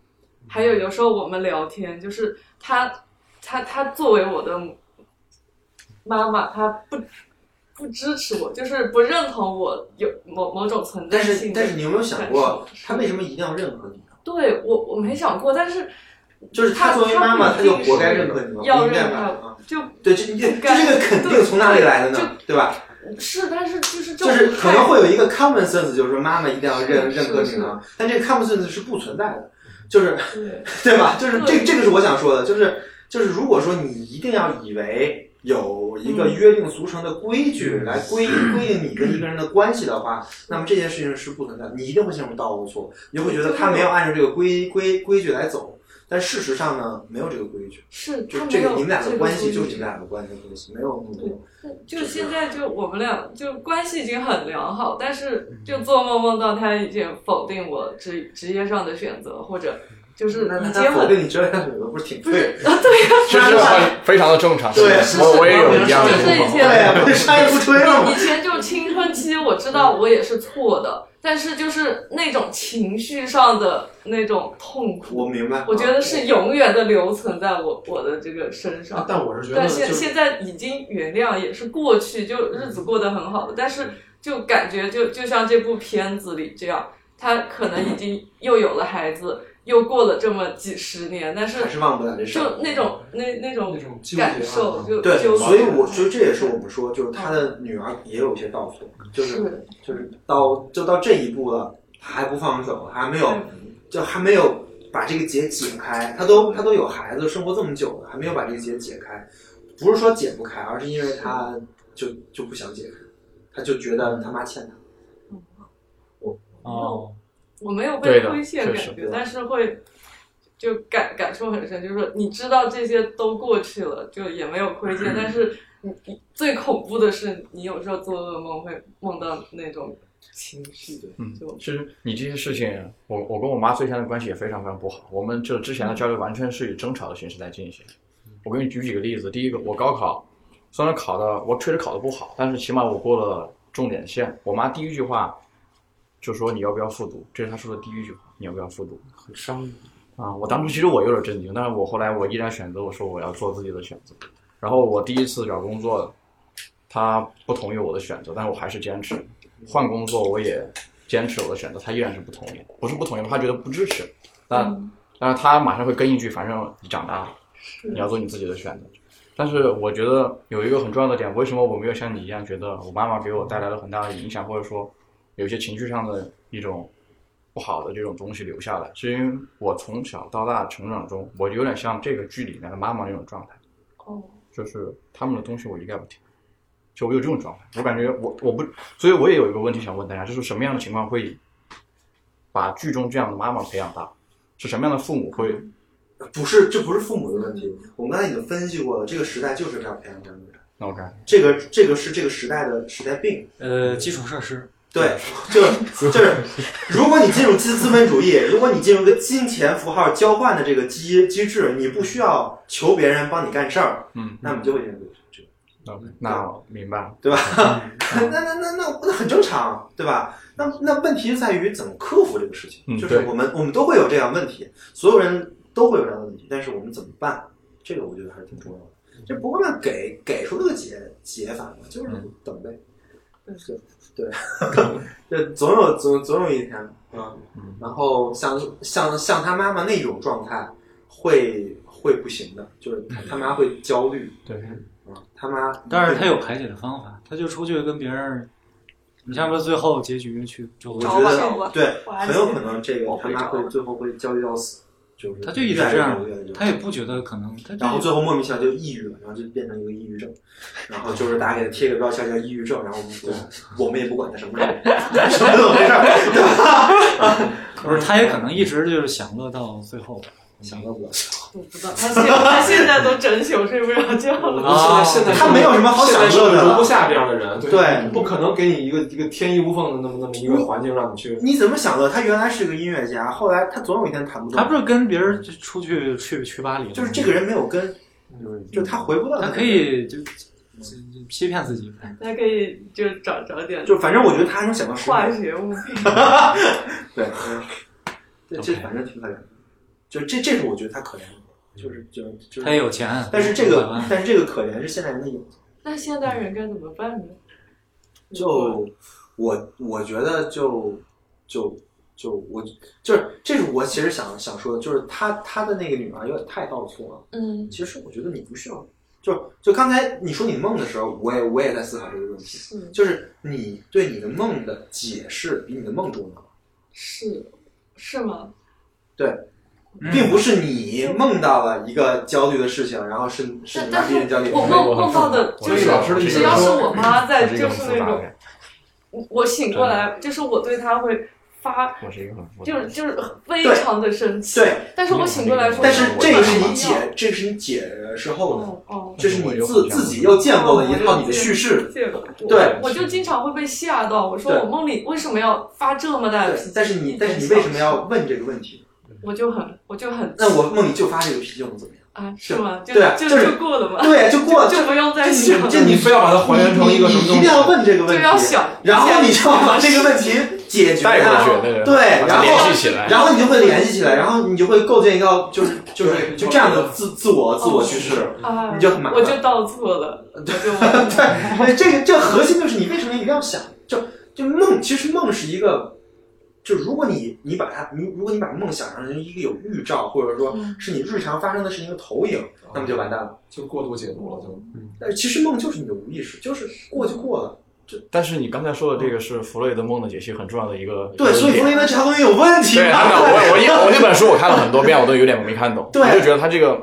Speaker 10: 还有有时候我们聊天，就是他他他作为我的母妈妈，他不不支持我，就是不认同我有某某种存在
Speaker 2: 但
Speaker 10: 性
Speaker 2: 是
Speaker 10: 的
Speaker 2: 但是你有没有想
Speaker 10: 感
Speaker 2: 过
Speaker 10: 受？，
Speaker 2: 他为什么一定要认可你？
Speaker 10: 对我我没想过，但是
Speaker 2: 就是
Speaker 10: 他
Speaker 2: 他作为妈妈，他就活该认可你吗？
Speaker 10: 要
Speaker 2: 不应该
Speaker 10: 认
Speaker 2: 吧？啊
Speaker 10: 可就
Speaker 2: 对，这这这这个肯定从哪里来的呢？对吧？
Speaker 10: 是，但是就是这
Speaker 2: 就
Speaker 10: 种
Speaker 2: 是可能
Speaker 10: 态度
Speaker 2: 会有一个 common sense，就是说妈妈一定要认
Speaker 10: 是
Speaker 2: 认可
Speaker 10: 是
Speaker 2: 你啊，但这个 common sense 是不存在的，就是 对吧？就是这
Speaker 10: 对
Speaker 2: 这个是我想说的，就是就是如果说你一定要以为有一个
Speaker 10: 嗯
Speaker 2: 约定俗成的规矩来规规定你跟一个人的关系的话，那么这件事情是不存在的，你一定会陷入倒过错误，你就会觉得他没有按照这个规规规矩来走。但事实上呢，没有这个规矩，
Speaker 10: 是
Speaker 2: 就
Speaker 10: 他
Speaker 2: 这
Speaker 10: 没
Speaker 2: 个
Speaker 10: 有
Speaker 2: 你们俩
Speaker 10: 这
Speaker 2: 的
Speaker 10: 个
Speaker 2: 关系
Speaker 10: 规矩
Speaker 2: 就是你们俩的关系关系，没有那种
Speaker 10: 就现在就我们俩就关系已经很良好，但
Speaker 7: 嗯
Speaker 10: 是就做梦梦到他已经否定我职职业上的选择，或者就是
Speaker 2: 那
Speaker 10: 已
Speaker 2: 那
Speaker 10: 经
Speaker 2: 他否
Speaker 10: 很
Speaker 2: 定你 职业上选择不是挺
Speaker 10: 不是
Speaker 2: 对？
Speaker 10: 啊对呀
Speaker 7: 其实很非常的正常。
Speaker 2: 对
Speaker 7: 我我也有一样的
Speaker 10: 就
Speaker 7: 情
Speaker 10: 是以
Speaker 7: 况。嗯
Speaker 10: 前
Speaker 2: 商业不吹了吗
Speaker 10: 以前就青春期，我知道我也是错的，但是就是那种情绪上的那种痛苦，
Speaker 2: 我明白
Speaker 10: 我觉得
Speaker 9: 哦
Speaker 10: 是永远的留存在我我的这个身上。
Speaker 5: 但我是觉得
Speaker 10: 但
Speaker 5: 就
Speaker 10: 现
Speaker 5: 是
Speaker 10: 现在已经原谅，也是过去，就日子过得很好的，但是就感觉就就像这部片子里这样，他可能已经又有了孩子，又过了这么几十年，但是
Speaker 2: 还是忘不了这事儿
Speaker 10: 就那种那那种
Speaker 5: 纠结啊
Speaker 10: 感受，就
Speaker 2: 对，
Speaker 10: 就
Speaker 2: 所以我所以这也是我们说，就是他的女儿也有一些倒错，就是
Speaker 10: 是
Speaker 2: 就是到就到这一步了，他还不放手，还没有就还没有把这个结解开，他都他都有孩子，生活这么久了，还没有把这个结解开，不是说解不开，而是因为他就就不想解开，他就觉得他妈欠他。
Speaker 4: 哦，
Speaker 10: 我没有
Speaker 2: 对
Speaker 10: 被
Speaker 2: 的
Speaker 10: 亏欠
Speaker 2: 确
Speaker 10: 感
Speaker 2: 实
Speaker 10: 觉，但是会就感感受很深，就是说你知道这些都过去了，就也没有亏
Speaker 2: 嗯
Speaker 10: 欠，但是你你最恐怖的是，你有时候做噩梦会梦到那种情绪，
Speaker 7: 嗯
Speaker 10: 就，
Speaker 7: 其实你这些事情，我我跟我妈之前的关系也非常非常不好，我们就之前的交流完全是以争吵的形式来进行。我给你举几个例子，第一个，我高考虽然考的我确实考的不好，但是起码我过了重点线。我妈第一句话就说你要不要复读，这是她说的第一句话，你要不要复读，很伤人啊！我当初其实我有点震惊，但是我后来我依然选择我说我要做自己的选择。然后我第一次找工作，他不同意我的选择，但是我还是坚持换工作，我也坚持我的选择，他依然是不同意，不是不同意，他觉得不支持，但但是他马上会跟一句，反正你长大了，你要做你自己的选择。但是我觉得有一个很重要的点，为什么我没有像你一样觉得我妈妈给我带来了很大的影响，或者说有一些情绪上的一种不好的这种东西留下来，是因为我从小到大成长中，我有点像这个剧里面的妈妈那种状态。
Speaker 10: 哦，
Speaker 7: 就是他们的东西我一概不听，就我有这种状态。我感觉我我不，所以我也有一个问题想问大家，就是什么样的情况会把剧中这样的妈妈培养大？是什么样的父母会？
Speaker 2: 不是，这不是父母的问题，我们刚才已经分析过了，这个时代就是这样培养这样的人。
Speaker 7: 那我
Speaker 2: 这个这个是这个时代的时代病。
Speaker 4: 呃，基础设施，
Speaker 2: 对， 就是就是，如果你进入资资本主义，如果你进入一个金钱符号交换的这个机机制，你不需要求别人帮你干事儿，
Speaker 7: 嗯
Speaker 2: 那你就会进入这个，
Speaker 7: 那明白了，嗯
Speaker 2: 对吧？那那那那那很正常，对吧？那那问题在于怎么克服这个事情，
Speaker 7: 嗯
Speaker 2: 就是
Speaker 7: 对
Speaker 2: 我们我们都会有这样的问题，所有人都会有这样的问题，但是我们怎么办？这个我觉得还是挺重要的。这不过呢，给给出了个解解法嘛，就是
Speaker 4: 嗯
Speaker 2: 等呗。但是对， 这总有总总有一天啊。
Speaker 4: 嗯
Speaker 2: 然后像像像他妈妈那种状态，会会不行的，就是他他妈会焦虑。
Speaker 4: 嗯对，
Speaker 2: 啊，他妈，
Speaker 4: 但是他有排解的方法，他就出去跟别人。你像说最后结局去就
Speaker 2: 我觉得对，很有可能这个他妈会最后会焦虑到死，就是
Speaker 4: 他就一直这样
Speaker 2: 越来越越，来
Speaker 4: 他也不觉得可能，他就
Speaker 2: 嗯然后最后莫名其妙就抑郁了，然后就变成一个抑 郁症，然后就是大家给他贴个标签叫抑郁症，然后我们不我们也不管他什么事儿， 什么都没事儿，对吧？
Speaker 4: 不是，他也可能一直就是享乐到最后，
Speaker 2: 享乐不到最
Speaker 4: 后。
Speaker 10: 我不知道， 他现他现在都整宿睡不着觉了。
Speaker 5: 啊现在
Speaker 2: 哦他没有什么好享受
Speaker 5: 现在
Speaker 2: 的
Speaker 5: 是
Speaker 2: 了
Speaker 5: 容不下这样的人，
Speaker 2: 对
Speaker 5: 不可能给你一个一个天衣无缝的那么那么一个环境让你去。
Speaker 2: 你怎么想的？他原来是个音乐家，后来他总有一天弹不动。
Speaker 4: 他不是跟别人就出去去去巴黎了，
Speaker 2: 就是这个人没有根，就他回不到
Speaker 4: 他
Speaker 2: 那个
Speaker 4: 可以就就就欺骗自己呗。
Speaker 10: 他可以就找找点，
Speaker 2: 就反正我觉得他能想到十年
Speaker 10: 化学物品。
Speaker 2: 对，嗯这这反正挺可怜的，就这这是我觉得他可怜的，就是就就是
Speaker 4: 他也有钱
Speaker 2: 但是这
Speaker 4: 五百
Speaker 2: 个
Speaker 4: 万
Speaker 2: 但是这个可怜是现代人的影子。
Speaker 10: 那现代人该怎么办呢？
Speaker 2: 就我我觉得就就就我就是这是我其实想想说的，就是他他的那个女儿有点太倒错了。
Speaker 10: 嗯，
Speaker 2: 其实我觉得你不需要。就就刚才你说你梦的时候，我也我也在思考这个问题，
Speaker 10: 嗯
Speaker 2: 就是你对你的梦的解释比你的梦重要。
Speaker 10: 是是吗？
Speaker 2: 对，
Speaker 10: 嗯
Speaker 2: 并不是你梦到了一个焦虑的事情，然后是是你妈逼人焦虑。
Speaker 10: 我梦梦到的就是只要是我妈在，就是那种我我醒过来，就是我对她会发，
Speaker 7: 我是一个很复杂
Speaker 10: 就是
Speaker 7: 的
Speaker 10: 就是非常的生气。
Speaker 2: 对，
Speaker 10: 但是我醒过来说，
Speaker 2: 但是这个是
Speaker 10: 我
Speaker 2: 你
Speaker 10: 妈妈
Speaker 2: 解，这个是你解释后的
Speaker 10: 哦，
Speaker 2: 这是你自自己又建构了一套你的叙事。
Speaker 10: 这个我
Speaker 2: 对
Speaker 10: 我就经常会被吓到。我说
Speaker 2: 对
Speaker 10: 我梦里为什么要发这么大的脾气？
Speaker 2: 但是你但是你为什么要问这个问题？
Speaker 10: 我就很我就很
Speaker 2: 那我梦里就发这个脾气又能怎么样？
Speaker 10: 啊是吗？就
Speaker 2: 对啊，
Speaker 10: 就是就过了嘛。
Speaker 2: 对，啊就过了，
Speaker 10: 就不用再
Speaker 2: 就
Speaker 10: 想了。
Speaker 2: 你就你
Speaker 5: 非要把它还原成一个什么
Speaker 2: 你
Speaker 5: 东西
Speaker 2: 一定要问这个问题，
Speaker 10: 就要想
Speaker 2: 然后你就要把这个问题解决
Speaker 7: 带
Speaker 2: 它
Speaker 7: 过去对对对
Speaker 2: 对，
Speaker 7: 把它
Speaker 2: 然后
Speaker 7: 联系起来
Speaker 2: 然后你就会联系起来，然后你就会构建一个就是就是就这样的自自我自我叙事，
Speaker 10: 啊，
Speaker 2: 你就很麻
Speaker 10: 我就
Speaker 2: 烦。呃
Speaker 10: 倒错了，我就
Speaker 2: 对，这个这个核心就是你为什么一定要想，就就梦，其实梦是一个。就如果你你把它，你如果你把梦想成一个有预兆，或者说是你日常发生的事情的投影，那么就完蛋了，嗯
Speaker 5: 就过度解读了，就。
Speaker 2: 但是其实梦就是你的无意识，就是过就过了。
Speaker 7: 但是你刚才说的这个是弗洛伊德梦的解析很重要的一个
Speaker 2: 对，所以弗雷德这套东西有问题。
Speaker 7: 对，他那我我一我那本书我看了很多遍，我都有点没看懂，
Speaker 2: 对
Speaker 7: 我就觉得他这个，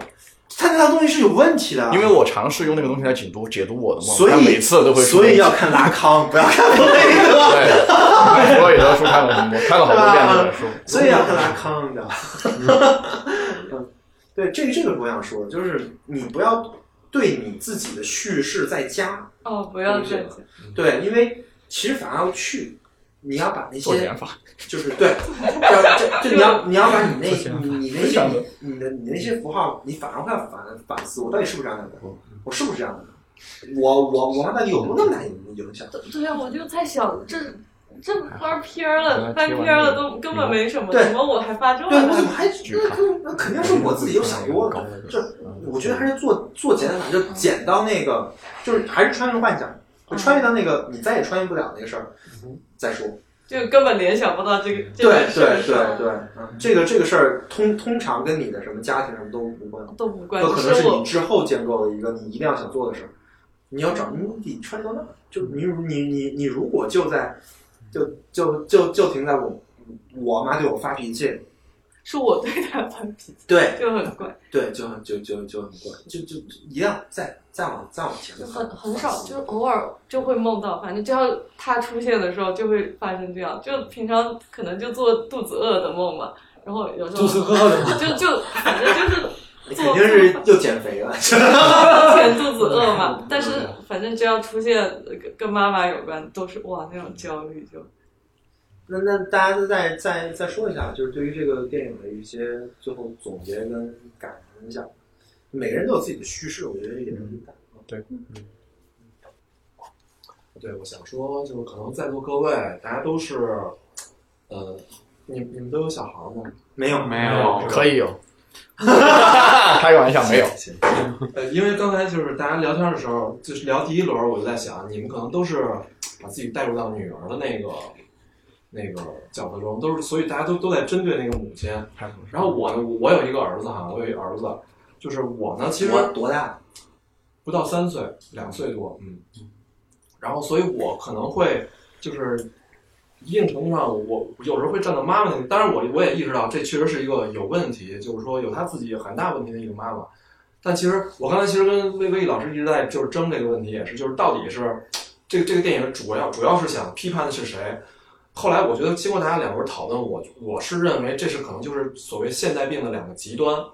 Speaker 2: 他那套东西是有问题的，啊
Speaker 7: 因为我尝试用那个东西来解读解读我的梦，
Speaker 2: 所
Speaker 7: 但
Speaker 2: 以
Speaker 7: 每次都会出
Speaker 2: 所以要看拉康，不要看弗雷
Speaker 7: 对，
Speaker 2: 德。
Speaker 7: 弗洛伊德书看了很多， 看了好多遍那本书
Speaker 2: 对吧，所以要看拉康的。嗯 对，这个这个是我想说的，就是你不要对你自己的叙事再加
Speaker 10: 哦，不要
Speaker 2: 东西
Speaker 10: 再
Speaker 2: 了对，因为其实反而要去，你要把那
Speaker 7: 做
Speaker 2: 些
Speaker 7: 减法，
Speaker 2: 就是对，要就就你要你要把你那
Speaker 7: 做减法
Speaker 2: 你你那些你你的你那些符号，你反而会要反反思，我到底是不是这样的人？我是不是这样的人？我我我妈到底有没有那么大影影响？
Speaker 10: 对呀，我就在想这。这翻篇儿
Speaker 2: 哎
Speaker 10: 了，
Speaker 2: 呀
Speaker 10: 翻篇儿了，都根本没什么，
Speaker 2: 对
Speaker 10: 怎么我还发这么
Speaker 2: 对，我
Speaker 10: 大
Speaker 2: 怎么还那那那肯定是我自己又想多了。这我觉得还是做做减法，就减到那个，就是还是穿越幻想，
Speaker 10: 嗯
Speaker 2: 就穿越到那个你再也穿越不了那个事儿再说。
Speaker 10: 就根本联想不到这个这
Speaker 2: 对
Speaker 10: 个事儿
Speaker 2: 对对对，嗯这个这个事儿通通常跟你的什么家庭什么都无关，
Speaker 10: 都无关
Speaker 2: 都可能是
Speaker 10: 是我
Speaker 2: 你之后建构的一个你一定要想做的事儿。你要找你得穿越到那儿，就是你你你你如果就在就就就就停在我我妈对我发脾气，
Speaker 10: 是我对他翻脾气，
Speaker 2: 对
Speaker 10: 就很怪，
Speaker 2: 对，就很就就就很怪，就就一样再再往再往前
Speaker 10: 就很很少，就是偶尔就会梦到，反正只要他出现的时候就会发生这样，就平常可能就做肚子饿的梦嘛，然后有时候
Speaker 2: 肚子饿的梦
Speaker 10: 就就反正就是
Speaker 2: 你 肯定是又减肥了，
Speaker 10: 前肚子饿嘛，但是反正只要出现跟跟妈妈有关，都是哇那种焦虑就。
Speaker 2: 那那大家再再再说一下，就是对于这个电影的一些最后总结跟感言一下。每个人都有自己的叙事，我觉得这一点很大。
Speaker 7: 对，
Speaker 5: 对，我想说，就是可能在座各位，大家都是，呃，你你们都有小孩吗？
Speaker 2: 没有
Speaker 5: 没有
Speaker 7: 可以有， 开个玩笑，没有。
Speaker 5: 呃，因为刚才就是大家聊天的时候，就是聊第一轮，我就在想，你们可能都是把自己带入到女儿的那个那个角色中，都是，所以大家都都在针对那个母亲。然后我呢，我有一个儿子哈，我有一个儿子，就是我呢，其实
Speaker 2: 多多大？
Speaker 5: 不到三岁，两岁多，嗯。然后，所以我可能会就是一定程度上我，我有时候会站到妈妈那里。当然我，我也意识到这确实是一个有问题，就是说有她自己很大问题的一个妈妈。但其实我刚才其实跟薇薇老师一直在就是争这个问题，也是就是到底是这个这个电影主要主要是想批判的是谁？后来我觉得经过大家两轮讨论，我我是认为这是可能就是所谓现代病的两个极端，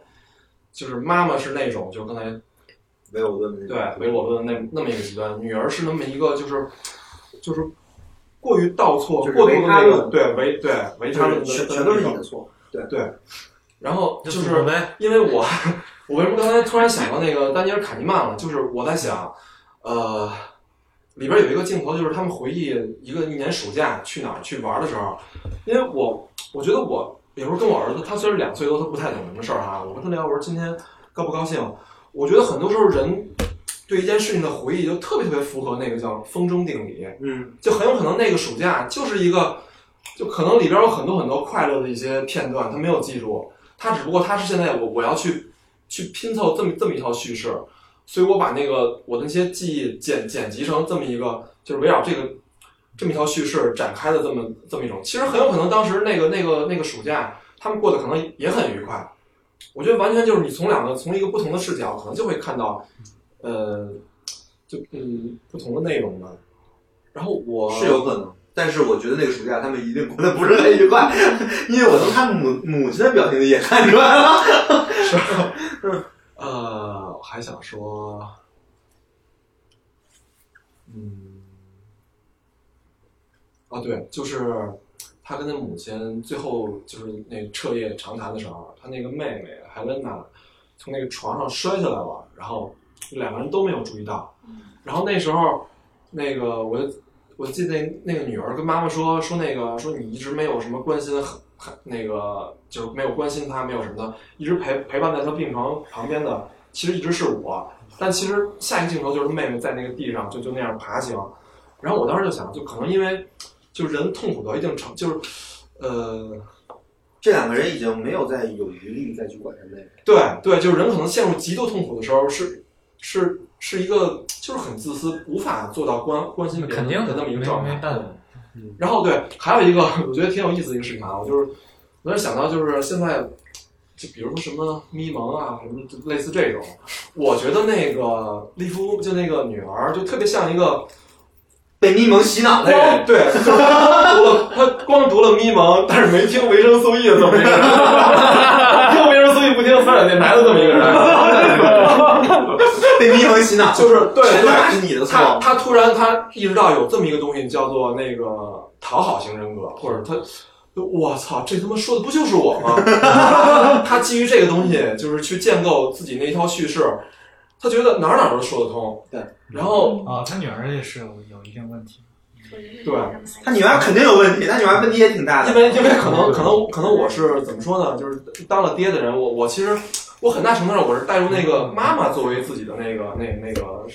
Speaker 5: 就是妈妈是那种就刚才
Speaker 2: 唯我论
Speaker 5: 对唯我论那那么一个极端，女儿是那么一个就是就是过于倒错，
Speaker 2: 就是
Speaker 5: 过度的
Speaker 2: 唯
Speaker 5: 那
Speaker 2: 他
Speaker 5: 个
Speaker 2: 论
Speaker 5: 对唯对唯他论的
Speaker 2: 全
Speaker 5: 那
Speaker 2: 全都是
Speaker 5: 种
Speaker 2: 你的错，对
Speaker 5: 对。然后就
Speaker 2: 就是我呗
Speaker 5: 因为我我为什么刚才突然想到那个丹尼尔·卡尼曼了？就是我在想，呃，里边有一个镜头，就是他们回忆一个一年暑假去哪儿去玩的时候，因为我我觉得我有时候跟我儿子，他虽然两岁多，他不太懂什么事儿哈，我跟他聊，我说今天高不高兴？我觉得很多时候人对一件事情的回忆就特别特别符合那个叫风中定理，
Speaker 2: 嗯，
Speaker 5: 就很有可能那个暑假就是一个，就可能里边有很多很多快乐的一些片段，他没有记住，他只不过他是现在我我要去去拼凑这么这么一套叙事，所以我把那个我的那些记忆剪剪辑成这么一个，就是围绕这个这么一套叙事展开的这么这么一种，其实很有可能当时那个那个那个暑假他们过得可能也很愉快，我觉得完全就是你从两个从一个不同的视角，可能就会看到，呃，就嗯不同的内容吧。然后我
Speaker 2: 是有可能，但是我觉得那个暑假他们一定过得不是很愉快，因为我从他母母亲的表情里也看出来了。
Speaker 5: 呃，我还想说，嗯，啊，对，就是他跟他母亲最后就是那彻夜长谈的时候，他那个妹妹海伦娜从那个床上摔下来了，然后两个人都没有注意到。
Speaker 6: 嗯
Speaker 5: 然后那时候，那个我就我记得那那个女儿跟妈妈说说那个说你一直没有什么关心很很那个就是没有关心她没有什么的，一直陪陪伴在她病床旁边的，其实一直是我。但其实下一个镜头就是妹妹在那个地上就就那样爬行，然后我当时就想，就可能因为就人痛苦到一定程，就是呃，
Speaker 2: 这两个人已经没有再有余力再去管人类了。
Speaker 5: 对对，就是人可能陷入极度痛苦的时候是，是是一个就是很自私，无法做到关关心别人
Speaker 4: 肯定
Speaker 5: 的那么一个
Speaker 4: 没
Speaker 5: 状
Speaker 4: 没
Speaker 5: 态。嗯
Speaker 4: 办法。
Speaker 5: 然后对，还有一个我觉得挺有意思的一个事情啊，我就是我能想到就是现在，就比如说什么咪蒙啊，什么类似这种，我觉得那个利夫就那个女儿就特别像一个
Speaker 2: 被咪蒙洗脑的人
Speaker 5: 光对，就是他读了他光读了咪蒙，但是没听维生素 E 的这么一个人， 听维生素 E 不听三角电台的这么一个 人，
Speaker 2: 被咪蒙洗脑，
Speaker 5: 就是对，
Speaker 2: 全
Speaker 5: 他
Speaker 2: 都是你的错
Speaker 5: 他他突然他意识到有这么一个东西叫做那个讨好型人格，或者他。我操，这他妈说的不就是我吗？ 他基于这个东西，就是去建构自己那一套叙事，他觉得哪儿哪儿都说得通。
Speaker 2: 对，
Speaker 5: 然后
Speaker 4: 啊，他女儿也是有有一定问题。
Speaker 5: 对，
Speaker 2: 他女儿肯定有问题，他女儿问题也挺大的。
Speaker 5: 因为因为可能可能可能我是怎么说呢？就是当了爹的人，我我其实我很大程度上我是带入那个妈妈作为自己的那个那那个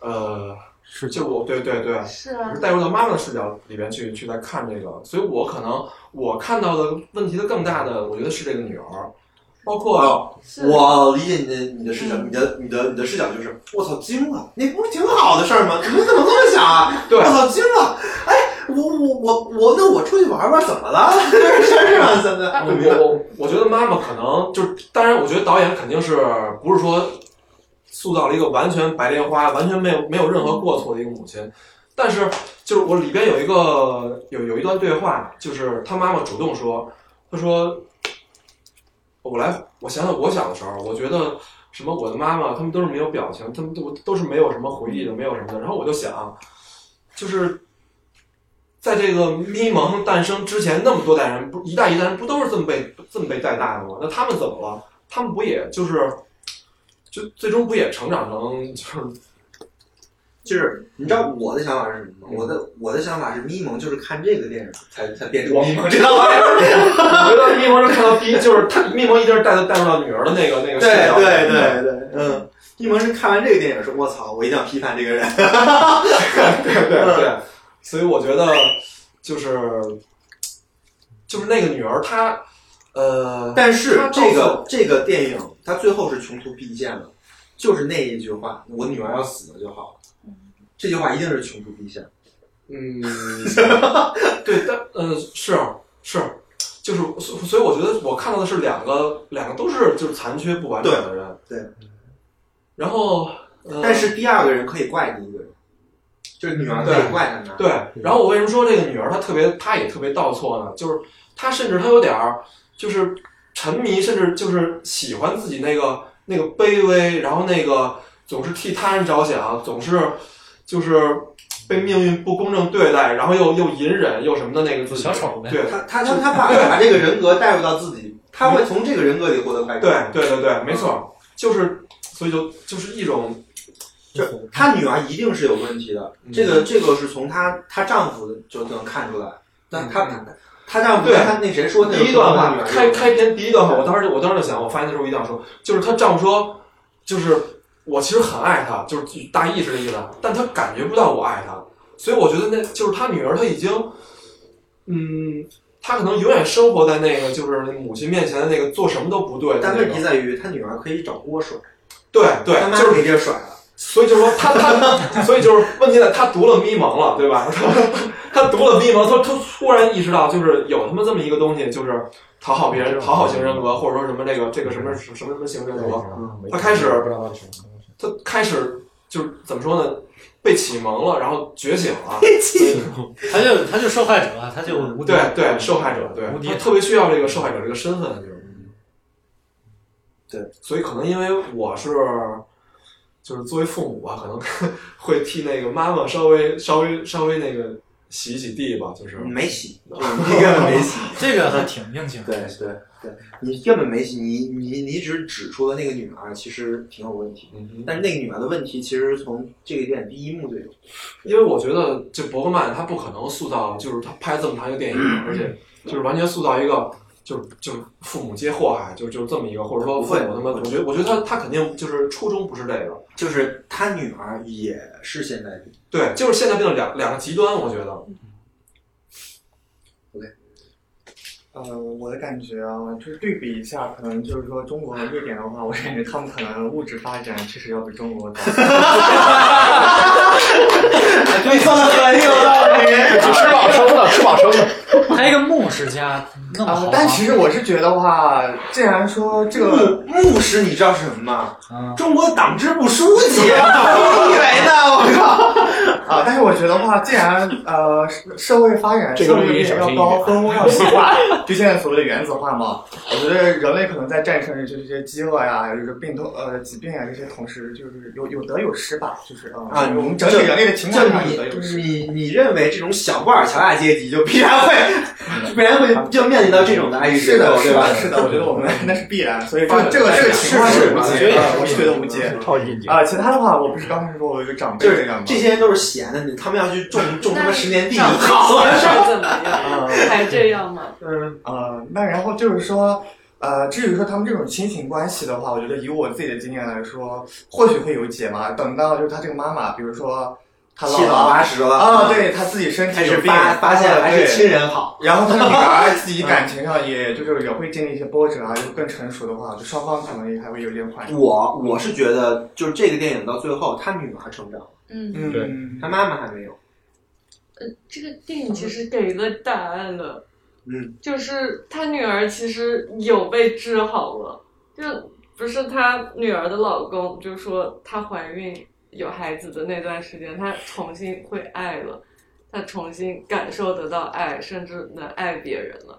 Speaker 5: 呃，
Speaker 3: 是
Speaker 5: 就我对对对，
Speaker 10: 是啊
Speaker 5: 我是带入到妈妈的视角里边去去在看这个，所以我可能我看到的问题的更大的，我觉得是这个女儿，包括
Speaker 2: 我理解你的你的视角，你的你的你的视角就是，我操惊了，那不是挺好的事儿吗？你们怎么这么想啊？
Speaker 5: 对
Speaker 2: 我操惊了，哎，我我我我，那我出去玩玩怎么了？ 真是吗？现在
Speaker 5: 我我我觉得妈妈可能就是，当然，我觉得导演肯定是不是说塑造了一个完全白莲花、完全没有没有任何过错的一个母亲，但是就是我里边有一个有有一段对话，就是他妈妈主动说，他说我来，我想想我小的时候，我觉得什么我的妈妈，他们都是没有表情，他们都都是没有什么回忆的，没有什么的。然后我就想，就是在这个咪蒙诞生之前，那么多代人不一代一代人不都是这么被这么被带大的吗？那他们怎么了？他们不也就是就最终不也成长成就是
Speaker 2: 就是你知道我的想法是什么吗？我的我的想法是咪蒙就是看这个电影才才变成
Speaker 5: 我
Speaker 2: 咪蒙
Speaker 5: 这道玩意儿，我觉得密谋是看到第一，就是他密谋一定是带他带入到女儿的那个那个
Speaker 2: 对
Speaker 5: 视角。
Speaker 2: 对对对，嗯，咪蒙是看完这个电影说：“我操，我一定要批判这个人。
Speaker 5: 对对对，所以我觉得就是就是那个女儿她呃，
Speaker 2: 但是
Speaker 5: 她
Speaker 2: 这
Speaker 5: 告诉
Speaker 2: 个这个电影，它最后是穷途必见了，就是那一句话：“我女儿要死了就好了。”这句话一定是穷途必见。
Speaker 5: 嗯， 对，但呃是是，啊就是所所以我觉得我看到的是两个两个都是就是残缺不完整的人，
Speaker 2: 对，
Speaker 5: 然后、呃、
Speaker 2: 但是第二个人可以怪第一个人，就是女儿可以怪他妈。啊
Speaker 5: 对，然后我为什么说这个女儿她特别，她也特别倒错呢？就是她甚至她有点儿就是沉迷，甚至就是喜欢自己那个那个卑微，然后那个总是替他人着想，总是就是被命运不公正对待，然后又又隐忍又什么的那个小丑
Speaker 4: 呗
Speaker 5: 对，
Speaker 2: 他他他他把把这个人格带入到自己，他会从这个人格里获得快
Speaker 5: 对
Speaker 2: 感。
Speaker 5: 对对对，没错，就是所以就就是一种
Speaker 2: 嗯
Speaker 5: 嗯
Speaker 2: 就她女儿一定是有问题的，这个这个是从她她丈夫就能看出来，但她她她丈
Speaker 5: 嗯
Speaker 2: 夫
Speaker 5: 对
Speaker 2: 跟她那谁说那个
Speaker 5: 第一段话
Speaker 2: 女，儿
Speaker 5: 开开篇第一段话，我当时我当时就想，我发言的时候我一定要说，就是她丈夫说，就是我其实很爱她，就是大意是这意思，啊但她感觉不到我爱她，所以我觉得那就是她女儿，她已经，嗯，她可能永远生活在那个就是母亲面前的那个做什么都不对的那个。
Speaker 2: 但问题在于她女儿可以找锅甩，
Speaker 5: 对对，就是
Speaker 2: 给这甩了。
Speaker 5: 所以就是说他他，所以就是问题在他读了迷蒙了，对 吧？他他读了迷蒙，他他突然意识到，就是有他妈这么一个东西，就是讨好别人、讨好型人格，或者说什么这个这个什么什么什么型人格，他开始他开始就是怎么说呢？被启蒙了，然后觉醒了，被启蒙，
Speaker 4: 他就他就受害者，啊他就无敌
Speaker 5: 对对受害者，对
Speaker 4: 无敌
Speaker 5: 他特别需要这个受害者这个身份，就是。
Speaker 2: 对，
Speaker 5: 所以可能因为我是，就是作为父母吧，可能 会替那个妈妈稍微稍微稍微那个洗一洗地吧，就是，
Speaker 2: 没洗， 你根本没洗硬气。对对对，你根本没洗，你你你只指出了那个女儿其实挺有问题，
Speaker 9: 嗯
Speaker 2: 但是那个女儿的问题其实从这个电影第一幕就有。
Speaker 5: 因为我觉得这伯格曼他不可能塑造，就是他拍这么长一个电影，而且就是完全塑造一个就是就是父母皆祸害，就就这么一个，或者说
Speaker 2: 不
Speaker 5: 父
Speaker 2: 会
Speaker 5: 母他妈，我觉得我觉得他他肯定就是初衷不是这个，
Speaker 2: 就是他女儿也是现代病。
Speaker 5: 对，就是现在变成两两个极端，我觉得。
Speaker 9: 呃，我的感觉啊，就是对比一下，可能就是说中国和瑞典的话，我感觉他们可能物质发展确实要比中国早。
Speaker 2: 对，说的很有道理
Speaker 7: 吃饱撑的，吃饱撑的。
Speaker 4: 他一个牧师家弄
Speaker 9: 啊
Speaker 4: 好，
Speaker 9: 但其实我是觉得话，既然说这个
Speaker 4: 嗯
Speaker 2: 牧师，你知道是什么吗？中国党支部书记啊，
Speaker 9: 你以为呢？我靠！啊，但是我觉得话，既然呃社社会发展
Speaker 7: 这个
Speaker 9: 效
Speaker 7: 录音
Speaker 9: 率也
Speaker 7: 小
Speaker 9: 要
Speaker 7: 心一
Speaker 9: 高，
Speaker 7: 点
Speaker 9: 分工要细化，就现在所谓的原子化嘛，我觉得人类可能在战胜这些饥饿呀、这个病痛呃疾病啊这些同时，就是有有得有失吧，就是呃
Speaker 2: 啊，
Speaker 9: 我们整体人类的情感上有得有
Speaker 2: 就
Speaker 9: 失。
Speaker 2: 你你你认为这种小布尔乔亚阶级就必然会
Speaker 9: 嗯
Speaker 2: 必然会就面临到这种的爱与
Speaker 9: 是
Speaker 2: 决
Speaker 9: 的，
Speaker 2: 斗，对
Speaker 9: 是
Speaker 2: 吧？
Speaker 9: 的，是的，我觉得我们 那是必然，所以
Speaker 2: 发
Speaker 9: 说
Speaker 2: 展啊
Speaker 9: 这个这个情况
Speaker 2: 是
Speaker 9: 是
Speaker 2: 是
Speaker 9: 无
Speaker 2: 是
Speaker 9: 解的
Speaker 2: 是，
Speaker 9: 我是觉得无 解。
Speaker 7: 超级
Speaker 9: 啊，其他的话，我不是刚开始说我有一个长辈
Speaker 2: 就
Speaker 9: 这
Speaker 2: 是
Speaker 9: 样吗？
Speaker 2: 这些人都是闲的，你他们要去 种种他妈十年地就
Speaker 9: 那 你
Speaker 2: 好嗯了，
Speaker 9: 长辈
Speaker 10: 怎么样？还这样吗？
Speaker 9: 嗯啊，那然后就是说，呃，至于说他们这种亲情关系的话，我觉得以我自己的经验来说，或许会有解嘛。等到就是他这个妈妈，比如说他
Speaker 2: 七老八十了嗯
Speaker 9: 啊，对他自己身体
Speaker 2: 开始
Speaker 9: 有病
Speaker 2: 发发现
Speaker 9: 啊
Speaker 2: 还是
Speaker 9: 对
Speaker 2: 亲人好嗯
Speaker 9: 然后他的女儿自己感情上也就是也会经历一些波折啊，就更成熟的话，就双方可能也还会有点缓。
Speaker 2: 我我是觉得，就是这个电影到最后，他女儿成长了，
Speaker 10: 嗯
Speaker 2: 对，他妈妈还没有，
Speaker 10: 呃，这个电影其实给了答案了。
Speaker 2: 嗯，
Speaker 10: 就是他女儿其实有被治好了，就不是他女儿的老公，就说她怀孕有孩子的那段时间，她重新会爱了，她重新感受得到爱，甚至能爱别人了。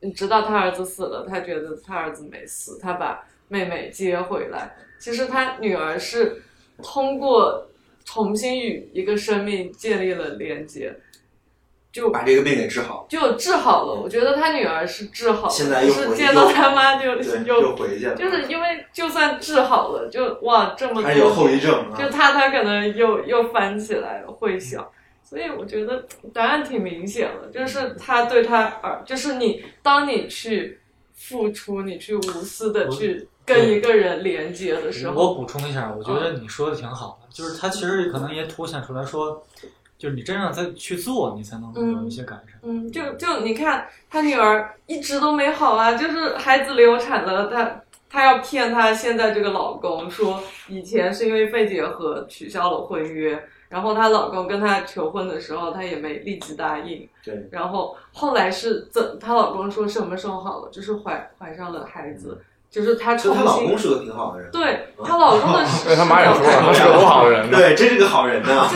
Speaker 10: 你直到他儿子死了，他觉得他儿子没死，他把妹妹接回来。其实他女儿是通过重新与一个生命建立了连接，就
Speaker 2: 把这个病给治好。嗯
Speaker 10: 就治好了。我觉得他女儿是治好了，
Speaker 2: 现在
Speaker 10: 不
Speaker 2: 又
Speaker 10: 是
Speaker 2: 回
Speaker 10: 见到
Speaker 2: 又
Speaker 10: 他妈就
Speaker 2: 对
Speaker 10: 又
Speaker 2: 又回去了
Speaker 10: 就是因为就算治好了，就哇这么多
Speaker 2: 还有后遗症啊
Speaker 10: 就他他可能又又翻起来了会想。所以我觉得答案挺明显的，就是他对他儿，就是你当你去付出，你去无私的去跟一个人连接的时候，
Speaker 4: 我补充一下，我觉
Speaker 6: 啊
Speaker 4: 得你说的挺好的，就是他其实可能也凸显出来说，就是你真让他去做，你才能有一些改善。
Speaker 10: 嗯，就就你看，他女儿一直都没好啊，就是孩子流产了，她她要骗她现在这个老公说，以前是因为肺结核取消了婚约，然后她老公跟她求婚的时候，她也没立即答应，
Speaker 2: 对，
Speaker 10: 然后后来是怎？她老公说什么时候好了？就是怀怀上了孩子，就是她
Speaker 2: 嗯就
Speaker 10: 重
Speaker 2: 她老
Speaker 10: 新
Speaker 2: 公是个挺好的人，嗯
Speaker 10: 对她老公 的是
Speaker 7: 哎他妈也说了，他是个多好人呢。哎
Speaker 2: 对，真是个好人呐。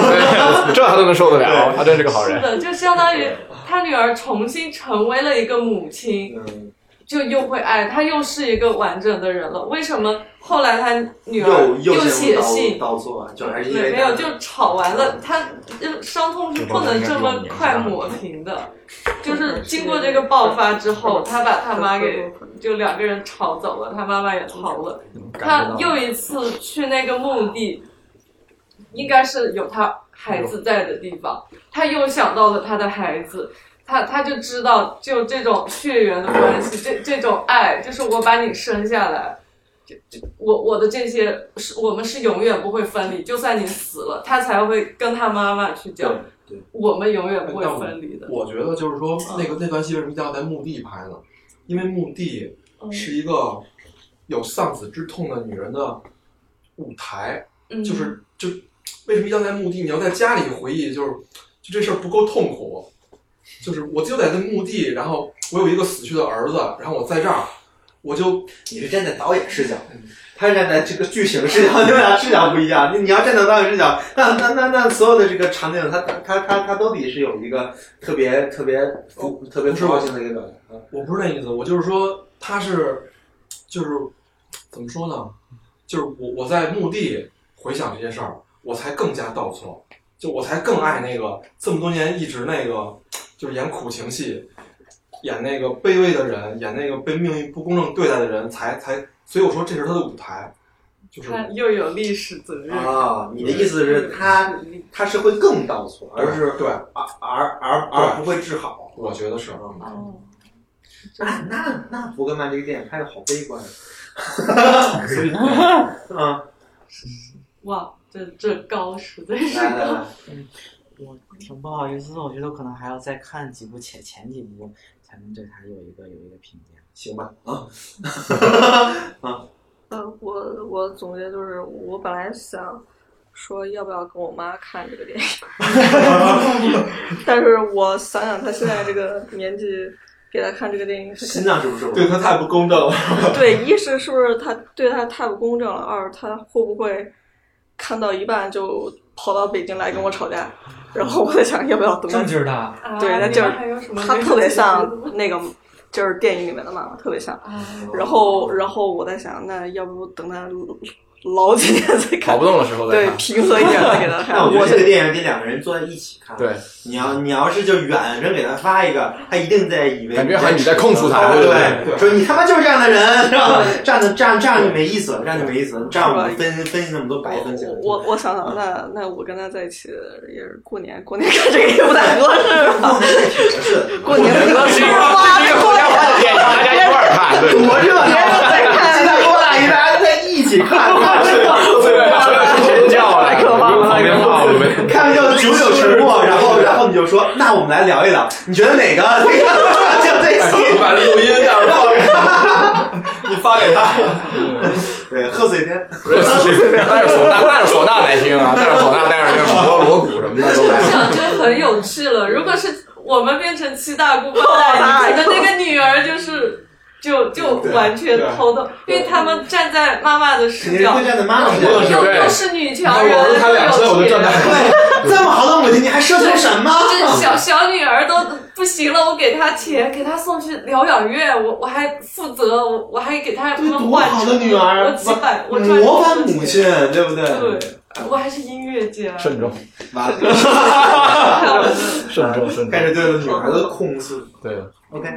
Speaker 7: 这他都能受得了，他真是个好
Speaker 10: 是
Speaker 7: 人。
Speaker 10: 的，就相当
Speaker 2: 嗯
Speaker 10: 于她女儿重新成为了一个母亲，
Speaker 2: 嗯
Speaker 10: 就又会爱，她又是一个完整的人了。为什么后来她女儿
Speaker 2: 又又
Speaker 10: 写信？
Speaker 2: 倒做啊，就还是因
Speaker 10: 对，
Speaker 2: 为
Speaker 10: 没有就吵完了，她就伤痛是不能这么快抹平的，就是经过这个爆发之后，她把她妈给就两个人吵走了，她妈妈也逃了，她又一次去那个墓地，应该是有她孩子在的地方，她又想到了她的孩子，她她就知道，就这种血缘的关系，这这种爱，就是我把你生下来，就就我我的这些是我们是永远不会分离，就算你死了，她才会跟她妈妈去讲，我们永远不会
Speaker 5: 但我
Speaker 10: 分离的。
Speaker 5: 我觉得就是说，那个那段戏为什么一定要在墓地拍呢？因为墓地是一个有丧子之痛的女人的舞台，
Speaker 10: 嗯
Speaker 5: 就是就为什么一定要在墓地？你要在家里回忆，就是就这事儿不够痛苦，就是我就在那墓地，然后我有一个死去的儿子，然后我在这儿，我就
Speaker 2: 你是站在导演视角，
Speaker 5: 嗯
Speaker 2: 他站在这个剧情视角，你 们俩视角不一样。你你要站在导演视角，那那那那所有的这个场景，它它它它都得是有一个特别特别符
Speaker 5: 哦
Speaker 2: 特别符号性的一个表达。
Speaker 5: 我不是那意思，我就是说他是，就是怎么说呢？就是我我在墓地回想这些事儿，我才更加倒错，就我才更爱那个这么多年一直那个就是演苦情戏，演那个卑微的人，演那个被命运不公正对待的人，才才，所以我说这是他的舞台，就是
Speaker 10: 她又有历史责任
Speaker 2: 啊，你的意思是他他是会更倒错，而是
Speaker 5: 对，
Speaker 2: 而而而而不会治好。
Speaker 5: 我觉得是。嗯
Speaker 2: 那那那伯格曼这个电影拍的好悲观，所以啊，
Speaker 10: 哇，这这高实在是
Speaker 2: 来来
Speaker 10: 高
Speaker 2: 来。
Speaker 11: 嗯， 我挺不好意思的，我觉得可能还要再看几部前前几部，才能对他有一个有一个评价。嗯
Speaker 2: 行吧， 啊，啊，
Speaker 6: 呃，我我总结就是，我本来想说要不要跟我妈看这 个电影，但是我想想她现在这个年纪，给她看这个电影是肯
Speaker 2: 心脏是不是？
Speaker 5: 对他太不公正了。
Speaker 6: 对，一是是不是他对他太不公正了？二他会不会看到一半就跑到北京来跟我吵架？然后我在想要不要读？
Speaker 4: 这么劲儿大
Speaker 6: 对，
Speaker 10: 啊
Speaker 6: 他
Speaker 10: 你
Speaker 6: 就是
Speaker 10: 们还有什么
Speaker 6: 他
Speaker 10: 没有
Speaker 6: 特别
Speaker 10: 解决
Speaker 6: 像
Speaker 10: 的
Speaker 6: 那个就是电影里面的妈妈，特别像。
Speaker 10: 啊
Speaker 6: 然后然后我在想，那要不等他老几年再看？
Speaker 7: 跑不动的时候再
Speaker 6: 对
Speaker 7: 看
Speaker 6: 平和一点再给他看。
Speaker 2: 那我觉得
Speaker 6: 是
Speaker 2: 这个电影得两个人坐在一起看。
Speaker 7: 对，
Speaker 2: 你要你要是就远着给他发一个，他一定在以为
Speaker 7: 感觉好像你在控诉他
Speaker 2: 哦
Speaker 7: 对
Speaker 2: 对，
Speaker 7: 对
Speaker 2: 说你他妈就是这样的人，是吧
Speaker 6: 对？
Speaker 2: 这样的这样这样就没意思了，这样就没意思了，这样我们分分析那么多白分析了。
Speaker 6: 我我想想，那那我跟他在一起也是过年，过年看这个也不太合适吧？ 过年太合适吧？
Speaker 7: 大家一块儿看，对，
Speaker 2: 多热闹！今天我俩一大家在一起看，
Speaker 7: 尖叫了，旁边跑了呗。
Speaker 2: 看完就久久沉默，然后然后你就说，那我们来聊一聊，你觉得哪个哪个就这戏？
Speaker 5: 把录音这样放着，你发给他。
Speaker 2: 对，贺岁片。
Speaker 7: 带着唢呐，带着唢呐来听啊，带着唢呐，带着那锣锣鼓什么的都来。
Speaker 10: 想就很有
Speaker 6: 哦
Speaker 10: 趣了。如果是我们变成七大姑八大姨，可能那个女儿就是。就就
Speaker 6: 对
Speaker 10: 完全
Speaker 6: 对
Speaker 10: 头疼，因为他们站在妈妈的视
Speaker 6: 肯定
Speaker 10: 角，
Speaker 6: 会站在妈妈的视角
Speaker 10: 又又
Speaker 6: 对
Speaker 10: 又是女
Speaker 6: 你
Speaker 10: 强
Speaker 6: 看
Speaker 10: 人，又
Speaker 6: 我儿
Speaker 10: 有
Speaker 6: 子他两岁我就赚大
Speaker 10: 钱
Speaker 6: 了这么好的母亲你还奢求什么
Speaker 10: 这小小女儿都不行了，我给她钱，给她送去疗养院，我我还负责，我我还给她什么
Speaker 2: 多
Speaker 10: 换
Speaker 2: 好
Speaker 10: 车
Speaker 2: 的女儿，
Speaker 6: 啊
Speaker 10: 我几百，我赚
Speaker 2: 模范母亲，对不对？
Speaker 10: 我还是音乐家，
Speaker 7: 慎 重，
Speaker 2: 完了，
Speaker 7: 慎重慎重，
Speaker 2: 开始对着女孩子控诉。
Speaker 7: 对，
Speaker 2: OK，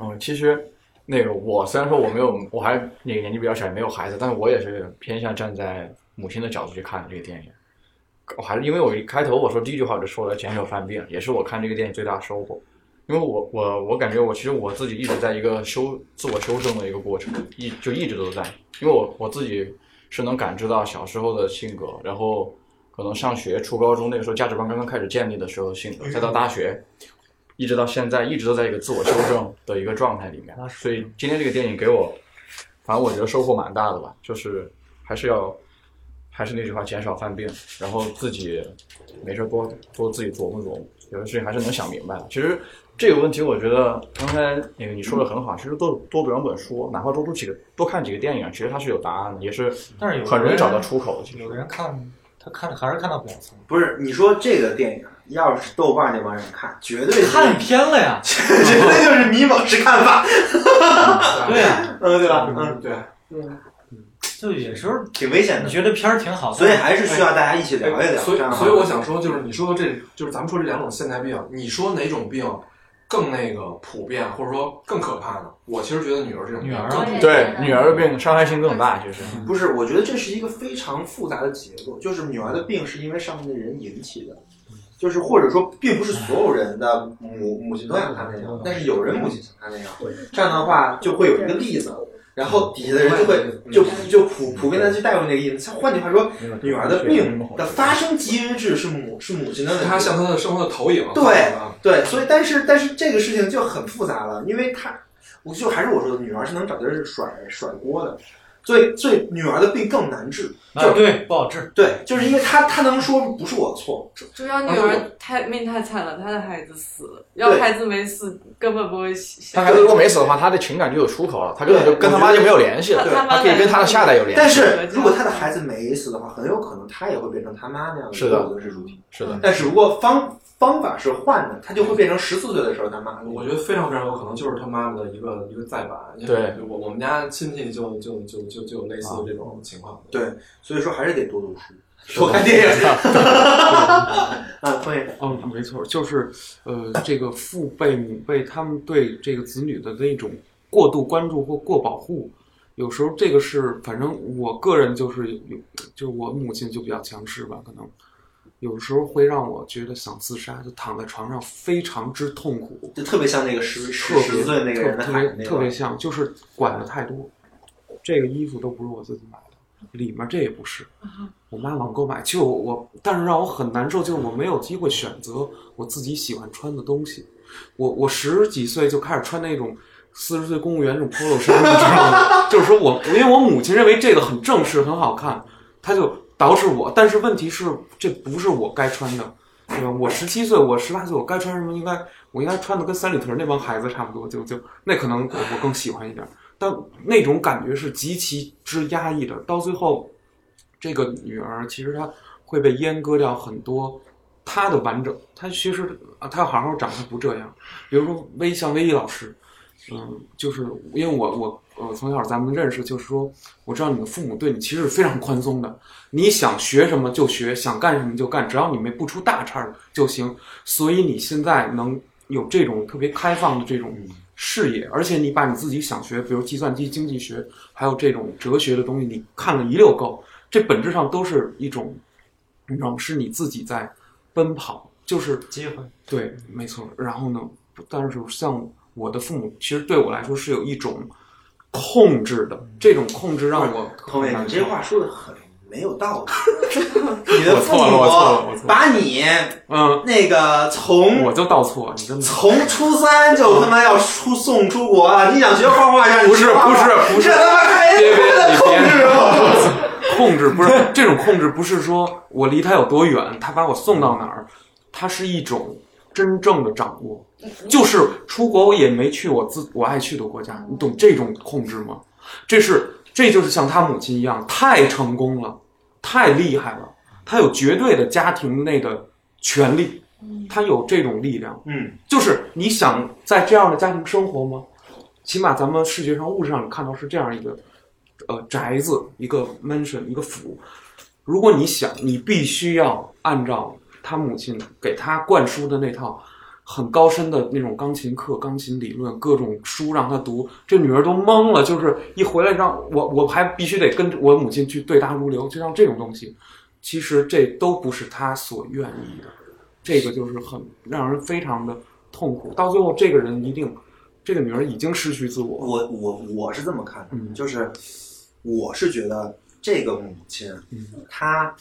Speaker 7: 嗯，其实那个我虽然说我没有，我还那个年纪比较小，也没有孩子，但是我也是偏向站在母亲的角度去看这个电影。我还是因为我一开头我说第一句话我就说了前手犯病，也是我看这个电影最大的收获。因为我我我感觉我其实我自己一直在一个修自我修正的一个过程，一就一直都在。因为我我自己是能感知到小时候的性格，然后可能上学、初高中那个时候价值观刚刚开始建立的时候的性格，再到大学，一直到现在一直都在一个自我修正的一个状态里面。所以今天这个电影给我，反正我觉得收获蛮大的吧，就是还是要。还是那句话，减少犯病，然后自己没事多多自己琢磨琢磨，有的事情还是能想明白的。其实这个问题，我觉得刚才那个你说的很好，其实多多读两本书，哪怕多读几个多看几个电影，其实它是有答案的，也是
Speaker 4: 但是有的
Speaker 7: 很容易
Speaker 4: 人
Speaker 7: 找到出口的。
Speaker 4: 有的人看他看还是看到表 层，
Speaker 2: 不是，你说这个电影要是豆瓣那帮人看，绝对看
Speaker 4: 偏了呀，
Speaker 2: 绝对 就是迷茫式看法。
Speaker 4: 对啊呀，
Speaker 2: 嗯，对吧？嗯，
Speaker 5: 对。
Speaker 4: 嗯就也是
Speaker 2: 挺危险的
Speaker 4: 你觉得片儿挺好，
Speaker 2: 所以还是需要大家一起聊一聊
Speaker 5: 所以
Speaker 2: 这样，好
Speaker 5: 所以我想说，就是你说的这，就是咱们说这两种现代病，你说哪种病更那个普遍，或者说更可怕呢？我其实觉得女儿这种
Speaker 4: 啊
Speaker 5: 病更普遍
Speaker 7: 对女儿病伤害性更大，其实
Speaker 4: 嗯
Speaker 2: 不是，我觉得这是一个非常复杂的结构，就是女儿的病是因为上面的人引起的，就是或者说并不是所有人的母母亲都想看那样，但是有人母亲想看那样，这样的话就会有一个例子，然后底下的人就会
Speaker 4: 嗯
Speaker 2: 就就普普遍的去带入那个意思。像换句话说，女儿的病的发生机制是母是母亲的问题，
Speaker 5: 她向她的生活的投影
Speaker 2: 对
Speaker 7: 啊
Speaker 2: 对，所以但是但是这个事情就很复杂了，因为她，我就还是我说的，女儿是能找地儿甩甩锅的，所以所以女儿的病更难治。
Speaker 4: 啊
Speaker 2: 就
Speaker 4: 对，不好治。
Speaker 2: 对，就是因为她她能说不是我错，
Speaker 10: 主要女
Speaker 2: 而是我
Speaker 10: 儿太命太惨了，她的孩子死了，要
Speaker 2: 对
Speaker 10: 孩子没死根本不会
Speaker 7: 她孩子如果没死的话，她的情感就有出口了，她根本就跟她妈就没有联系了，
Speaker 10: 对
Speaker 7: 她可以跟她的下代有联系。
Speaker 2: 但是如果她的孩子没死的话，很有可能她也会变成她妈那样
Speaker 7: 是
Speaker 2: 的
Speaker 7: 的
Speaker 2: 无论是主体。
Speaker 7: 是的，
Speaker 2: 但是如果方方法是换的，她就会变成十四岁的时候她妈。
Speaker 5: 我觉得非常非常有可能就是他妈妈的一个一个再版。因为
Speaker 2: 对
Speaker 5: 我我们家亲戚就就就就就有类似的这种情况。
Speaker 2: 对，所以说还是得多读书，
Speaker 5: 多看电影
Speaker 2: 啊，可以。
Speaker 3: 嗯，没错，就是呃，这个父辈、母辈他们对这个子女的那种过度关注或过保护，有时候这个是，反正我个人就是有，就是我母亲就比较强势吧，可能有时候会让我觉得想自杀，就躺在床上非常之痛苦，
Speaker 2: 就特别像那个十
Speaker 3: 特别
Speaker 2: 十岁那个人的
Speaker 3: 特
Speaker 2: 孩
Speaker 3: 别
Speaker 2: 子那个
Speaker 3: 特别像，就是管的太多。这个衣服都不是我自己买的，里面这也不是，我妈网购买，就我，但是让我很难受，就是我没有机会选择我自己喜欢穿的东西。我我十几岁就开始穿那种四十岁公务员那种 polo 衫，你知道吗？ 就是说我，因为我母亲认为这个很正式、很好看，她就捯饬我。但是问题是，这不是我该穿的，对吧？我十七岁，我十八岁，我该穿什么？应该我应该穿的跟三里屯那帮孩子差不多，就就那可能我我更喜欢一点。但那种感觉是极其之压抑的，到最后这个女儿其实她会被阉割掉很多她的完整，她其实啊，她要好好长，她不这样。比如说微像微一老师，嗯，就是因为我我呃从小咱们认识，就是说我知道你的父母对你其实是非常宽松的，你想学什么就学，想干什么就干，只要你没不出大岔儿就行。所以你现在能有这种特别开放的这种视野，而且你把你自己想学，比如计算机经济学，还有这种哲学的东西，你看了一溜够，这本质上都是一种，你知道吗？是你自己在奔跑，就是
Speaker 4: 机会。
Speaker 3: 对，没错。然后呢，但是像我的父母，其实对我来说是有一种控制的，这种控制让我
Speaker 2: 同
Speaker 7: 嗯
Speaker 2: 伟，你这话说的很没有道 理。你的
Speaker 3: 我
Speaker 2: 父
Speaker 3: 错了，我错了，我
Speaker 2: 母
Speaker 3: 错了。
Speaker 2: 把你
Speaker 3: 嗯
Speaker 2: 那个从
Speaker 3: 我就倒错了，你真的
Speaker 2: 从初三就他妈要出送出国啊！你想学画画，让你
Speaker 3: 不是
Speaker 2: 学画
Speaker 3: 不
Speaker 2: 画
Speaker 3: 是不是，
Speaker 2: 这他妈还
Speaker 3: 别别别
Speaker 2: 还在控制我。
Speaker 3: 控制不是这种控制，不是说我离他有多远，他把我送到哪儿，它是一种真正的掌握。就是出国我也没去我自我爱去的国家，你懂这种控制吗？这是这就是像他母亲一样，太成功了，太厉害了，他有绝对的家庭内的权利，他有这种力量。
Speaker 2: 嗯，
Speaker 3: 就是你想在这样的家庭生活吗？起码咱们视觉上、物质上看到是这样一个，呃，宅子，一个 mansion，一个府。如果你想，你必须要按照他母亲给他灌输的那套很高深的那种钢琴课、钢琴理论，各种书让他读。这女儿都懵了，就是一回来让我，我还必须得跟我母亲去对答如流，就像这种东西，其实这都不是他所愿意的。这个就是很让人非常的痛苦。到最后，这个人一定，这个女儿已经失去自我。
Speaker 2: 我我我是这么看的，
Speaker 3: 嗯
Speaker 2: 就是我是觉得这个母亲，
Speaker 3: 嗯
Speaker 2: 她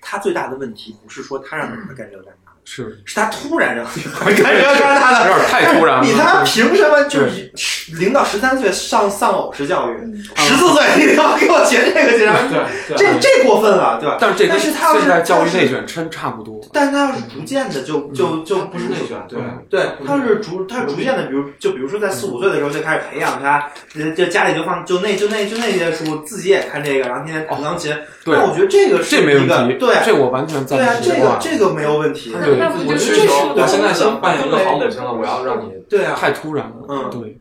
Speaker 2: 她最大的问题不是说她让女儿干这个干那个，
Speaker 3: 是
Speaker 2: 是她突然让女 儿干这个干那个，
Speaker 3: 有点太突然了
Speaker 2: 你他妈凭什么就
Speaker 3: 对
Speaker 2: 是零到十三岁上丧偶式教育，十四岁你要给我学这个去？
Speaker 3: 对
Speaker 2: 这这过分了，对吧？
Speaker 3: 但是这跟
Speaker 2: 但是他要
Speaker 3: 现
Speaker 2: 是
Speaker 3: 在教育
Speaker 2: 他
Speaker 3: 内
Speaker 2: 是
Speaker 3: 卷真差不多。
Speaker 2: 但他要是逐渐的
Speaker 3: 嗯
Speaker 2: 就就就不是内卷，对对，他是逐他是逐渐的，比如就比如说在四五岁的时候就开始培养他，呃就家里就放就那就那就那些书，自己也看这个，然后天天弹钢琴。
Speaker 3: 哦对，
Speaker 2: 那我觉得这个是
Speaker 3: 这没
Speaker 2: 一
Speaker 3: 问
Speaker 2: 个
Speaker 3: 题，
Speaker 2: 对，
Speaker 3: 这我完全赞
Speaker 2: 对啊，
Speaker 3: 同。
Speaker 2: 这个这个没有问题。
Speaker 3: 对那
Speaker 5: 我需求，我现在想扮演一个好母亲了，我要让你
Speaker 2: 对啊，
Speaker 3: 太突然了，
Speaker 2: 嗯，
Speaker 3: 对，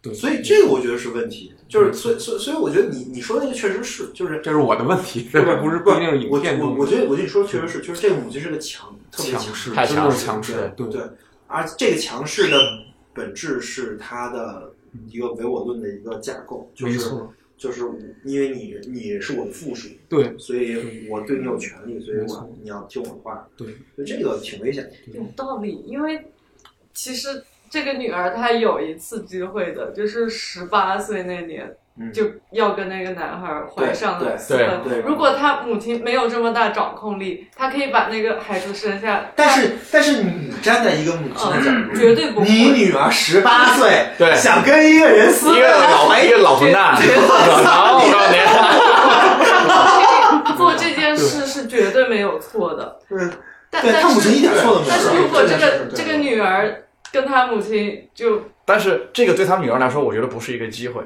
Speaker 3: 对，嗯
Speaker 2: 所以这个我觉得是问题，就是所以所以所以我觉得你你说那个确实是，就是
Speaker 3: 这是我的问 题，
Speaker 2: 不
Speaker 3: 这
Speaker 2: 是
Speaker 3: 个不是
Speaker 2: 不
Speaker 3: 不一
Speaker 2: 是
Speaker 3: 定是
Speaker 2: 我
Speaker 3: 影片
Speaker 2: 我
Speaker 3: 中的
Speaker 2: 我觉得我跟你说确实是，就是这个母亲是个强，特别
Speaker 3: 强势
Speaker 2: 势，
Speaker 3: 太
Speaker 2: 真
Speaker 3: 强
Speaker 2: 的
Speaker 3: 势
Speaker 2: 是强势，
Speaker 3: 对
Speaker 2: 对。而这个强势的本质是它的一个唯我论的一个架构，就
Speaker 3: 没
Speaker 2: 是
Speaker 3: 错
Speaker 2: 就是因为你你是我的附属，
Speaker 3: 对
Speaker 2: 所以我对你有权利，所以
Speaker 3: 没
Speaker 2: 我你要听我的话，
Speaker 3: 对，
Speaker 2: 所以这个挺危险的。
Speaker 10: 有道理，因为其实这个女儿她有一次机会的，就是十八岁那年。
Speaker 2: 嗯
Speaker 10: 就要跟那个男孩怀上
Speaker 2: 对
Speaker 10: 了
Speaker 2: 对
Speaker 10: 私奔
Speaker 2: 对对。
Speaker 10: 如果她母亲没有这么大掌控力，她可以把那个孩子生下。
Speaker 2: 但是，但是你站在一个母亲的角度，
Speaker 10: 嗯绝对不会
Speaker 2: 你女儿十八岁，
Speaker 7: 对
Speaker 2: 想跟一个人私奔，
Speaker 7: 一个老
Speaker 2: 怀
Speaker 7: 一个 老混蛋，然后我告诉你，
Speaker 10: 做这件事是绝对没有错的。
Speaker 2: 对，
Speaker 10: 但
Speaker 2: 对他
Speaker 10: 但
Speaker 2: 母
Speaker 10: 是
Speaker 2: 亲一点错都没有
Speaker 10: 但是如果这个
Speaker 7: 对
Speaker 10: 这个女儿跟她母亲就
Speaker 7: 但是这个对他女儿来说，我觉得不是一个机会，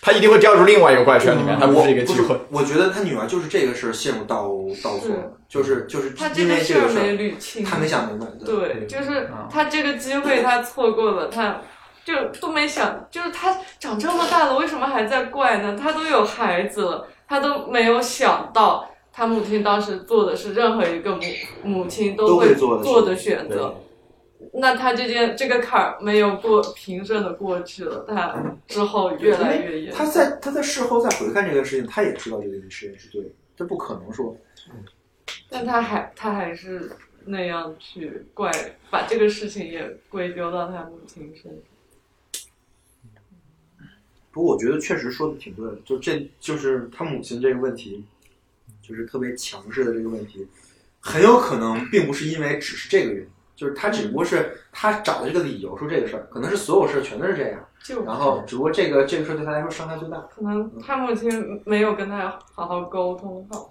Speaker 7: 她一定会掉入另外一个怪圈里面，她不是一个机会。
Speaker 2: 我觉得他女儿就是 这个事儿陷入到到错了，就是就是
Speaker 10: 他这
Speaker 2: 因
Speaker 10: 个
Speaker 2: 为
Speaker 10: 事
Speaker 2: 这
Speaker 10: 儿
Speaker 2: 个事
Speaker 10: 没
Speaker 2: 儿，
Speaker 10: 捋清，
Speaker 2: 他没想明白。
Speaker 10: 对，就是
Speaker 2: 嗯
Speaker 10: 他这个机会他错过了，他就都没想，就是他长这么大了，为什么还在怪呢？他都有孩子了，他都没有想到他母亲当时做的是任何一个母母亲
Speaker 2: 都
Speaker 10: 会
Speaker 2: 会做的
Speaker 10: 做
Speaker 2: 事
Speaker 10: 的选择。那他这件这个坎儿没有过平顺的过去了，他之后越来越严重。
Speaker 2: 他在他在事后再回看这个事情，他也知道这个事情是对的，这不可能说。
Speaker 7: 嗯
Speaker 10: 但他还他还是那样去怪，把这个事情也归咎到他母亲身上。
Speaker 2: 不过我觉得确实说的挺对的，就这就是他母亲这个问题，就是特别强势的这个问题，很有可能并不是因为只是这个原因，就是他只不过是他找的这个理由说这个事儿，可能是所有事儿全都是这
Speaker 10: 就
Speaker 2: 样，然后只不过这个这个事儿对他来说伤害最大。
Speaker 10: 可能他母亲没有跟他好好沟通好，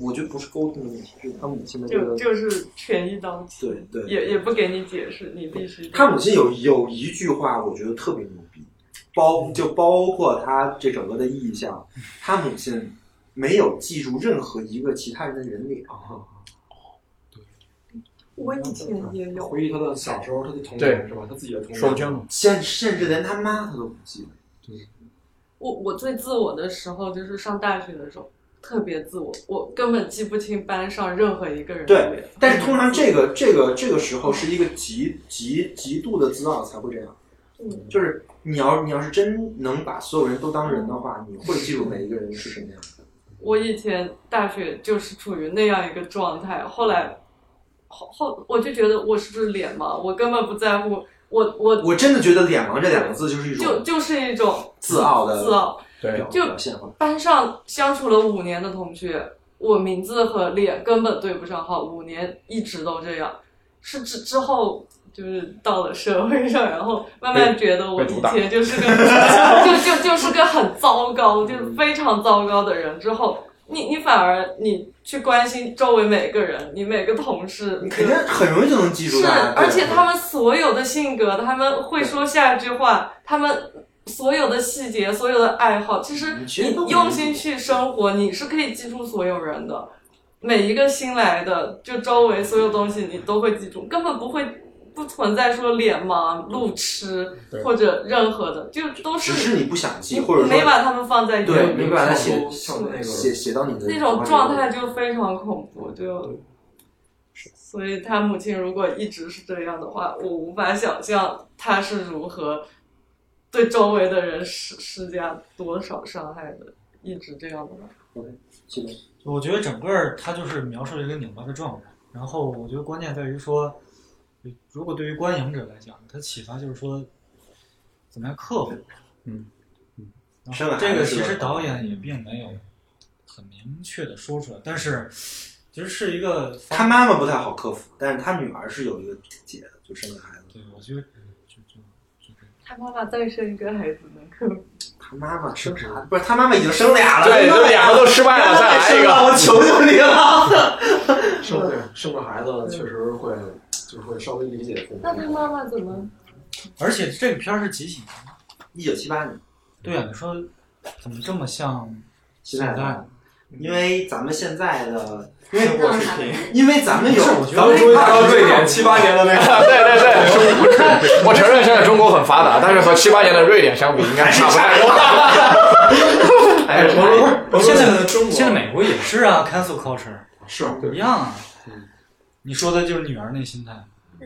Speaker 2: 我觉得不是沟通的问题，是他母亲的嗯这
Speaker 10: 就
Speaker 2: 个。
Speaker 10: 就是权一刀切，
Speaker 2: 对对
Speaker 10: 也也不给你解释，你必须。
Speaker 2: 他母亲有有一句话，我觉得特别牛逼，包就包括他这整个的意象，他母亲没有记住任何一个其他人的人脸。
Speaker 10: 我以前也有，
Speaker 5: 回忆他的小时候，他的童
Speaker 7: 对
Speaker 5: 年是吧？他自己的童年。
Speaker 7: 说不清楚。
Speaker 2: 甚甚至连他妈他都不记得。
Speaker 10: 我我最自我的时候就是上大学的时候，特别自我，我根本记不清班上任何一个人的
Speaker 2: 对
Speaker 10: 脸。，
Speaker 2: 但是通常这个这个这个时候是一个极极极度的自傲才会这样，
Speaker 10: 嗯
Speaker 2: 就是你要你要是真能把所有人都当人的话，你会记住每一个人是什么样的。
Speaker 10: 我以前大学就是处于那样一个状态，后来后后我就觉得我是不是脸盲，我根本不在乎，我我
Speaker 2: 我真的觉得“脸盲”这两个字就是一
Speaker 10: 就
Speaker 2: 种
Speaker 10: 就是一种
Speaker 2: 自傲的
Speaker 10: 自傲。
Speaker 7: 对
Speaker 2: 表
Speaker 10: 就
Speaker 2: 表现吧。
Speaker 10: 班上相处了五年的同学，我名字和脸根本对不上号，五年一直都这样，是之之后。就是到了社会上，然后慢慢觉得我
Speaker 7: 被
Speaker 10: 以
Speaker 7: 毒打
Speaker 10: 前
Speaker 7: 嗯
Speaker 10: 就是个就就就是个很糟糕，就是非常糟糕的人。之后你你反而你去关心周围每个人，你每个同事，
Speaker 2: 肯定很容易就能记住
Speaker 10: 是，
Speaker 2: 他。
Speaker 10: 而且他们所有的性格，他们会说下一句话，他们所有的细节，所有的爱好，其实你用心去生活，你是可以记住所有人的，每一个新来的，就周围所有东西你都会记住，根本不会不存在说脸盲、路痴
Speaker 2: 对
Speaker 10: 或者任何的，就都
Speaker 2: 只
Speaker 10: 是
Speaker 2: 是你不想记，或者说
Speaker 10: 没把他们放在眼里
Speaker 2: 对，没把它写
Speaker 10: 是
Speaker 2: 写写写到你的
Speaker 10: 那种状态就非常恐怖，就，所以他母亲如果一直是这样的话，我无法想象他是如何对周围的人施施加多少伤害的，一直这样的话。
Speaker 4: 我觉得整个儿它就是描述了一个拧巴的状态。然后我觉得关键在于说，如果对于观影者来讲，它启发就是说，怎么样克服。
Speaker 7: 嗯
Speaker 4: 嗯。
Speaker 2: 生
Speaker 4: 然后
Speaker 2: 了孩
Speaker 4: 这个
Speaker 2: 子
Speaker 4: 其
Speaker 2: 是
Speaker 4: 实
Speaker 2: 吧
Speaker 4: 导演也并没有很明确的说出来，但是其实是一个
Speaker 2: 他妈妈不太好克服，但是他女儿是有一个解的，就生个孩子。
Speaker 4: 对，我觉得
Speaker 10: 他妈妈再生一个孩子能克服？
Speaker 2: 他妈妈生啥？不是他妈妈已经生俩了，
Speaker 5: 对
Speaker 2: 生
Speaker 5: 两个都失败了
Speaker 2: 让他
Speaker 5: 再来一个
Speaker 2: 生吧我求求你了。
Speaker 5: 生对生个孩子确实会，就是会稍微理解父母。
Speaker 10: 那他妈妈怎么？
Speaker 4: 而且这个片儿是几几年？
Speaker 2: 一九七八年。
Speaker 4: 对啊，你说怎么这么像
Speaker 2: 现在
Speaker 4: 在
Speaker 2: 的？因为咱们现在的
Speaker 5: 因为
Speaker 2: 生活水平，因为咱们有
Speaker 4: 嗯不是我觉得，
Speaker 2: 咱们
Speaker 4: 终于达到
Speaker 5: 瑞典78年的那个
Speaker 7: 对对对，我承我承认现在中国很发达，但是和七八年的瑞典相比，应该差不太多。
Speaker 4: 哎，
Speaker 7: 我
Speaker 4: 现在现在美国也是啊，cancel culture
Speaker 5: 是
Speaker 4: 一样啊。你说的就是女儿那心态，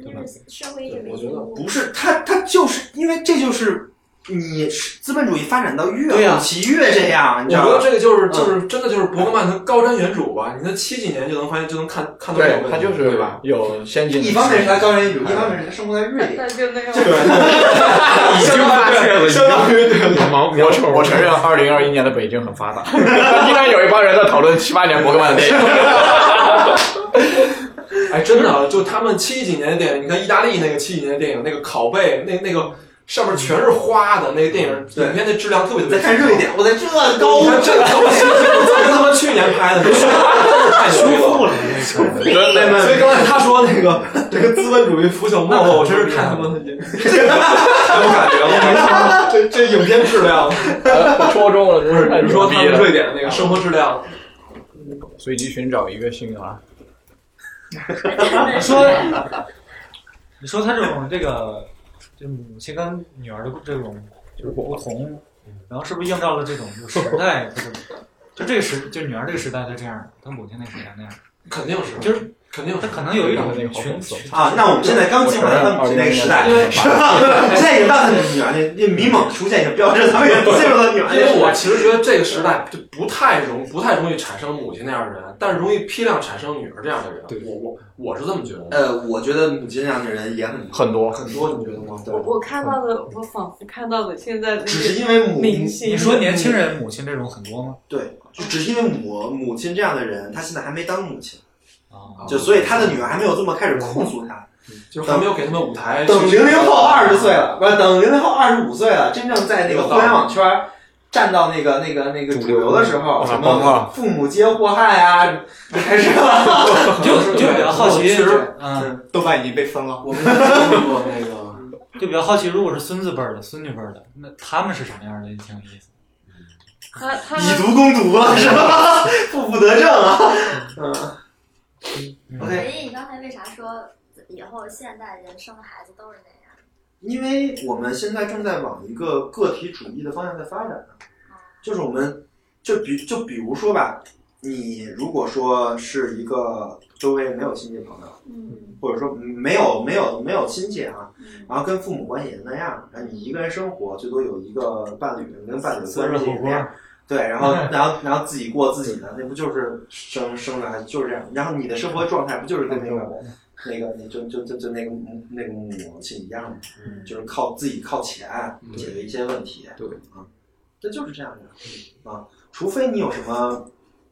Speaker 4: 对吧？
Speaker 12: 社会一直没进步。
Speaker 2: 不是他，他就是因为这就是你是资本主义发展到越
Speaker 5: 对呀
Speaker 4: 啊
Speaker 2: 后期越啊这样，
Speaker 5: 我
Speaker 2: 你知
Speaker 5: 觉
Speaker 2: 道
Speaker 5: 得
Speaker 2: 吗？嗯
Speaker 5: 这个就是就是真的就是伯格曼他高瞻远瞩吧，你看七几年就能发现就能看看到这
Speaker 7: 对
Speaker 5: 个，问
Speaker 7: 他
Speaker 5: 题，
Speaker 7: 就是
Speaker 5: 对吧？
Speaker 7: 有先进。
Speaker 2: 一方面是他高瞻远瞩，一方面是他生活在瑞典。
Speaker 10: 那就那样。
Speaker 7: 已经发现了，相当于
Speaker 5: 盲
Speaker 7: 我承我承认，二零二一年的北京很发达，依然有一帮人在讨论七八年伯格曼的电影。
Speaker 5: 哎，真的，就他们七几年的电影，你看意大利那个七几年的电影，那个拷贝，那那个上面全是花的，那个电影影片的质量特别特别
Speaker 2: 再看瑞典，我在这高，
Speaker 5: 你看这高，咱们他妈去年拍的，真是 太舒服了。 所以刚才他说那个这个资本主义腐朽没落，我真是太他妈的有 感觉了，这这影片质量，
Speaker 7: 我戳中了，真
Speaker 5: 不是
Speaker 7: 是太
Speaker 5: 你说他
Speaker 7: 逼
Speaker 5: 们
Speaker 7: 了。
Speaker 5: 瑞典的那个生活质量，
Speaker 7: 随机寻找一个新啊，
Speaker 4: 你说，你说他这种这个，就母亲跟女儿的这种就是不同，然后是不是映照了这种就时代这种，就这个时就女儿这个时代她这样，她母亲那时代那样，
Speaker 5: 肯定是，
Speaker 4: 就是
Speaker 5: 肯定
Speaker 4: 她可能有一种
Speaker 7: 那个好
Speaker 4: 群
Speaker 7: 讽刺
Speaker 4: 群
Speaker 2: 啊，那我们现在刚进入到他们那个时代，
Speaker 5: 对
Speaker 2: 是吧？ 现在已经到他们女儿那那迷蒙出现，也标志他们也 进入到女儿
Speaker 5: 因为我
Speaker 2: 那时代。
Speaker 5: 其实觉得这个时代就不太容不太容易产生母亲那样的人，但是容易批量产生女儿这样的人。我我我是这么觉得的。
Speaker 2: 呃，我觉得母亲这样的人也很
Speaker 7: 很多
Speaker 5: 很多你觉得吗？
Speaker 10: 我我看到的，我仿佛看到的现在的
Speaker 2: 只是因为母
Speaker 10: 明星，
Speaker 4: 你说年轻人母亲这种很多吗？
Speaker 2: 对，就只是因为母母亲这样的人，她现在还没当母亲，
Speaker 4: 啊，
Speaker 2: 就所以她的女儿还没有这么开始控诉她。
Speaker 5: 就是还没有给他们舞台。
Speaker 2: 等零零后二十岁了，不是等零零后二十五岁了，真正在那个互联网圈儿站到那个那个那个主流的时候，
Speaker 7: 啊
Speaker 2: 什
Speaker 7: 包
Speaker 2: 么
Speaker 7: 括
Speaker 2: 父母皆祸害啊，开始 了。
Speaker 4: 就就比较好奇，
Speaker 5: 其实
Speaker 4: 嗯，
Speaker 9: 豆瓣已经被封了。
Speaker 5: 我们经历过那 个，
Speaker 4: 就比较好奇，如果是孙子辈儿的、孙女辈儿的，那他们是什么样的？也挺有意思。
Speaker 10: 他他
Speaker 2: 以毒攻毒了是吧？负不得正啊。
Speaker 12: 所以你刚才为啥说以后现代人生孩子都是那样？
Speaker 2: 因为我们现在正在往一个个体主义的方向在发展，就是我们就比就比如说吧，你如果说是一个周围没有亲戚朋友，
Speaker 12: 嗯
Speaker 2: 或者说没有没有没有亲戚啊，
Speaker 12: 嗯
Speaker 2: 然后跟父母关系也那样，然后你一个人生活，最多有一个伴侣，跟伴侣的
Speaker 4: 孙
Speaker 2: 关
Speaker 4: 子
Speaker 2: 系
Speaker 4: 火
Speaker 2: 也那
Speaker 4: 锅
Speaker 2: 样。对，然后 然后然后自己过自己的，那不就是生生的孩子就是这样？然后你的生活状态不就是跟那个那个那就就就就那个母那个母亲一样吗？就是靠自己靠钱解决一些问题。
Speaker 7: 对
Speaker 2: 啊，这就是这样的啊，除非你有什么，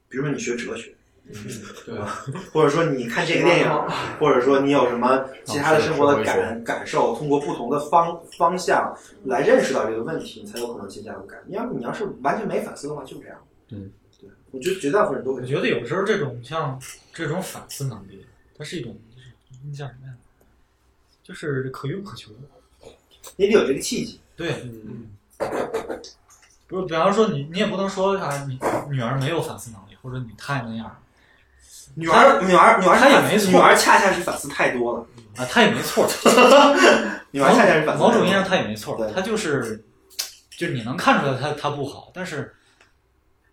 Speaker 2: 比如说你学哲学，
Speaker 13: 嗯
Speaker 2: 啊
Speaker 5: 对吧？
Speaker 2: 或者说你看这个电影，或者说你有什么其他的生
Speaker 13: 啊
Speaker 2: 活的感感受，通过不同的方方向来认识到这个问题，你才有可能接下来改。你要你要是完全没反思的话，就是这样。
Speaker 7: 嗯，
Speaker 2: 对，我觉得绝大部分人都会。
Speaker 13: 我觉得有时候这种像这种反思能力，它是一种就是那叫什么呀？就是可遇不可求。
Speaker 2: 你得有这个契机。
Speaker 13: 对，嗯。比如，比方说你，你也不能说啊，你女儿没有反思能力，或者你太那样了。
Speaker 2: 女儿，女儿，女儿，
Speaker 13: 她也没错，
Speaker 2: 女儿 恰恰是反思太多了。
Speaker 13: 啊，她也没错。
Speaker 2: 女儿恰恰是反思。
Speaker 13: 某种意义上，她也没错，她就是，就是你能看出来她她不好，但是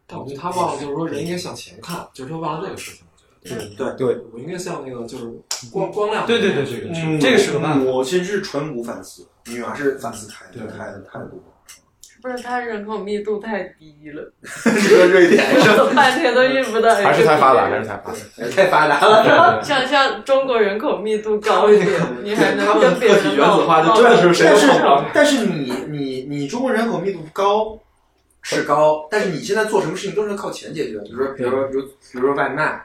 Speaker 5: 但我觉得他忘了，就是说人应该向前看，就是他忘了这个事情。我觉得
Speaker 2: 对
Speaker 5: 对对，我应该向那个就是光光亮。
Speaker 13: 对对对对
Speaker 5: 嗯
Speaker 13: 对，这个是个办法。
Speaker 2: 嗯我其实是纯不反思，女儿是反思太太太多。
Speaker 10: 是不是他人口密度太低 了？
Speaker 2: 说瑞典是
Speaker 10: 我 半天都遇不到。
Speaker 7: 还是太发达，还是太发达，
Speaker 2: 哎太发达 了。
Speaker 10: 像像中国人口密度高 一点，你还
Speaker 2: 他
Speaker 10: 能
Speaker 2: 们
Speaker 10: 跟别人闹闹
Speaker 2: 但是但是你你你中国人口密度高是高，但是你现在做什么事情都是靠钱解决，比如说比如说比如比如说外卖，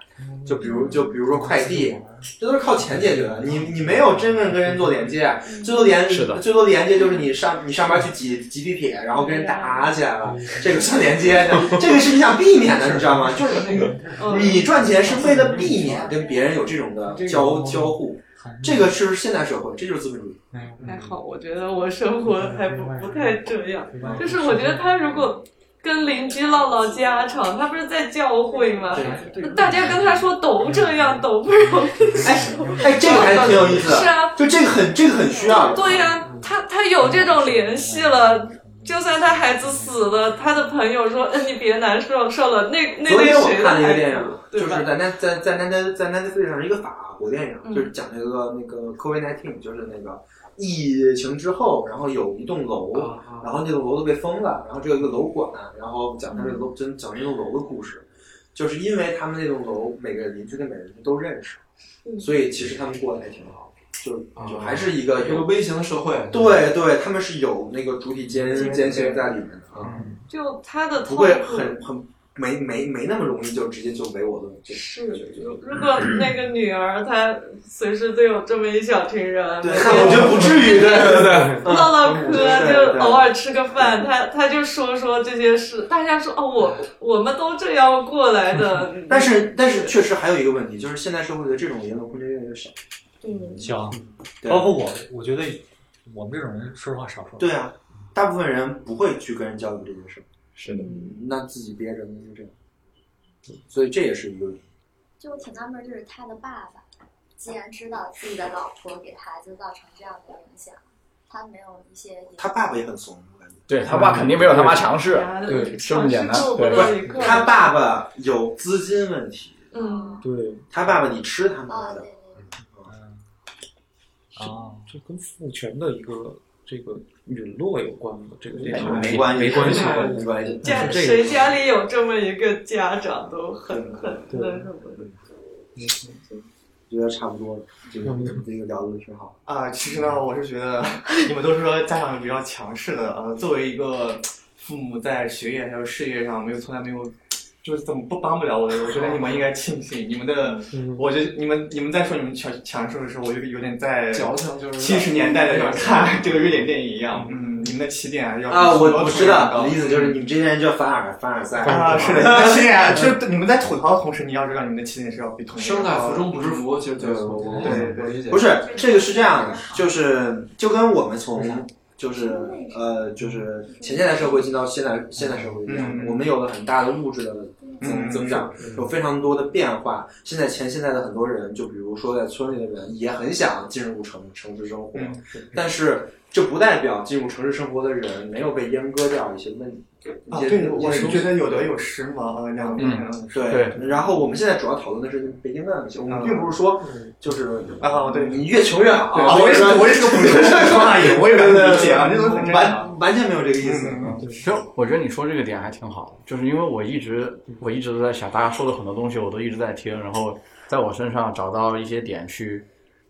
Speaker 2: 就比如就比如说快递，这都是靠钱解决的。你你没有真正跟人做连接，最多连
Speaker 7: 是的
Speaker 2: 最多连接就是你上你上班去挤挤地铁，然后跟人打起来了，这个算连接， 这个是你想避免的，你知道吗？就是那个你赚钱是为了避免跟别人有这种的交交互，这个嗯是现代社会，这就是资本主义。
Speaker 10: 还好，我觉得我生活还不不太这样，就是我觉得他如果跟邻居唠唠家常，他不是在教会吗？那大家跟他说都这样，都不容易。
Speaker 2: 哎，这个还挺有意思的，
Speaker 10: 是啊，
Speaker 2: 就这个很这个很需要。
Speaker 10: 对呀、
Speaker 2: 嗯
Speaker 10: 他他有这种联系了。就算他孩子死了，他的朋友说：“嗯，你别难受受了。那”那
Speaker 2: 昨
Speaker 10: 那
Speaker 2: 天我
Speaker 10: 谁的
Speaker 2: 看了一
Speaker 10: 孩
Speaker 2: 个
Speaker 10: 子
Speaker 2: 电影，就是在那在在那在在 Netflix 上是一个法国电
Speaker 5: 嗯
Speaker 2: 影，就是讲那个那个 COVID 1 9就是那个疫情之后，然后有一栋楼，
Speaker 5: 啊
Speaker 2: 然后那栋楼都被封了，然后只有一个楼管，然后讲他这个
Speaker 5: 嗯
Speaker 2: 楼真讲这栋楼的故事，就是因为他们那栋楼每个邻居跟每个邻居都认识，
Speaker 5: 嗯
Speaker 2: 所以其实他们过得还挺好。就就还是一个
Speaker 5: 一啊个微型的社会嗯
Speaker 2: 对对，他们是有那个主体间间性在里面的啊。
Speaker 10: 就他的
Speaker 2: 不
Speaker 10: 痛苦
Speaker 2: 会很很没没没那么容易就直接就唯我论，是
Speaker 10: 如如果那个女儿她随时都有这么一小群 人，
Speaker 2: 对那我觉得不至于对对 对
Speaker 10: 唠唠嗑
Speaker 2: 嗯对对
Speaker 10: 就偶尔吃个饭，她她就说说这些事，大家说哦，我我们都这样过来 的，
Speaker 2: 嗯但是但是确实还有一个问题，就是现代社会的这种言论空间越来越少。
Speaker 10: 嗯，
Speaker 13: 行，
Speaker 2: 对
Speaker 13: 包括我，我觉得我们这种人，说实话少数。
Speaker 2: 对啊，大部分人不会去跟人交流这件事。嗯
Speaker 7: 是的，
Speaker 2: 那自己憋着那就这样。所以这也是一个
Speaker 12: 就我挺纳闷儿，就是他的爸爸，既然知道自己的老婆给孩子造成这样的影响，他没有一些
Speaker 2: 他爸爸也很怂，我感觉。
Speaker 7: 对他爸肯定没有他妈强势，对，是这么简单。对，
Speaker 2: 不是他爸爸有资金问题，
Speaker 10: 嗯，
Speaker 3: 对
Speaker 2: 他爸爸你吃他妈的，
Speaker 13: 啊，
Speaker 3: 这跟父权的一个这个陨落有关吗？这个这
Speaker 2: 哎
Speaker 3: 个
Speaker 2: 没关系
Speaker 3: 没关系，
Speaker 2: 没关系
Speaker 10: 家
Speaker 3: 但是这
Speaker 10: 谁
Speaker 3: 个
Speaker 10: 家里有这么一个家长都很很
Speaker 2: 对
Speaker 10: 那什么的。
Speaker 2: 嗯觉得差不多了，这个这个聊的挺好。
Speaker 9: 啊，其实呢，我是觉得你们都是说家长比较强势的，呃，作为一个父母在学业还有事业上没有从来没有，就是怎么不帮不了我的，我觉得你们应该庆幸你们的，我觉得你们你们在说你们强强势的时候，我就有点在
Speaker 5: 矫情就是
Speaker 9: 七十年代的那种看这个瑞典电影一样，嗯，你们的起点还是要
Speaker 2: 啊，
Speaker 9: 比
Speaker 2: 我我知道
Speaker 9: 高
Speaker 2: 你的意思就是你们这些人叫凡尔凡尔赛
Speaker 9: 啊，是 的，你的起点就是你们在吐槽的同时，你要知道你们的起点是要比同龄人
Speaker 5: 生在
Speaker 9: 高的哦啊
Speaker 5: 福中不知福，其实就是我
Speaker 9: 对对
Speaker 5: 我理解。
Speaker 2: 不是这个是这样的，就是就跟我们从就是呃就是前现代社会进到现代现代社会一样，
Speaker 9: 嗯
Speaker 2: 我们有了很大的物质的增
Speaker 9: 嗯
Speaker 2: 增长，有非常多的变化。现在前现在的很多人，就比如说在村里的人，也很想进入城城市生活，
Speaker 9: 嗯
Speaker 2: 但是这不代表进入城市生活的人没有被阉割掉一些问题。
Speaker 9: 啊，
Speaker 2: 一些
Speaker 9: 对，我
Speaker 2: 一些
Speaker 9: 是
Speaker 2: 东西
Speaker 9: 觉得有得有失嘛，啊，两边
Speaker 2: 嗯，对。然后我们现在主要讨论的是北京的一些，我们并不是说就是
Speaker 9: 啊，对
Speaker 2: 你越穷越好。啊
Speaker 9: 对我 也是我也是个普通人我也我也不理解啊这都很正嗯
Speaker 2: 完完全没有这个意思。
Speaker 7: 其实我觉得你说这个点还挺好，嗯就是因为我一直我一直都在想，大家说的很多东西我都一直在听，然后在我身上找到一些点去，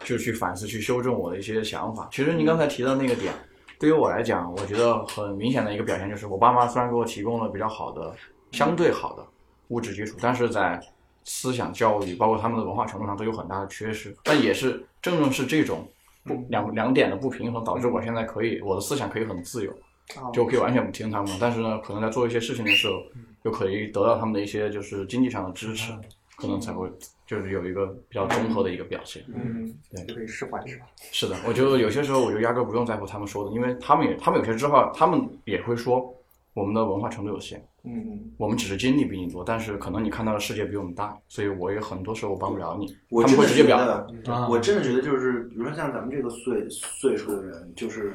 Speaker 7: 就去反思、去修正我的一些想法。其实你刚才提到那个点，对于我来讲，我觉得很明显的一个表现就是，我爸妈虽然给我提供了比较好的、相对好的物质基础，但是在思想教育，包括他们的文化程度上都有很大的缺失。但也是正正是这种
Speaker 9: 嗯
Speaker 7: 不两两点的不平衡，导致我现在可以我的思想可以很自由
Speaker 9: 哦，嗯
Speaker 7: 就可以完全不听他们。但是呢，可能在做一些事情的时候，又可以得到他们的一些就是经济上的支持，可能才会就是有一个比较综合的一个表现。
Speaker 9: 嗯，
Speaker 7: 对，
Speaker 9: 就可以释怀是吧？
Speaker 7: 是的，我觉得有些时候我就压根儿不用在乎他们说的，因为他们也，他们有些知道，他们也会说我们的文化程度有限，
Speaker 9: 嗯，
Speaker 7: 我们只是经历比你多，但是可能你看到的世界比我们大，所以我也很多时候帮不了你。
Speaker 2: 我
Speaker 7: 他们
Speaker 2: 真
Speaker 7: 会
Speaker 2: 的
Speaker 7: 直接
Speaker 2: 觉
Speaker 7: 表
Speaker 2: 得
Speaker 7: 达，，
Speaker 9: 嗯
Speaker 2: 我真的觉得就是，比如说像咱们这个岁岁数的人，就是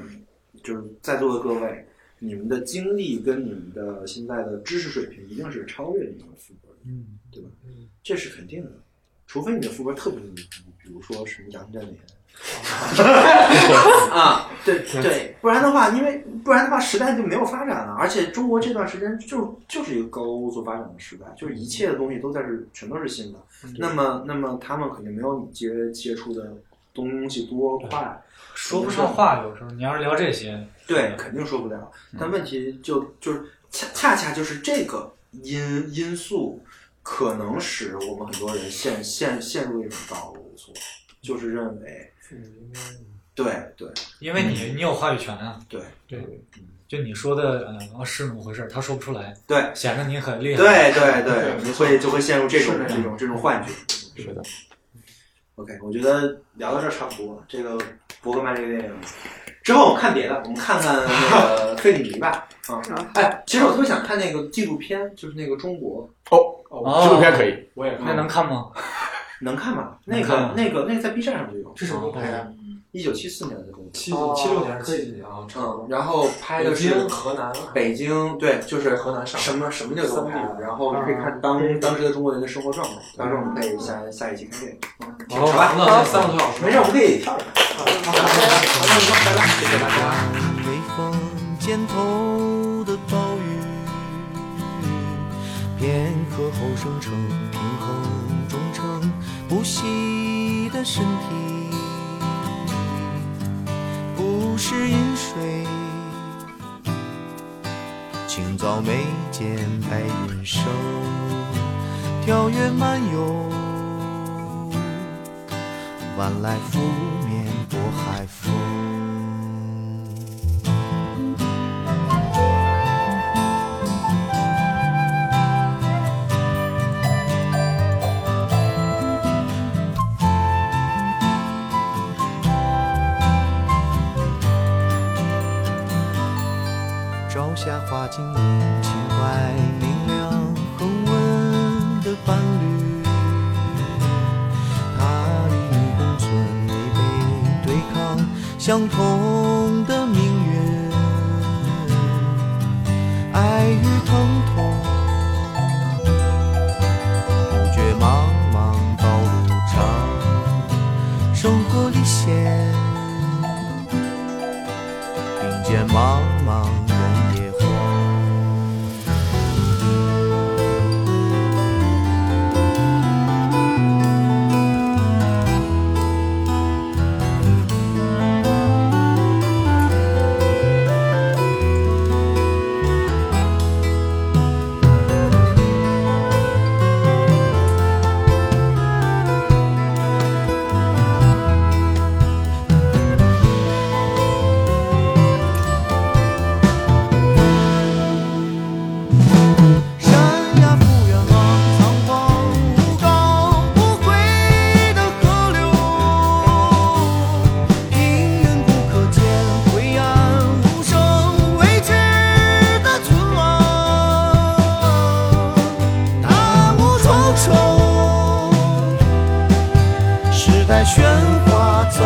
Speaker 2: 就是在座的各位，你们的经历跟你们的现在的知识水平，一定是超越你们的父辈的，
Speaker 13: 嗯，
Speaker 2: 对吧？这是肯定的，除非你的父辈特别牛逼，比如说什么杨振宁。
Speaker 13: 哦
Speaker 2: 啊，对对，不然的话，因为不然的话，时代就没有发展了。而且中国这段时间就是就是一个高速发展的时代，就是一切的东西都在是全都是新的。
Speaker 13: 嗯
Speaker 2: 那么，那么他们肯定没有你接接触的东西多快，
Speaker 4: 说不上话。有时候你要是聊这些，
Speaker 2: 对，肯定说不了。但问题就就是恰恰恰就是这个因因素，可能使我们很多人陷陷陷入一种高速，就是认为，对对，
Speaker 4: 因为你你有话语权啊。
Speaker 2: 嗯对
Speaker 4: 对，就你说的，呃，哦是那么回事儿，他说不出来，
Speaker 2: 对，
Speaker 4: 显得你很厉害。
Speaker 2: 对对对，你会就会陷入这种
Speaker 4: 是的
Speaker 2: 这种这种幻觉。
Speaker 7: 是的。
Speaker 2: OK，我觉得聊到这儿差不多了。这个《伯格曼》这个电影之后，我们看别的，我们看看那个《费里尼》吧。啊，哎，其实我特别想看那个纪录片，就是那个中国
Speaker 7: 哦纪录片可以
Speaker 2: 我也看
Speaker 4: 那能看吗？
Speaker 2: 能看吧？那
Speaker 4: 能看
Speaker 2: 个那个那个在 B 站上就有。哦
Speaker 5: 这什么时候拍的？
Speaker 2: 一九七四年的中国，七
Speaker 5: 九七六年还是七几年啊差不多
Speaker 2: 嗯，然后拍的是
Speaker 5: 北京河南啊
Speaker 2: 北京对，就是
Speaker 5: 河南上海
Speaker 2: 什么什么地儿都
Speaker 5: 三
Speaker 2: 拍
Speaker 5: 地
Speaker 2: 了。然后你可以看当
Speaker 5: 嗯
Speaker 2: 当时的中国人的生活状态，到时候我们可以下下一期看这个。嗯挺
Speaker 5: 好
Speaker 2: 长吧
Speaker 5: 长了三个多小时
Speaker 2: 没事，我们可以跳着看。
Speaker 1: 微风肩头的暴雨，片刻后生成凭空中撑不息的身体，不是饮水。清早眉间白云生，跳跃漫游。晚来拂面薄海风。朝霞花径影，情怀明亮，恒温的伴侣。他与你共存，你被对抗，相同的命运，爱与疼痛，不觉茫茫道路长，生活历险，并肩茫茫人野荒。山呀不远望，苍茫无高不回的河流。平原不可见，灰暗无声，未知的存亡。大雾重重，时代喧哗走。